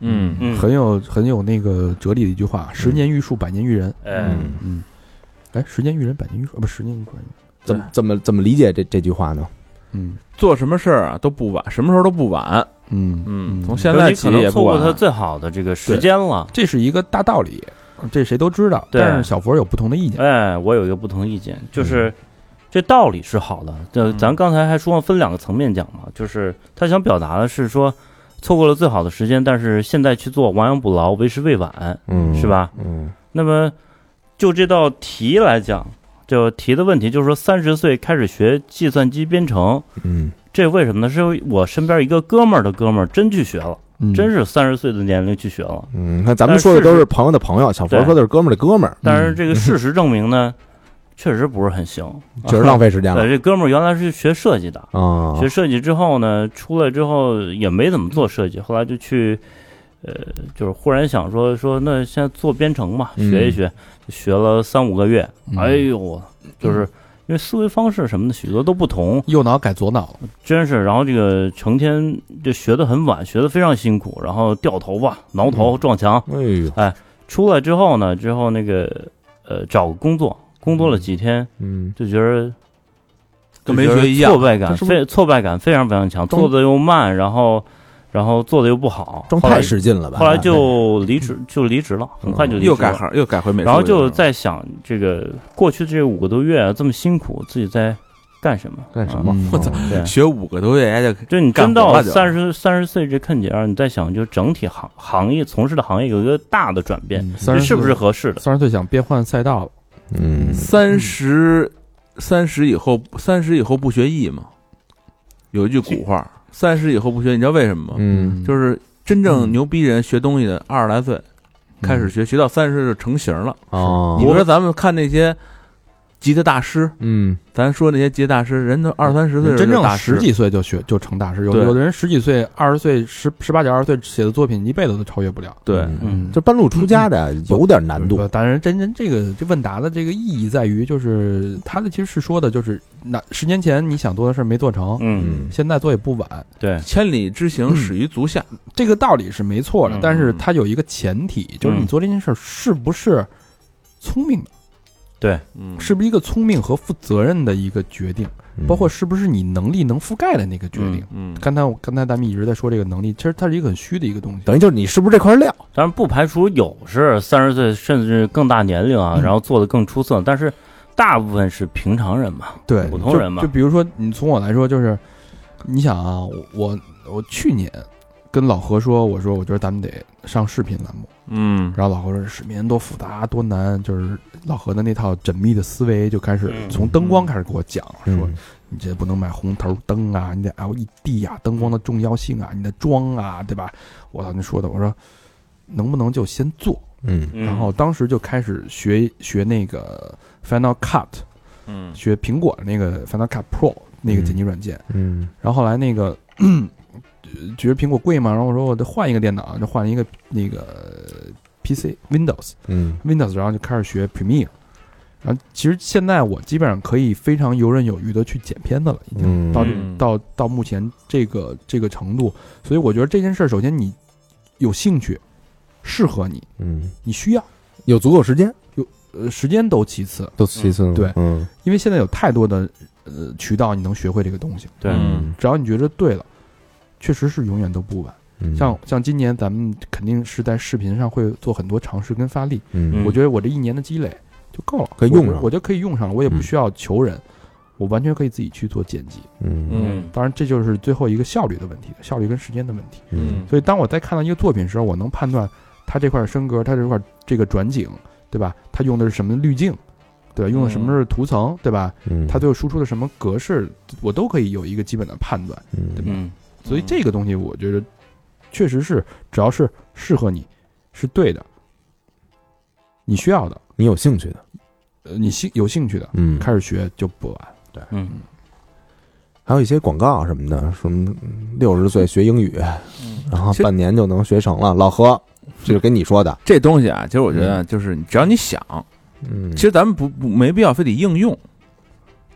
[SPEAKER 5] 嗯
[SPEAKER 4] 嗯，
[SPEAKER 2] 很有很有那个哲理的一句话：十年玉树，百年育人。
[SPEAKER 4] 哎，
[SPEAKER 2] 嗯，哎，十年育人，百年育树，啊不，十年育人。
[SPEAKER 3] 怎么怎么怎么理解这这句话呢？
[SPEAKER 2] 嗯
[SPEAKER 5] 做什么事儿啊都不晚，什么时候都不晚，
[SPEAKER 2] 嗯
[SPEAKER 5] 嗯，从
[SPEAKER 4] 就
[SPEAKER 5] 现在
[SPEAKER 4] 你可
[SPEAKER 5] 起
[SPEAKER 4] 能
[SPEAKER 5] 也
[SPEAKER 4] 错
[SPEAKER 5] 不啊
[SPEAKER 4] 过
[SPEAKER 5] 晚，
[SPEAKER 4] 他最好的这个时间了。
[SPEAKER 2] 这是一个大道理，这谁都知道，
[SPEAKER 4] 对
[SPEAKER 2] 但是小佛有不同的意见。
[SPEAKER 4] 哎，我有一个不同意
[SPEAKER 3] 嗯
[SPEAKER 4] 见，就是这道理是好的，这咱刚才还说分两个层面讲嘛，就是他想表达的是说，错过了最好的时间，但是现在去做亡羊补牢，为时未晚，
[SPEAKER 3] 嗯，
[SPEAKER 4] 是？吧？
[SPEAKER 3] 嗯
[SPEAKER 4] 那么就这道题来讲，就题的问题就是说，三十岁开始学计算机编程，
[SPEAKER 3] 嗯
[SPEAKER 4] 这为什么呢？是因为我身边一个哥们儿的哥们儿真去学了，
[SPEAKER 2] 嗯
[SPEAKER 4] 真是三十岁的年龄去学了。
[SPEAKER 3] 嗯，看咱们说的都是朋友的朋友，小佛说的是哥们儿的哥们儿，
[SPEAKER 4] 但是这个事实证明 呢，确实不是很行。
[SPEAKER 3] 确实浪费时间了
[SPEAKER 4] 对，这哥们儿原来是学设计的，
[SPEAKER 3] 啊
[SPEAKER 4] 学设计之后呢，出来之后也没怎么做设计，后来就去，呃，就是忽然想说说，那现在做编程嘛，
[SPEAKER 3] 嗯
[SPEAKER 4] 学一学，学了三五个月，
[SPEAKER 2] 嗯
[SPEAKER 4] 哎呦，就是因为思维方式什么的许多都不同，
[SPEAKER 2] 右脑改左脑了，
[SPEAKER 4] 真是，然后这个成天就学得很晚，学得非常辛苦，然后掉头发、挠头、撞墙。
[SPEAKER 3] 哎呦，
[SPEAKER 4] 出来之后呢，之后那个呃找个工作，工作了几天
[SPEAKER 3] 嗯
[SPEAKER 4] 就觉得
[SPEAKER 5] 跟没学一
[SPEAKER 4] 就觉得挫
[SPEAKER 5] 样
[SPEAKER 4] 败
[SPEAKER 3] 这
[SPEAKER 4] 感
[SPEAKER 3] 是不是
[SPEAKER 4] 非挫败感非常非常强，
[SPEAKER 3] 装
[SPEAKER 4] 做的又慢，然后然后做的又不好，
[SPEAKER 3] 装
[SPEAKER 4] 后来
[SPEAKER 3] 太使劲了吧？
[SPEAKER 4] 后来就离职就离职了，很快就离职
[SPEAKER 5] 嗯又改
[SPEAKER 4] 了。
[SPEAKER 5] 行，又改回美术，
[SPEAKER 4] 然后就在想这个过去这五个多月啊这么辛苦，自己在干什么？
[SPEAKER 3] 干什
[SPEAKER 4] 啊
[SPEAKER 3] 么？
[SPEAKER 5] 我操
[SPEAKER 4] 对，
[SPEAKER 5] 学五个多月，人哎家就
[SPEAKER 4] 就你真
[SPEAKER 5] 干活
[SPEAKER 4] 到
[SPEAKER 5] 了就
[SPEAKER 4] 三十三十岁这坎节儿，你再想就整体行行业从事的行业有一个大的转
[SPEAKER 5] 嗯
[SPEAKER 4] 变，这
[SPEAKER 2] 三
[SPEAKER 4] 是不是合适的？
[SPEAKER 2] 三十岁想变换赛道了？
[SPEAKER 3] 嗯，
[SPEAKER 5] 三十三十以后，三十以后不学艺嘛，有一句古话，三十以后不学，你知道为什么吗？
[SPEAKER 3] 嗯
[SPEAKER 5] 就是真正
[SPEAKER 2] 嗯
[SPEAKER 5] 牛逼人学东西的，二十来岁开始学，学到三十岁就成型了。
[SPEAKER 3] 哦
[SPEAKER 5] 你，说咱们看那些吉他大师，
[SPEAKER 3] 嗯
[SPEAKER 5] 咱说那些吉他大师，嗯人都二三十岁
[SPEAKER 2] 真正
[SPEAKER 5] 大师
[SPEAKER 2] 十，几岁就学就成大师，有
[SPEAKER 5] 对
[SPEAKER 2] 有的人十几岁、二十岁、十十八九、二十岁写的作品，一辈子都超越不了。
[SPEAKER 5] 对，
[SPEAKER 4] 嗯，
[SPEAKER 3] 这半路出家的有点难度
[SPEAKER 2] 不，当然，真真这个这问答的这个意义在于，就是他的其实是说的，就是那十年前你想做的事儿没做成，
[SPEAKER 4] 嗯，
[SPEAKER 3] 嗯
[SPEAKER 2] 现在做也不晚，
[SPEAKER 4] 对，
[SPEAKER 5] 千里之行始于足下，
[SPEAKER 2] 这个道理是没错的
[SPEAKER 4] 嗯。
[SPEAKER 2] 但是它有一个前提，就是你做这件事儿是不是聪明的，
[SPEAKER 5] 嗯
[SPEAKER 2] 是不是一个聪明和负责任的一个决定，
[SPEAKER 3] 嗯
[SPEAKER 2] 包括是不是你能力能覆盖的那个决定。
[SPEAKER 5] 嗯，
[SPEAKER 2] 刚才我刚才咱们一直在说这个能力，其实它是一个很虚的一个东西。
[SPEAKER 3] 等于就是你是不是这块料？
[SPEAKER 4] 当然不排除有是三十岁甚至更大年龄啊，
[SPEAKER 2] 嗯
[SPEAKER 4] 然后做的更出色，但是大部分是平常人嘛，
[SPEAKER 2] 对，
[SPEAKER 4] 普通
[SPEAKER 2] 就
[SPEAKER 4] 人嘛
[SPEAKER 2] 就比如说，你从我来说，就是你想啊，我我我去年跟老何说，我说我觉得咱们得上视频栏目，
[SPEAKER 5] 嗯，
[SPEAKER 2] 然后老何说视频多复杂多难，就是老何的那套缜密的思维就开始
[SPEAKER 4] 嗯
[SPEAKER 2] 从灯光开始给我讲，说
[SPEAKER 3] 嗯
[SPEAKER 2] 你这不能买红头灯啊，你得 LED 啊，灯光的重要性啊，你的装啊，对吧？我操，你说的，我说能不能就先做？
[SPEAKER 3] 嗯
[SPEAKER 2] 然后当时就开始学学那个 Final Cut。
[SPEAKER 5] 嗯
[SPEAKER 2] 学苹果的那个 Final Cut Pro 那个剪辑软件，
[SPEAKER 3] 嗯
[SPEAKER 2] 然后后来那个 呃觉得苹果贵嘛，然后我说我得换一个电脑，就换了一个那个呃 PC Windows
[SPEAKER 3] 嗯
[SPEAKER 2] Windows，然后就开始学 Premiere。然后其实现在我基本上可以非常游刃有余的去剪片子了，已经
[SPEAKER 3] 嗯
[SPEAKER 2] 到这
[SPEAKER 5] 嗯
[SPEAKER 2] 到到目前这个这个程度，所以我觉得这件事儿，首先你有兴趣，适合你，
[SPEAKER 3] 嗯，
[SPEAKER 2] 你需要，
[SPEAKER 3] 有足够时间
[SPEAKER 2] 呃，时间都其次，
[SPEAKER 3] 都其次，
[SPEAKER 2] 对
[SPEAKER 3] 嗯
[SPEAKER 2] 因为现在有太多的呃渠道你能学会这个东西。
[SPEAKER 4] 对，
[SPEAKER 5] 嗯
[SPEAKER 2] 只要你觉得对了，确实是永远都不晚。
[SPEAKER 3] 嗯
[SPEAKER 2] 像像今年咱们肯定是在视频上会做很多尝试跟发力，
[SPEAKER 3] 嗯
[SPEAKER 2] 我觉得我这一年的积累就够了，
[SPEAKER 3] 可以用上
[SPEAKER 2] 我我就可以用上了，我也不
[SPEAKER 3] 嗯
[SPEAKER 2] 需要求人，我完全可以自己去做剪辑。
[SPEAKER 3] 嗯
[SPEAKER 5] 嗯
[SPEAKER 2] 当然，这就是最后一个效率的问题，效率跟时间的问题。
[SPEAKER 3] 嗯
[SPEAKER 2] 所以，当我在看到一个作品时候，我能判断它这块升格，它这块这个转景，对吧？它用的是什么滤镜，对吧？用的什么是图层，对吧？
[SPEAKER 3] 嗯，
[SPEAKER 2] 它最后输出的什么格式，我都可以有一个基本的判断。
[SPEAKER 3] 嗯
[SPEAKER 4] 嗯
[SPEAKER 2] 所以这个东西，我觉得确实是，只要是适合你，是对的，你需要的，
[SPEAKER 3] 你有兴趣的，
[SPEAKER 2] 呃，你兴有兴趣的，
[SPEAKER 3] 嗯，
[SPEAKER 2] 开始学就不晚。
[SPEAKER 4] 嗯，
[SPEAKER 3] 还有一些广告什么的，什么六十岁学英语，然后
[SPEAKER 5] 其实
[SPEAKER 3] 半年就能学成了。老何，这是跟你说的，
[SPEAKER 5] 这东西啊，其实我觉得就是你只要你想，
[SPEAKER 3] 嗯，
[SPEAKER 5] 其实咱们不不没必要非得应用，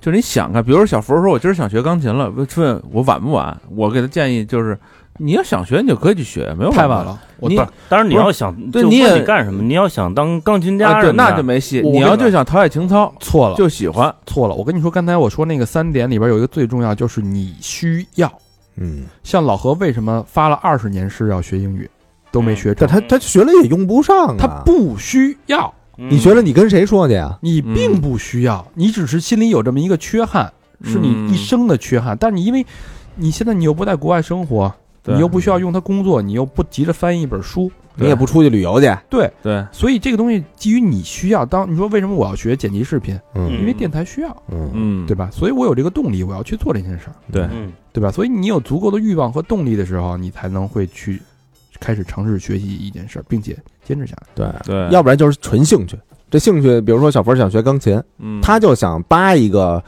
[SPEAKER 5] 就是你想看，比如说小佛说，我今儿想学钢琴了，问问我晚不晚？我给他建议就是，你要想学你就可以去学，没有
[SPEAKER 2] 太
[SPEAKER 5] 晚
[SPEAKER 2] 晚
[SPEAKER 5] 不晚。
[SPEAKER 2] 了，我
[SPEAKER 5] 你啊
[SPEAKER 2] 当
[SPEAKER 4] 当然你
[SPEAKER 5] 不是
[SPEAKER 4] 要想，
[SPEAKER 5] 对
[SPEAKER 4] 就
[SPEAKER 5] 你也
[SPEAKER 4] 问干什么？你要想当钢琴家
[SPEAKER 5] 啊，
[SPEAKER 4] 什
[SPEAKER 5] 对，
[SPEAKER 4] 么
[SPEAKER 5] 那
[SPEAKER 4] 的
[SPEAKER 5] 就没戏。
[SPEAKER 2] 我
[SPEAKER 5] 你
[SPEAKER 2] 跟
[SPEAKER 5] 要
[SPEAKER 2] 你说
[SPEAKER 5] 就想陶冶情操，
[SPEAKER 2] 错了，
[SPEAKER 5] 就喜欢，
[SPEAKER 2] 错了。我跟你说，刚才我说那个三点里边有一个最重要，就是你需要。
[SPEAKER 3] 嗯，
[SPEAKER 2] 像老何为什么发了二十年誓要学英语，都没学成
[SPEAKER 3] 但？他他学了也用嗯不上啊。
[SPEAKER 2] 他，不需要，
[SPEAKER 3] 你学
[SPEAKER 4] 学了
[SPEAKER 3] 了你跟谁说去啊呀？
[SPEAKER 2] 你并不需要，你只是心里有这么一个缺憾，是你一生的缺憾。但你因为你现在你又不在国外生活，
[SPEAKER 5] 对
[SPEAKER 2] 你又不需要用它工作，你又不急着翻译一本书，
[SPEAKER 3] 你也不出去旅游去，
[SPEAKER 2] 对，
[SPEAKER 5] 对，
[SPEAKER 2] 所以这个东西基于你需要。当你说为什么我要学剪辑视频，因
[SPEAKER 3] 嗯
[SPEAKER 2] 为电台需要，
[SPEAKER 3] 嗯
[SPEAKER 5] 嗯，
[SPEAKER 2] 对吧？所以我有这个动力，我要去做这件事儿，
[SPEAKER 3] 对
[SPEAKER 4] 嗯
[SPEAKER 2] 对吧？所以你有足够的欲望和动力的时候，你才能会去开始尝试学习一件事儿，并且坚持下来。
[SPEAKER 3] 对，
[SPEAKER 5] 对，
[SPEAKER 3] 要不然就是纯兴趣。这兴趣，比如说小佛想学钢琴，
[SPEAKER 5] 嗯
[SPEAKER 3] 他就想扒一个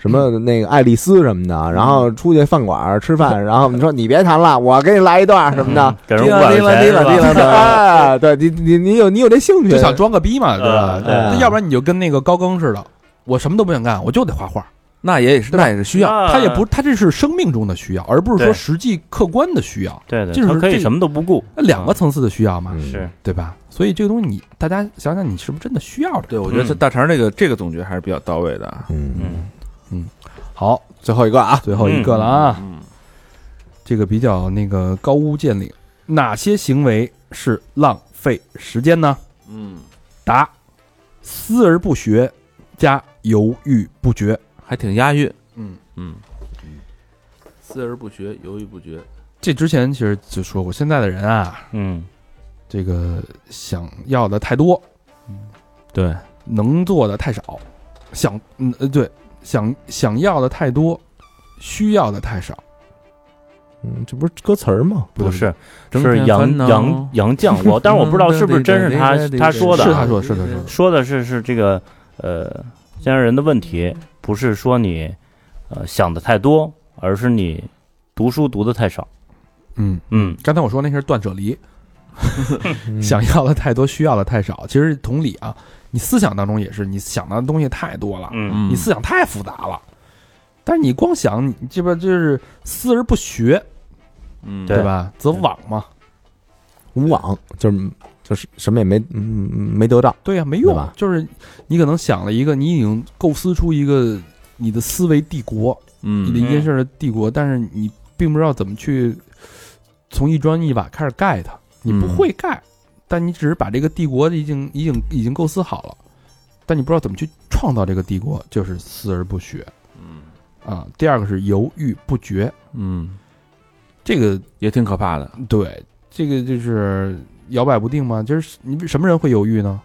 [SPEAKER 3] 什么那个爱丽丝什么的，然后出去饭馆儿吃饭，然后你说你别弹了，我给你来一段什么 的，
[SPEAKER 4] 给人
[SPEAKER 3] 滴
[SPEAKER 4] 五
[SPEAKER 3] 了
[SPEAKER 4] 百
[SPEAKER 3] 滴
[SPEAKER 4] 块
[SPEAKER 3] 了滴
[SPEAKER 4] 钱
[SPEAKER 3] 了滴
[SPEAKER 4] 嗯是吧
[SPEAKER 3] 了滴了，哎，对你你你有你有这兴趣，
[SPEAKER 2] 就想装个逼嘛，对吧？
[SPEAKER 4] 啊对
[SPEAKER 2] 那要不然你就跟那个高更似的，我什么都不想干，我就得画画。
[SPEAKER 5] 那也是那也是需要，
[SPEAKER 4] 那
[SPEAKER 2] 他也不，他这是生命中的需要，而不是说实际客观的需要，
[SPEAKER 4] 对
[SPEAKER 2] 就
[SPEAKER 4] 对，
[SPEAKER 2] 是
[SPEAKER 4] 他可
[SPEAKER 2] 这
[SPEAKER 4] 以什么都不顾，
[SPEAKER 2] 那两个层次的需要嘛，
[SPEAKER 3] 嗯
[SPEAKER 4] 是
[SPEAKER 2] 对吧？所以这个东西你大家想想，你是不是真的需要的？
[SPEAKER 5] 对我觉得
[SPEAKER 4] 嗯
[SPEAKER 5] 这大肠这个这个总结还是比较到位的啊，
[SPEAKER 3] 嗯，
[SPEAKER 4] 嗯
[SPEAKER 2] 好，
[SPEAKER 3] 最后一个啊，
[SPEAKER 2] 最后一个了啊，
[SPEAKER 5] 嗯
[SPEAKER 2] 这个比较那个高屋建瓴，哪些行为是浪费时间呢？
[SPEAKER 5] 嗯，
[SPEAKER 2] 答：思而不学，加犹豫不决。
[SPEAKER 5] 还挺押韵，
[SPEAKER 2] 嗯
[SPEAKER 5] 嗯，思而不学，犹豫不决，
[SPEAKER 2] 这之前其实就说过，现在的人啊，
[SPEAKER 4] 嗯，
[SPEAKER 2] 这个想要的太多，
[SPEAKER 5] 对，
[SPEAKER 2] 能做的太少，想嗯呃对，想想要的太多，需要的太少。
[SPEAKER 3] 嗯，这不是歌词儿吗？
[SPEAKER 4] 不是，
[SPEAKER 5] 整
[SPEAKER 4] 是
[SPEAKER 5] 天
[SPEAKER 4] 杨
[SPEAKER 5] 烦恼
[SPEAKER 4] 杨杨绛，我但是我不知道是不是真是他他说的
[SPEAKER 2] 是
[SPEAKER 4] 啊，
[SPEAKER 2] 他说是他说的
[SPEAKER 4] 说的是是这个呃，现在人的问题不是说你呃想的太多，而是你读书读的太少。
[SPEAKER 2] 嗯，
[SPEAKER 4] 嗯
[SPEAKER 2] 刚才我说那是断舍离，
[SPEAKER 3] 嗯
[SPEAKER 2] 想要的太多，需要的太少。其实同理啊，你思想当中也是，你想的东西太多了，
[SPEAKER 4] 嗯
[SPEAKER 5] 嗯，
[SPEAKER 2] 你思想太复杂了。但是你光想，你这边就是思而不学，
[SPEAKER 5] 嗯
[SPEAKER 4] 对
[SPEAKER 2] 对吧？则罔嘛，
[SPEAKER 3] 无往，就是就是什么也没嗯没得到，
[SPEAKER 2] 对呀、没用
[SPEAKER 3] 对吧。
[SPEAKER 2] 就是你可能想了一个，你已经构思出一个你的思维帝国，你的
[SPEAKER 5] 嗯
[SPEAKER 2] 一件事儿的帝国，但是你并不知道怎么去从一砖一瓦开始盖它，你不
[SPEAKER 5] 嗯
[SPEAKER 2] 会盖，但你只是把这个帝国已经已经已经构思好了，但你不知道怎么去创造这个帝国，就是思而不学
[SPEAKER 5] 嗯
[SPEAKER 2] 啊。第二个是犹豫不决，
[SPEAKER 5] 嗯，
[SPEAKER 2] 这个
[SPEAKER 5] 也挺可怕的，
[SPEAKER 2] 对，这个就是摇摆不定嘛，就是你什么人会犹豫呢？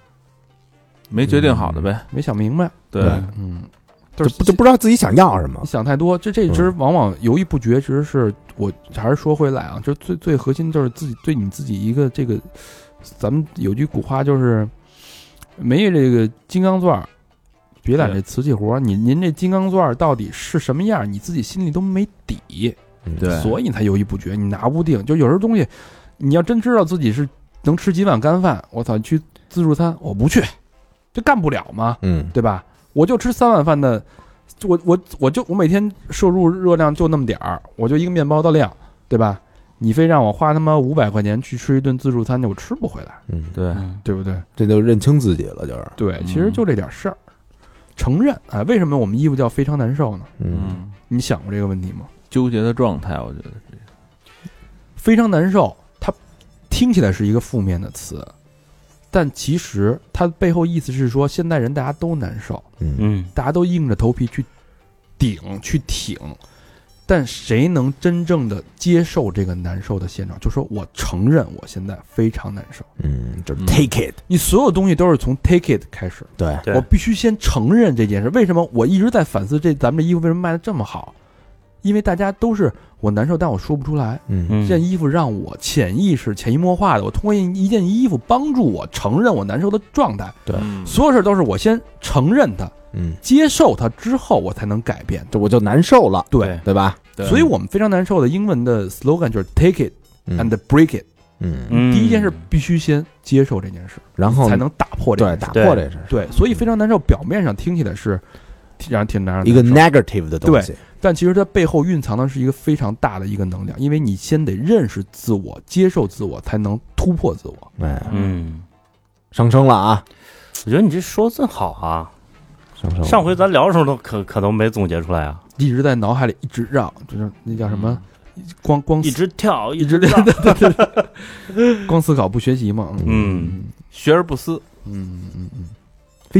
[SPEAKER 5] 没决定好的呗，
[SPEAKER 2] 没想明白，
[SPEAKER 5] 对
[SPEAKER 3] 对
[SPEAKER 2] 嗯，就
[SPEAKER 3] 就是不就不知道自己想要什么
[SPEAKER 2] 你。想太多，这这其实
[SPEAKER 3] 嗯
[SPEAKER 2] 往往犹豫不决，其实是我还是说回来啊，就是最最核心就是自己对你自己一个这个，咱们有句古话就是“没这个金刚钻儿，别揽这瓷器活儿”。您您这金刚钻儿到底是什么样儿，你自己心里都没底，
[SPEAKER 3] 嗯
[SPEAKER 5] 对
[SPEAKER 2] 所以你才犹豫不决，你拿不定。就有时候东西，你要真知道自己是能吃几碗干饭，我操，你去自助餐我不去，这干不了嘛。
[SPEAKER 3] 嗯，
[SPEAKER 2] 对吧？我就吃三碗饭的，我我我就我每天摄入热量就那么点儿，我就一个面包的量，对吧？你非让我花他妈五百块钱去吃一顿自助餐去，我吃不回来，
[SPEAKER 3] 嗯，
[SPEAKER 5] 对，
[SPEAKER 4] 嗯
[SPEAKER 2] 对不对？
[SPEAKER 3] 这就认清自己了，就是
[SPEAKER 2] 对，其实就这点事儿，承认啊、哎为什么我们衣服叫非常难受呢？
[SPEAKER 3] 嗯，
[SPEAKER 5] 嗯，
[SPEAKER 2] 你想过这个问题吗？
[SPEAKER 5] 纠结的状态，我觉得
[SPEAKER 2] 非常难受，它听起来是一个负面的词，但其实它背后意思是说，现代人大家都难受，
[SPEAKER 3] 嗯
[SPEAKER 4] 嗯，
[SPEAKER 2] 大家都硬着头皮去顶去挺，但谁能真正的接受这个难受的现状？就说我承认我现在非常难受。
[SPEAKER 3] 嗯，就是
[SPEAKER 5] 嗯
[SPEAKER 3] take it，
[SPEAKER 2] 你所有东西都是从 take it 开始，
[SPEAKER 3] 对，
[SPEAKER 4] 对
[SPEAKER 2] 我必须先承认这件事。为什么我一直在反思这咱们这衣服为什么卖的这么好？因为大家都是我难受，但我说不出来。
[SPEAKER 3] 嗯
[SPEAKER 4] 嗯
[SPEAKER 2] 这件衣服让我潜意识、潜移默化的，我通过一件衣服帮助我承认我难受的状态。
[SPEAKER 3] 对
[SPEAKER 5] 嗯
[SPEAKER 2] 所有事儿都是我先承认它，
[SPEAKER 3] 嗯，
[SPEAKER 2] 接受它之后，我才能改变。
[SPEAKER 3] 这我就难受了，
[SPEAKER 2] 对，
[SPEAKER 3] 对吧？
[SPEAKER 5] 对
[SPEAKER 2] 所以我们非常难受的英文的 slogan 就是 take it
[SPEAKER 3] 嗯
[SPEAKER 2] and break it。
[SPEAKER 3] 嗯，
[SPEAKER 4] 嗯
[SPEAKER 2] 第一件事必须先接受这件事，
[SPEAKER 3] 然后
[SPEAKER 2] 才能打破这
[SPEAKER 3] 对
[SPEAKER 2] 件事
[SPEAKER 3] 打。
[SPEAKER 4] 对
[SPEAKER 3] 破这事儿，
[SPEAKER 2] 对，所以非常难受，表面上听起来是挺让人挺难受的
[SPEAKER 3] 一个 negative 的东西，
[SPEAKER 2] 但其实它背后蕴藏的是一个非常大的一个能量，因为你先得认识自我，接受自我，才能突破自我。
[SPEAKER 3] 哎，
[SPEAKER 4] 嗯，
[SPEAKER 3] 上升了啊，
[SPEAKER 4] 我觉得你这说得真好啊！
[SPEAKER 3] 上升了，
[SPEAKER 4] 上回咱聊的时候都可可都没总结出来啊，
[SPEAKER 2] 一直在脑海里一直绕，就是那叫什么，
[SPEAKER 3] 嗯
[SPEAKER 2] 光光
[SPEAKER 4] 一直跳，嗯一直
[SPEAKER 2] 一直
[SPEAKER 4] 跳，
[SPEAKER 2] 光思考不学习嘛。
[SPEAKER 4] 嗯，
[SPEAKER 5] 学而不思，
[SPEAKER 2] 嗯嗯嗯，
[SPEAKER 3] 非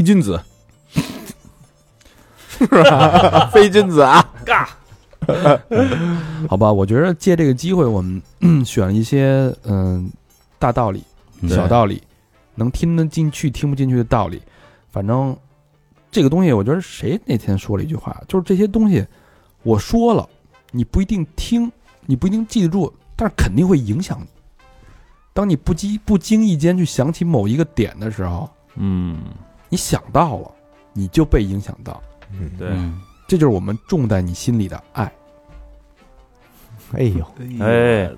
[SPEAKER 3] 君子，是吧？非君子啊，
[SPEAKER 4] 嘎，
[SPEAKER 2] 好吧，我觉得借这个机会，我们选一些嗯大道理、
[SPEAKER 4] 嗯
[SPEAKER 2] 小道理，能听得进去、听不进去的道理。反正这个东西，我觉得谁那天说了一句话，就是这些东西我说了，你不一定听，你不一定记得住，但是肯定会影响你。当你不经不经意间去想起某一个点的时候，
[SPEAKER 5] 嗯，
[SPEAKER 2] 你想到了，你就被影响到。
[SPEAKER 3] 嗯，
[SPEAKER 5] 对，
[SPEAKER 4] 嗯
[SPEAKER 2] 这就是我们种在你心里的爱。
[SPEAKER 3] 哎呦，
[SPEAKER 4] 哎，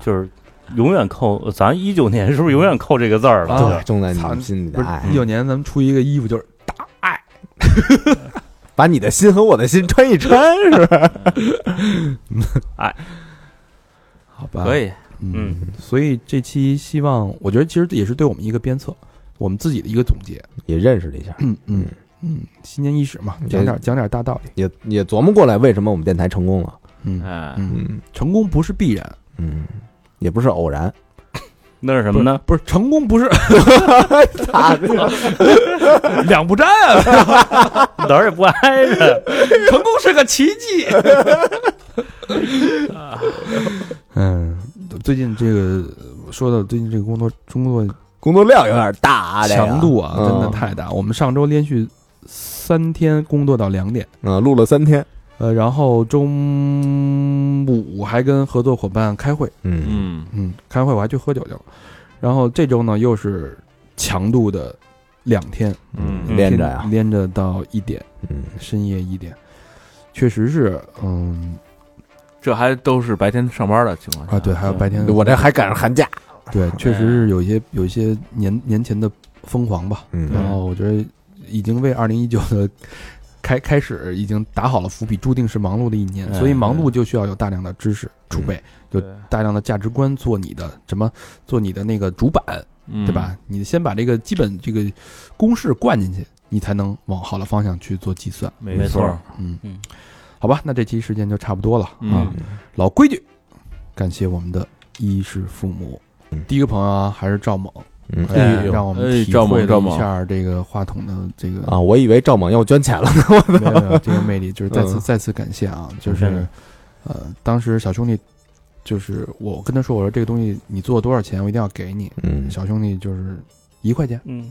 [SPEAKER 4] 就是永远扣，咱一九年是不是永远扣这个字儿了？
[SPEAKER 2] 啊
[SPEAKER 3] 对，种在你
[SPEAKER 2] 操
[SPEAKER 3] 们心里的
[SPEAKER 2] 不是
[SPEAKER 3] 爱
[SPEAKER 2] 一，九年，咱们出一个衣服，就是
[SPEAKER 3] 把你的心和我的心穿一穿，是 吧？
[SPEAKER 2] 好吧？
[SPEAKER 4] 可，以，
[SPEAKER 2] 嗯
[SPEAKER 4] 嗯。
[SPEAKER 2] 所以这期希望，我觉得其实也是对我们一个鞭策，我们自己的一个总结。
[SPEAKER 3] 也认识了一下，
[SPEAKER 2] 嗯嗯嗯，新年伊始嘛，讲点讲点大道理。
[SPEAKER 3] 也也琢磨过来为什么我们电台成功了，
[SPEAKER 2] 嗯
[SPEAKER 5] 哎，
[SPEAKER 2] 嗯，
[SPEAKER 3] 嗯
[SPEAKER 2] 成功不是必然，
[SPEAKER 3] 嗯，也不是偶然，
[SPEAKER 4] 那是什么呢？
[SPEAKER 2] 不是成功不是
[SPEAKER 3] 擦，
[SPEAKER 2] 两不沾啊，
[SPEAKER 4] 哪儿也不挨着。
[SPEAKER 2] 成功是个奇迹。嗯，最近这个呃说到最近这个工作工作
[SPEAKER 3] 工作量有点大啊，这个
[SPEAKER 2] 强度啊，真的
[SPEAKER 3] 嗯
[SPEAKER 2] 太大。我们上周连续三天工作到两点，
[SPEAKER 3] 嗯，录了三天，
[SPEAKER 2] 呃，然后中午还跟合作伙伴开会，
[SPEAKER 3] 嗯
[SPEAKER 5] 嗯，
[SPEAKER 2] 嗯，开会我还去喝酒去了。然后这周呢，又是强度的两天，
[SPEAKER 5] 嗯
[SPEAKER 3] 连着
[SPEAKER 2] 天
[SPEAKER 3] 呀，
[SPEAKER 2] 连着到一点，
[SPEAKER 3] 嗯，
[SPEAKER 2] 深夜一点，确实是，嗯
[SPEAKER 5] 这还都是白天上班的情况下
[SPEAKER 2] 啊，对，哎还有白天，
[SPEAKER 3] 我这还赶上寒假，
[SPEAKER 2] 对，确实是有一些有一些年年前的疯狂吧，然
[SPEAKER 3] 嗯，
[SPEAKER 2] 后我觉得已经为二零一九的开开始已经打好了伏笔，注定是忙碌的一年，
[SPEAKER 5] 嗯
[SPEAKER 2] 所以忙碌就需要有大量的知识储备，就
[SPEAKER 5] 对
[SPEAKER 2] 大量的价值观做你的什么，做你的那个主板，
[SPEAKER 5] 嗯
[SPEAKER 2] 对吧？你先把这个基本这个公式灌进去，你才能往好的方向去做计算。
[SPEAKER 5] 没
[SPEAKER 4] 错儿，
[SPEAKER 2] 嗯
[SPEAKER 4] 嗯，
[SPEAKER 2] 好吧，那这期时间就差不多了啊
[SPEAKER 5] 嗯。
[SPEAKER 2] 老规矩，感谢我们的衣食父母
[SPEAKER 3] 嗯。
[SPEAKER 2] 第一个朋友啊，还是赵猛，
[SPEAKER 3] 嗯
[SPEAKER 5] 哎呦
[SPEAKER 2] 让我们
[SPEAKER 5] 哎
[SPEAKER 2] 体
[SPEAKER 5] 赵
[SPEAKER 2] 会了
[SPEAKER 5] 猛赵
[SPEAKER 2] 一
[SPEAKER 5] 猛
[SPEAKER 2] 下这个话筒的这个
[SPEAKER 3] 啊，我以为赵猛要捐钱了呢，
[SPEAKER 2] 没有没有这个魅力，就是再次
[SPEAKER 3] 嗯
[SPEAKER 2] 再次感谢啊！就
[SPEAKER 4] 嗯
[SPEAKER 2] 是，呃，当时小兄弟，就是我跟他说，我说这个东西你做多少钱，我一定要给你。
[SPEAKER 3] 嗯
[SPEAKER 2] 小兄弟就是一块钱，
[SPEAKER 4] 嗯，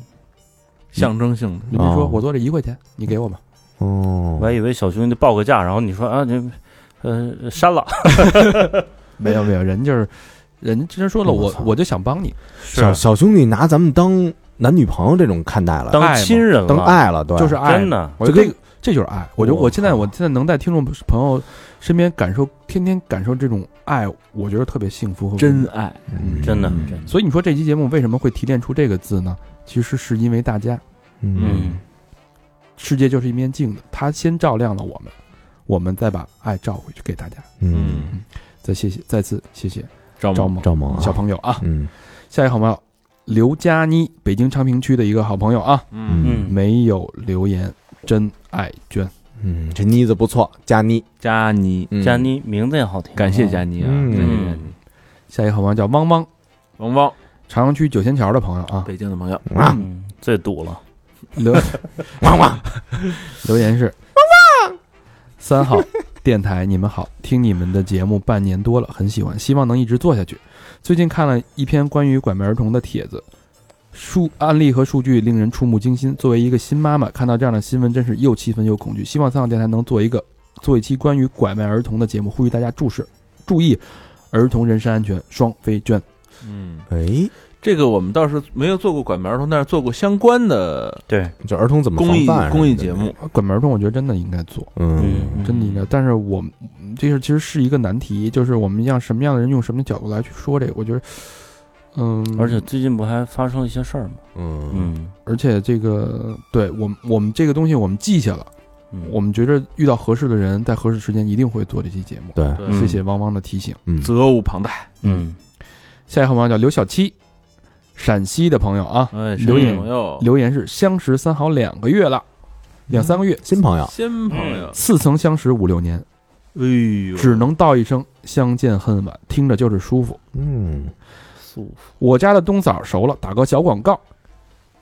[SPEAKER 5] 象征性的，
[SPEAKER 2] 你别说
[SPEAKER 3] 哦
[SPEAKER 2] 我做这一块钱，你给我吧。
[SPEAKER 3] 哦
[SPEAKER 4] 我还以为小兄弟报个价，然后你说啊，你呃删了，
[SPEAKER 2] 没有没有，人就是人之前说了，
[SPEAKER 3] 我
[SPEAKER 2] 我
[SPEAKER 3] 操
[SPEAKER 2] 我就想帮你，
[SPEAKER 3] 小小兄弟拿咱们当男女朋友这种看待了，
[SPEAKER 4] 当亲人了，
[SPEAKER 3] 当爱了，对，
[SPEAKER 2] 就是爱，
[SPEAKER 4] 真的。
[SPEAKER 2] 我觉得
[SPEAKER 3] 就
[SPEAKER 2] 这
[SPEAKER 3] 跟
[SPEAKER 2] 个这就是爱。我觉得我
[SPEAKER 3] 我
[SPEAKER 2] 现在
[SPEAKER 3] 靠
[SPEAKER 2] 我现在能在听众朋友身边感受，天天感受这种爱，我觉得特别幸福和温
[SPEAKER 5] 真
[SPEAKER 2] 暖
[SPEAKER 5] 爱，
[SPEAKER 3] 嗯
[SPEAKER 4] 真的
[SPEAKER 3] 嗯
[SPEAKER 4] 真的
[SPEAKER 2] 所以你说这期节目为什么会提炼出这个字呢？其实是因为大家。
[SPEAKER 3] 嗯
[SPEAKER 4] 嗯，
[SPEAKER 2] 世界就是一面镜子，它先照亮了我们，我们再把爱照回去给大家。
[SPEAKER 3] 嗯，
[SPEAKER 2] 再谢谢，再次谢谢
[SPEAKER 5] 赵
[SPEAKER 2] 赵
[SPEAKER 5] 猛，
[SPEAKER 2] 猛
[SPEAKER 3] 赵猛啊
[SPEAKER 2] 小朋友啊，
[SPEAKER 3] 嗯
[SPEAKER 2] 下一个好朋友刘佳妮，北京昌平区的一个好朋友啊，
[SPEAKER 5] 嗯，
[SPEAKER 4] 嗯，
[SPEAKER 2] 没有留言，真爱娟，
[SPEAKER 3] 嗯，这妮子不错，佳妮，
[SPEAKER 5] 佳妮，
[SPEAKER 3] 嗯
[SPEAKER 4] 佳，妮名字也好听，
[SPEAKER 5] 感谢佳妮啊，
[SPEAKER 3] 嗯
[SPEAKER 5] 感谢佳妮，
[SPEAKER 2] 下一个好朋友叫汪汪，
[SPEAKER 5] 汪汪，
[SPEAKER 2] 朝阳区九仙桥的朋友啊，
[SPEAKER 5] 北京的朋友，
[SPEAKER 3] 啊，
[SPEAKER 4] 嗯，最堵了，
[SPEAKER 2] 留
[SPEAKER 3] 汪汪，
[SPEAKER 2] 留言是汪汪三 号。电台，你们好，听你们的节目半年多了，很喜欢，希望能一直做下去。最近看了一篇关于拐卖儿童的帖子，数案例和数据令人触目惊心。作为一个新妈妈，看到这样的新闻，真是又气愤又恐惧。希望三好电台能做一个做一期关于拐卖儿童的节目，呼吁大家注视注意儿童人身安全。双飞娟，
[SPEAKER 5] 嗯，
[SPEAKER 3] 哎，
[SPEAKER 5] 这个我们倒是没有做过拐卖儿童，但是做过相关的
[SPEAKER 4] 对，
[SPEAKER 3] 这儿童怎么啊
[SPEAKER 5] 公益
[SPEAKER 3] 防范
[SPEAKER 5] 公益
[SPEAKER 3] 什
[SPEAKER 5] 节
[SPEAKER 3] 么的，
[SPEAKER 5] 目，
[SPEAKER 2] 啊拐卖儿童，我觉得真的应该做。
[SPEAKER 3] 嗯
[SPEAKER 4] 嗯
[SPEAKER 2] 真的应该。但是我们嗯这是其实是一个难题，就是我们让什么样的人用什么角度来去说这个。我觉得，嗯，
[SPEAKER 4] 而且最近不还发生了一些事儿吗？
[SPEAKER 3] 嗯
[SPEAKER 4] 嗯
[SPEAKER 2] 而且这个，对我们我们这个东西我们记下了，
[SPEAKER 4] 嗯，
[SPEAKER 2] 我们觉着遇到合适的人，在合适时间一定会做这期节目。
[SPEAKER 3] 对，
[SPEAKER 5] 对
[SPEAKER 2] 谢谢汪汪的提醒。
[SPEAKER 3] 嗯，
[SPEAKER 5] 责无旁贷，
[SPEAKER 4] 嗯
[SPEAKER 2] 下一号朋友叫刘小七，陕西的朋友啊，
[SPEAKER 5] 哎，
[SPEAKER 2] 留
[SPEAKER 5] 神秘
[SPEAKER 2] 言
[SPEAKER 5] 朋友，
[SPEAKER 4] 哦
[SPEAKER 2] 留言是相识三好两个月了，两三个月，
[SPEAKER 3] 新朋友，
[SPEAKER 5] 新朋友，
[SPEAKER 2] 似曾相识五六年，
[SPEAKER 5] 哎呦，
[SPEAKER 2] 只能道一声相见恨晚，听着就是舒服。
[SPEAKER 3] 嗯，
[SPEAKER 4] 素
[SPEAKER 2] 我家的冬枣熟了，打个小广告。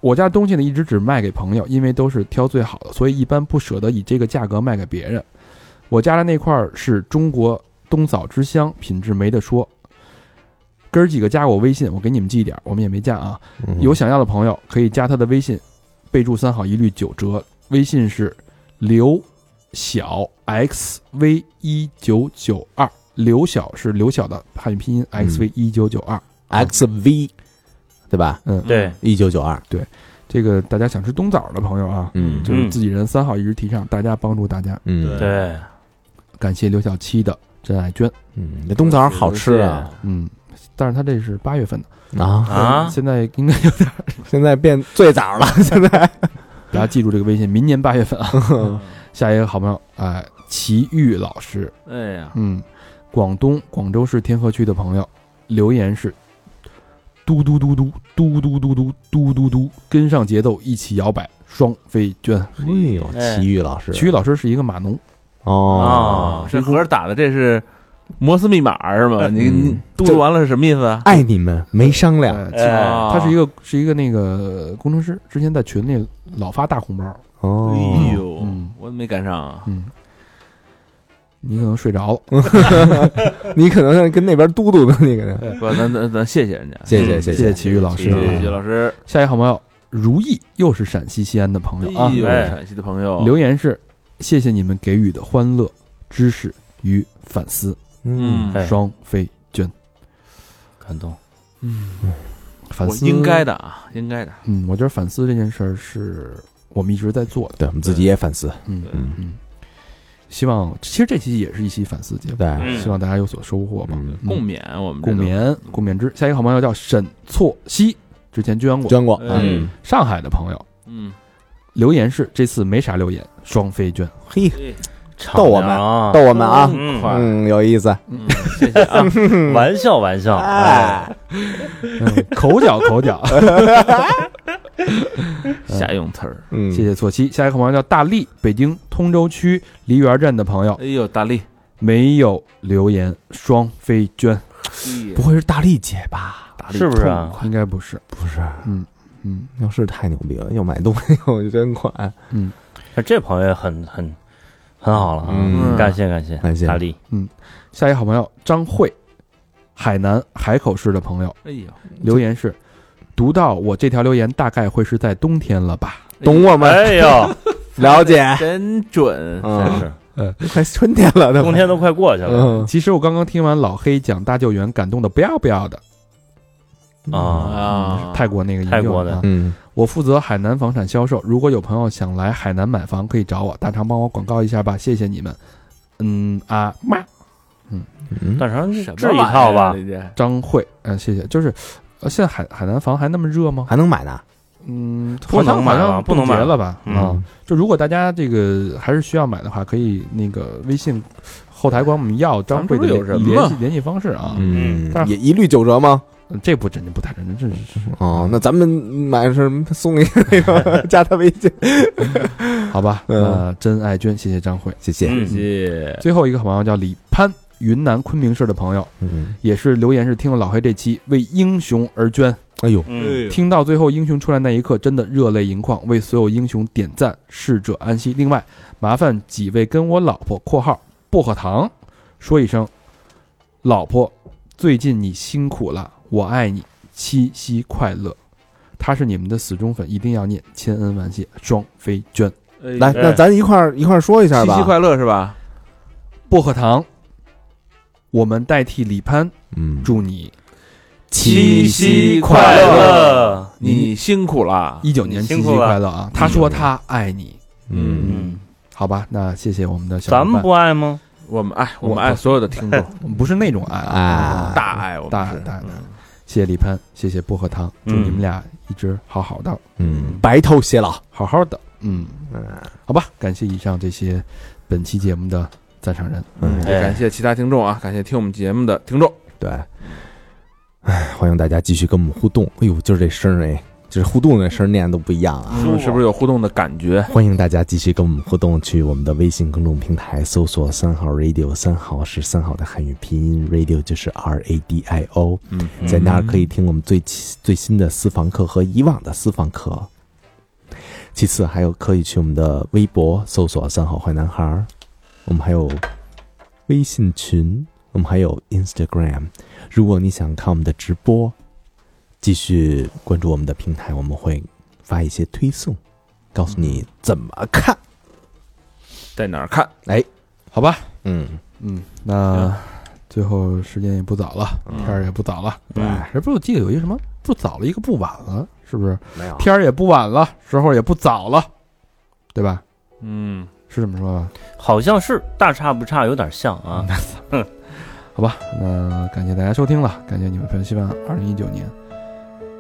[SPEAKER 2] 我家东西呢，一直只卖给朋友，因为都是挑最好的，所以一般不舍得以这个价格卖给别人。我家的那块儿是中国冬枣之乡，品质没得说。哥儿几个加我微信，我给你们寄一点儿，我们也没加啊。
[SPEAKER 3] 嗯
[SPEAKER 2] 有想要的朋友可以加他的微信，备注三好一律九折，微信是刘小 x v 一九九二，刘小是刘小的汉语拼音 x v 一九九二，
[SPEAKER 3] XV，对吧？
[SPEAKER 2] 嗯，
[SPEAKER 4] 对，
[SPEAKER 3] 一九九二，
[SPEAKER 2] 这个大家想吃冬枣的朋友啊，
[SPEAKER 3] 嗯
[SPEAKER 2] 就是自己人三好一直提倡，大家帮助大家，
[SPEAKER 3] 嗯
[SPEAKER 4] 对，
[SPEAKER 2] 感谢刘小七的真爱捐，
[SPEAKER 3] 嗯，那冬枣好吃啊
[SPEAKER 2] 嗯，但是他这是八月份的
[SPEAKER 3] 啊！
[SPEAKER 4] 啊，
[SPEAKER 2] 现在应该有点，
[SPEAKER 3] 现在变最早了，现在
[SPEAKER 2] 大家记住这个微信，明年八月份啊，下一个好朋友哎，齐豫老师，
[SPEAKER 5] 哎呀，
[SPEAKER 2] 嗯，广东广州市天河区的朋友留言是：嘟嘟嘟嘟嘟嘟嘟嘟嘟嘟嘟，跟上节奏一起摇摆，双飞娟。
[SPEAKER 3] 哎呦，齐豫老师，
[SPEAKER 2] 曲艺老师是一个码农，
[SPEAKER 3] 哦，
[SPEAKER 5] 啊，这盒打的这是摩斯密码是吗？你
[SPEAKER 3] 嗯
[SPEAKER 5] 你嘟噜完了是什么意思啊？
[SPEAKER 3] 爱你们没商量，
[SPEAKER 2] 哎
[SPEAKER 4] 哎
[SPEAKER 5] 啊
[SPEAKER 2] 他是一个是一个那个工程师，之前在群里老发大红包。
[SPEAKER 3] 哦，
[SPEAKER 5] 哎呦
[SPEAKER 2] 嗯，
[SPEAKER 5] 我没赶上啊。
[SPEAKER 2] 嗯，你可能睡着了，
[SPEAKER 3] 你可能跟那边嘟嘟的那个人，
[SPEAKER 5] 不，咱咱咱谢谢人家，
[SPEAKER 3] 谢谢谢
[SPEAKER 2] 谢谢齐豫老师
[SPEAKER 5] 谢
[SPEAKER 2] 啊。
[SPEAKER 5] 谢谢老师，
[SPEAKER 2] 下一个好朋友如意，又是陕西西安的朋友啊
[SPEAKER 5] 哎。呦，
[SPEAKER 4] 哎
[SPEAKER 5] 陕西的朋友，
[SPEAKER 2] 留言是：谢谢你们给予的欢乐、知识与反思。
[SPEAKER 5] 嗯，
[SPEAKER 4] 哎
[SPEAKER 2] 双飞娟，
[SPEAKER 4] 感动，
[SPEAKER 2] 反
[SPEAKER 5] 我
[SPEAKER 2] 思
[SPEAKER 5] 应该。的啊，应该的，
[SPEAKER 2] 嗯，我觉得反思这件事儿是我们一直在做的。
[SPEAKER 3] 对我们自己也反思，
[SPEAKER 2] 嗯
[SPEAKER 5] 对
[SPEAKER 3] 嗯
[SPEAKER 2] 嗯，希望其实这期也是一期反思节目，
[SPEAKER 3] 对，
[SPEAKER 4] 嗯
[SPEAKER 2] 希望大家有所收获吧。
[SPEAKER 3] 嗯，
[SPEAKER 5] 共勉，我们这
[SPEAKER 2] 共
[SPEAKER 5] 都，
[SPEAKER 2] 勉，共勉之。下一个好朋友叫沈错西，之前捐过
[SPEAKER 3] 捐过，
[SPEAKER 5] 嗯
[SPEAKER 2] 上海的朋友
[SPEAKER 5] 嗯，
[SPEAKER 2] 留言是这次没啥留言，双飞娟。
[SPEAKER 3] 嘿，
[SPEAKER 4] 敞
[SPEAKER 3] 我们
[SPEAKER 4] 亮啊
[SPEAKER 3] 逗，我们啊，
[SPEAKER 4] 嗯
[SPEAKER 5] 快，
[SPEAKER 3] 嗯，有意思，
[SPEAKER 5] 嗯谢谢啊，
[SPEAKER 4] 玩笑玩笑，哎，
[SPEAKER 3] 哎，
[SPEAKER 2] 嗯口角口角，
[SPEAKER 5] 下用词儿，
[SPEAKER 3] 嗯，
[SPEAKER 2] 谢谢错西。下一个好朋友叫大力，北京通州区梨园站的朋友
[SPEAKER 5] 哎呦，大力，
[SPEAKER 2] 没有留言，双飞娟
[SPEAKER 1] 嗯
[SPEAKER 3] 不会是大力姐吧？大
[SPEAKER 4] 是不是啊？
[SPEAKER 2] 应该不是，
[SPEAKER 3] 不是，
[SPEAKER 2] 嗯嗯，
[SPEAKER 3] 要是太牛逼了，又买东西又捐款，
[SPEAKER 4] 哎这朋友也很很很好了啊，
[SPEAKER 3] 嗯
[SPEAKER 4] 感谢感谢，
[SPEAKER 3] 感谢
[SPEAKER 4] 大力，
[SPEAKER 2] 下一个好朋友张慧，海南海口市的朋友
[SPEAKER 5] 哎呦，
[SPEAKER 2] 留言是，读到我这条留言大概会是在冬天了吧？
[SPEAKER 3] 懂我们，
[SPEAKER 4] 哎呦，
[SPEAKER 3] 了解，
[SPEAKER 5] 真准，
[SPEAKER 4] 真
[SPEAKER 3] 嗯，
[SPEAKER 4] 是
[SPEAKER 3] 快春天了，对吧
[SPEAKER 4] 冬天都快过去了
[SPEAKER 3] 嗯
[SPEAKER 2] 其实我刚刚听完老黑讲大救援，感动的不要不要的。
[SPEAKER 4] 啊，
[SPEAKER 5] 啊，
[SPEAKER 2] 泰国那个
[SPEAKER 4] 泰国的
[SPEAKER 2] 营救啊
[SPEAKER 3] 嗯，
[SPEAKER 2] 我负责海南房产销售，如果有朋友想来海南买房，可以找我。大肠帮我广告一下吧，谢谢你们。嗯啊妈，
[SPEAKER 3] 嗯
[SPEAKER 4] 大成
[SPEAKER 5] 什么
[SPEAKER 4] 这一套吧
[SPEAKER 5] 玩意，儿啊
[SPEAKER 2] 张慧，嗯、谢谢。就是，呃，现在海海南房还那么热吗？
[SPEAKER 3] 还能买呢，
[SPEAKER 2] 嗯，
[SPEAKER 4] 不能买
[SPEAKER 2] 好像
[SPEAKER 4] 了
[SPEAKER 2] 好像
[SPEAKER 4] 不能
[SPEAKER 2] 冻结
[SPEAKER 4] 买
[SPEAKER 2] 了吧？
[SPEAKER 4] 嗯
[SPEAKER 2] 啊，就如果大家这个还是需要买的话，可以那个微信后台管我们要张慧的
[SPEAKER 5] 咱们这儿
[SPEAKER 2] 联
[SPEAKER 5] 有人吗
[SPEAKER 2] 联系联系方式啊。
[SPEAKER 3] 嗯
[SPEAKER 2] 但，是
[SPEAKER 3] 也一律九折吗？
[SPEAKER 4] 嗯
[SPEAKER 2] 这不真的不太真，这是
[SPEAKER 3] 哦，那咱们买什么送一个那个加他微信，
[SPEAKER 2] 好吧？
[SPEAKER 3] 嗯
[SPEAKER 2] 呃，真爱娟，谢谢张慧。
[SPEAKER 3] 谢谢，
[SPEAKER 5] 谢
[SPEAKER 4] 嗯，
[SPEAKER 5] 谢，
[SPEAKER 2] 最后一个好朋友叫李潘，云南昆明市的朋友，
[SPEAKER 3] 嗯，
[SPEAKER 2] 也是留言是听了老黑这期为英雄而捐，
[SPEAKER 3] 哎呦，
[SPEAKER 4] 嗯，
[SPEAKER 5] 哎呦
[SPEAKER 2] 听到最后英雄出来那一刻，真的热泪盈眶，为所有英雄点赞，逝者安息。另外，麻烦几位跟我老婆（括号薄荷糖）说一声，老婆，最近你辛苦了，我爱你，七夕快乐。他是你们的死忠粉，一定要念，千恩万谢，双飞娟，
[SPEAKER 5] 哎
[SPEAKER 3] 来，那咱一块儿一块儿说一下
[SPEAKER 5] 七
[SPEAKER 3] 吧，
[SPEAKER 5] 夕快乐是吧？
[SPEAKER 2] 薄荷糖。我们代替李潘
[SPEAKER 3] 嗯，
[SPEAKER 2] 祝你
[SPEAKER 5] 七夕
[SPEAKER 4] 哎
[SPEAKER 5] 快乐，你辛苦了，
[SPEAKER 2] 一九年
[SPEAKER 4] 你
[SPEAKER 2] 七
[SPEAKER 4] 辛
[SPEAKER 2] 夕
[SPEAKER 4] 苦了
[SPEAKER 2] 快乐啊！他说他爱你，
[SPEAKER 3] 嗯，
[SPEAKER 4] 嗯，
[SPEAKER 2] 好吧，那谢谢我们的小
[SPEAKER 4] 咱
[SPEAKER 2] 伙
[SPEAKER 4] 们
[SPEAKER 2] 伴
[SPEAKER 4] 不爱吗？
[SPEAKER 5] 我们爱，
[SPEAKER 2] 我
[SPEAKER 5] 我们爱所有的 听众，
[SPEAKER 2] 我们不是那种爱
[SPEAKER 3] 啊
[SPEAKER 5] 大爱，我
[SPEAKER 2] 大
[SPEAKER 5] 们是
[SPEAKER 2] 大大
[SPEAKER 5] 嗯
[SPEAKER 2] 谢谢李潘，谢谢薄荷糖，祝
[SPEAKER 4] 嗯
[SPEAKER 2] 你们俩一直好好的，
[SPEAKER 3] 嗯，白头偕老，
[SPEAKER 2] 好好的，嗯，好吧，感谢以上这些本期节目的赞赏人，
[SPEAKER 3] 嗯，
[SPEAKER 5] 也感谢其他听众啊，感谢听我们节目的听众。
[SPEAKER 3] 对，哎，欢迎大家继续跟我们互动，哎呦，就是这声儿哎，就是互动的声儿念的都不一样啊。
[SPEAKER 5] 是不是有互动的感觉？
[SPEAKER 3] 欢迎大家继续跟我们互动，去我们的微信公众平台搜索“三好 radio”，三好是三好的汉语拼音，radio 就是 R A D I O，
[SPEAKER 5] 嗯，
[SPEAKER 3] 在那儿可以听我们最期最新的私房课和以往的私房课。其次，还有可以去我们的微博搜索“三好坏男孩儿”，我们还有微信群，我们还有 Instagram。如果你想看我们的直播，继续关注我们的平台，我们会发一些推送，告诉你怎么看。
[SPEAKER 5] 在哪儿看？
[SPEAKER 2] 好吧，
[SPEAKER 3] 嗯，
[SPEAKER 2] 嗯，那最后时间也不早了，天儿也不早了，
[SPEAKER 4] 嗯，
[SPEAKER 2] 哎，这不是我记得有一个什么不早了，一个不晚了，是不是？
[SPEAKER 3] 没有
[SPEAKER 2] 天儿也不晚了，时候也不早了，对吧？
[SPEAKER 5] 嗯，
[SPEAKER 2] 是这么说吧？
[SPEAKER 4] 好像是大差不差，有点像啊。
[SPEAKER 2] 好吧，那感谢大家收听了，感谢你们陪伴，希望二零一九年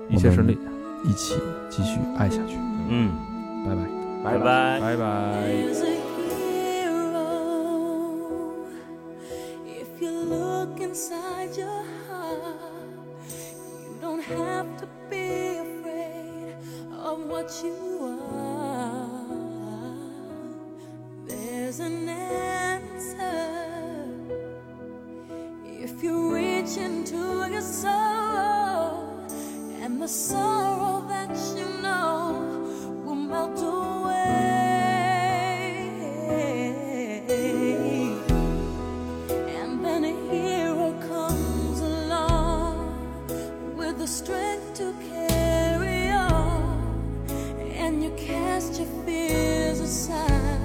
[SPEAKER 5] 嗯一切顺利，
[SPEAKER 2] 一起继续爱下去，
[SPEAKER 4] 嗯，
[SPEAKER 2] 拜拜。
[SPEAKER 4] 拜拜。
[SPEAKER 5] 拜拜。
[SPEAKER 6] There's a hero. If you look inside your heart, you don't have to be afraid of what you are. There's an answer. If you reach into your soul and the sorrow that you know will melt away, and then a hero comes along with the strength to carry on, and you cast your fears aside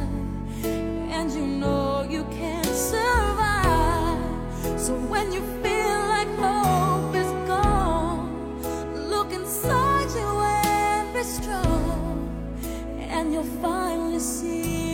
[SPEAKER 6] and you know you can survive. So when you feel like hope is gone, look inside you and be strong, and you'll finally see. Oh, Mm,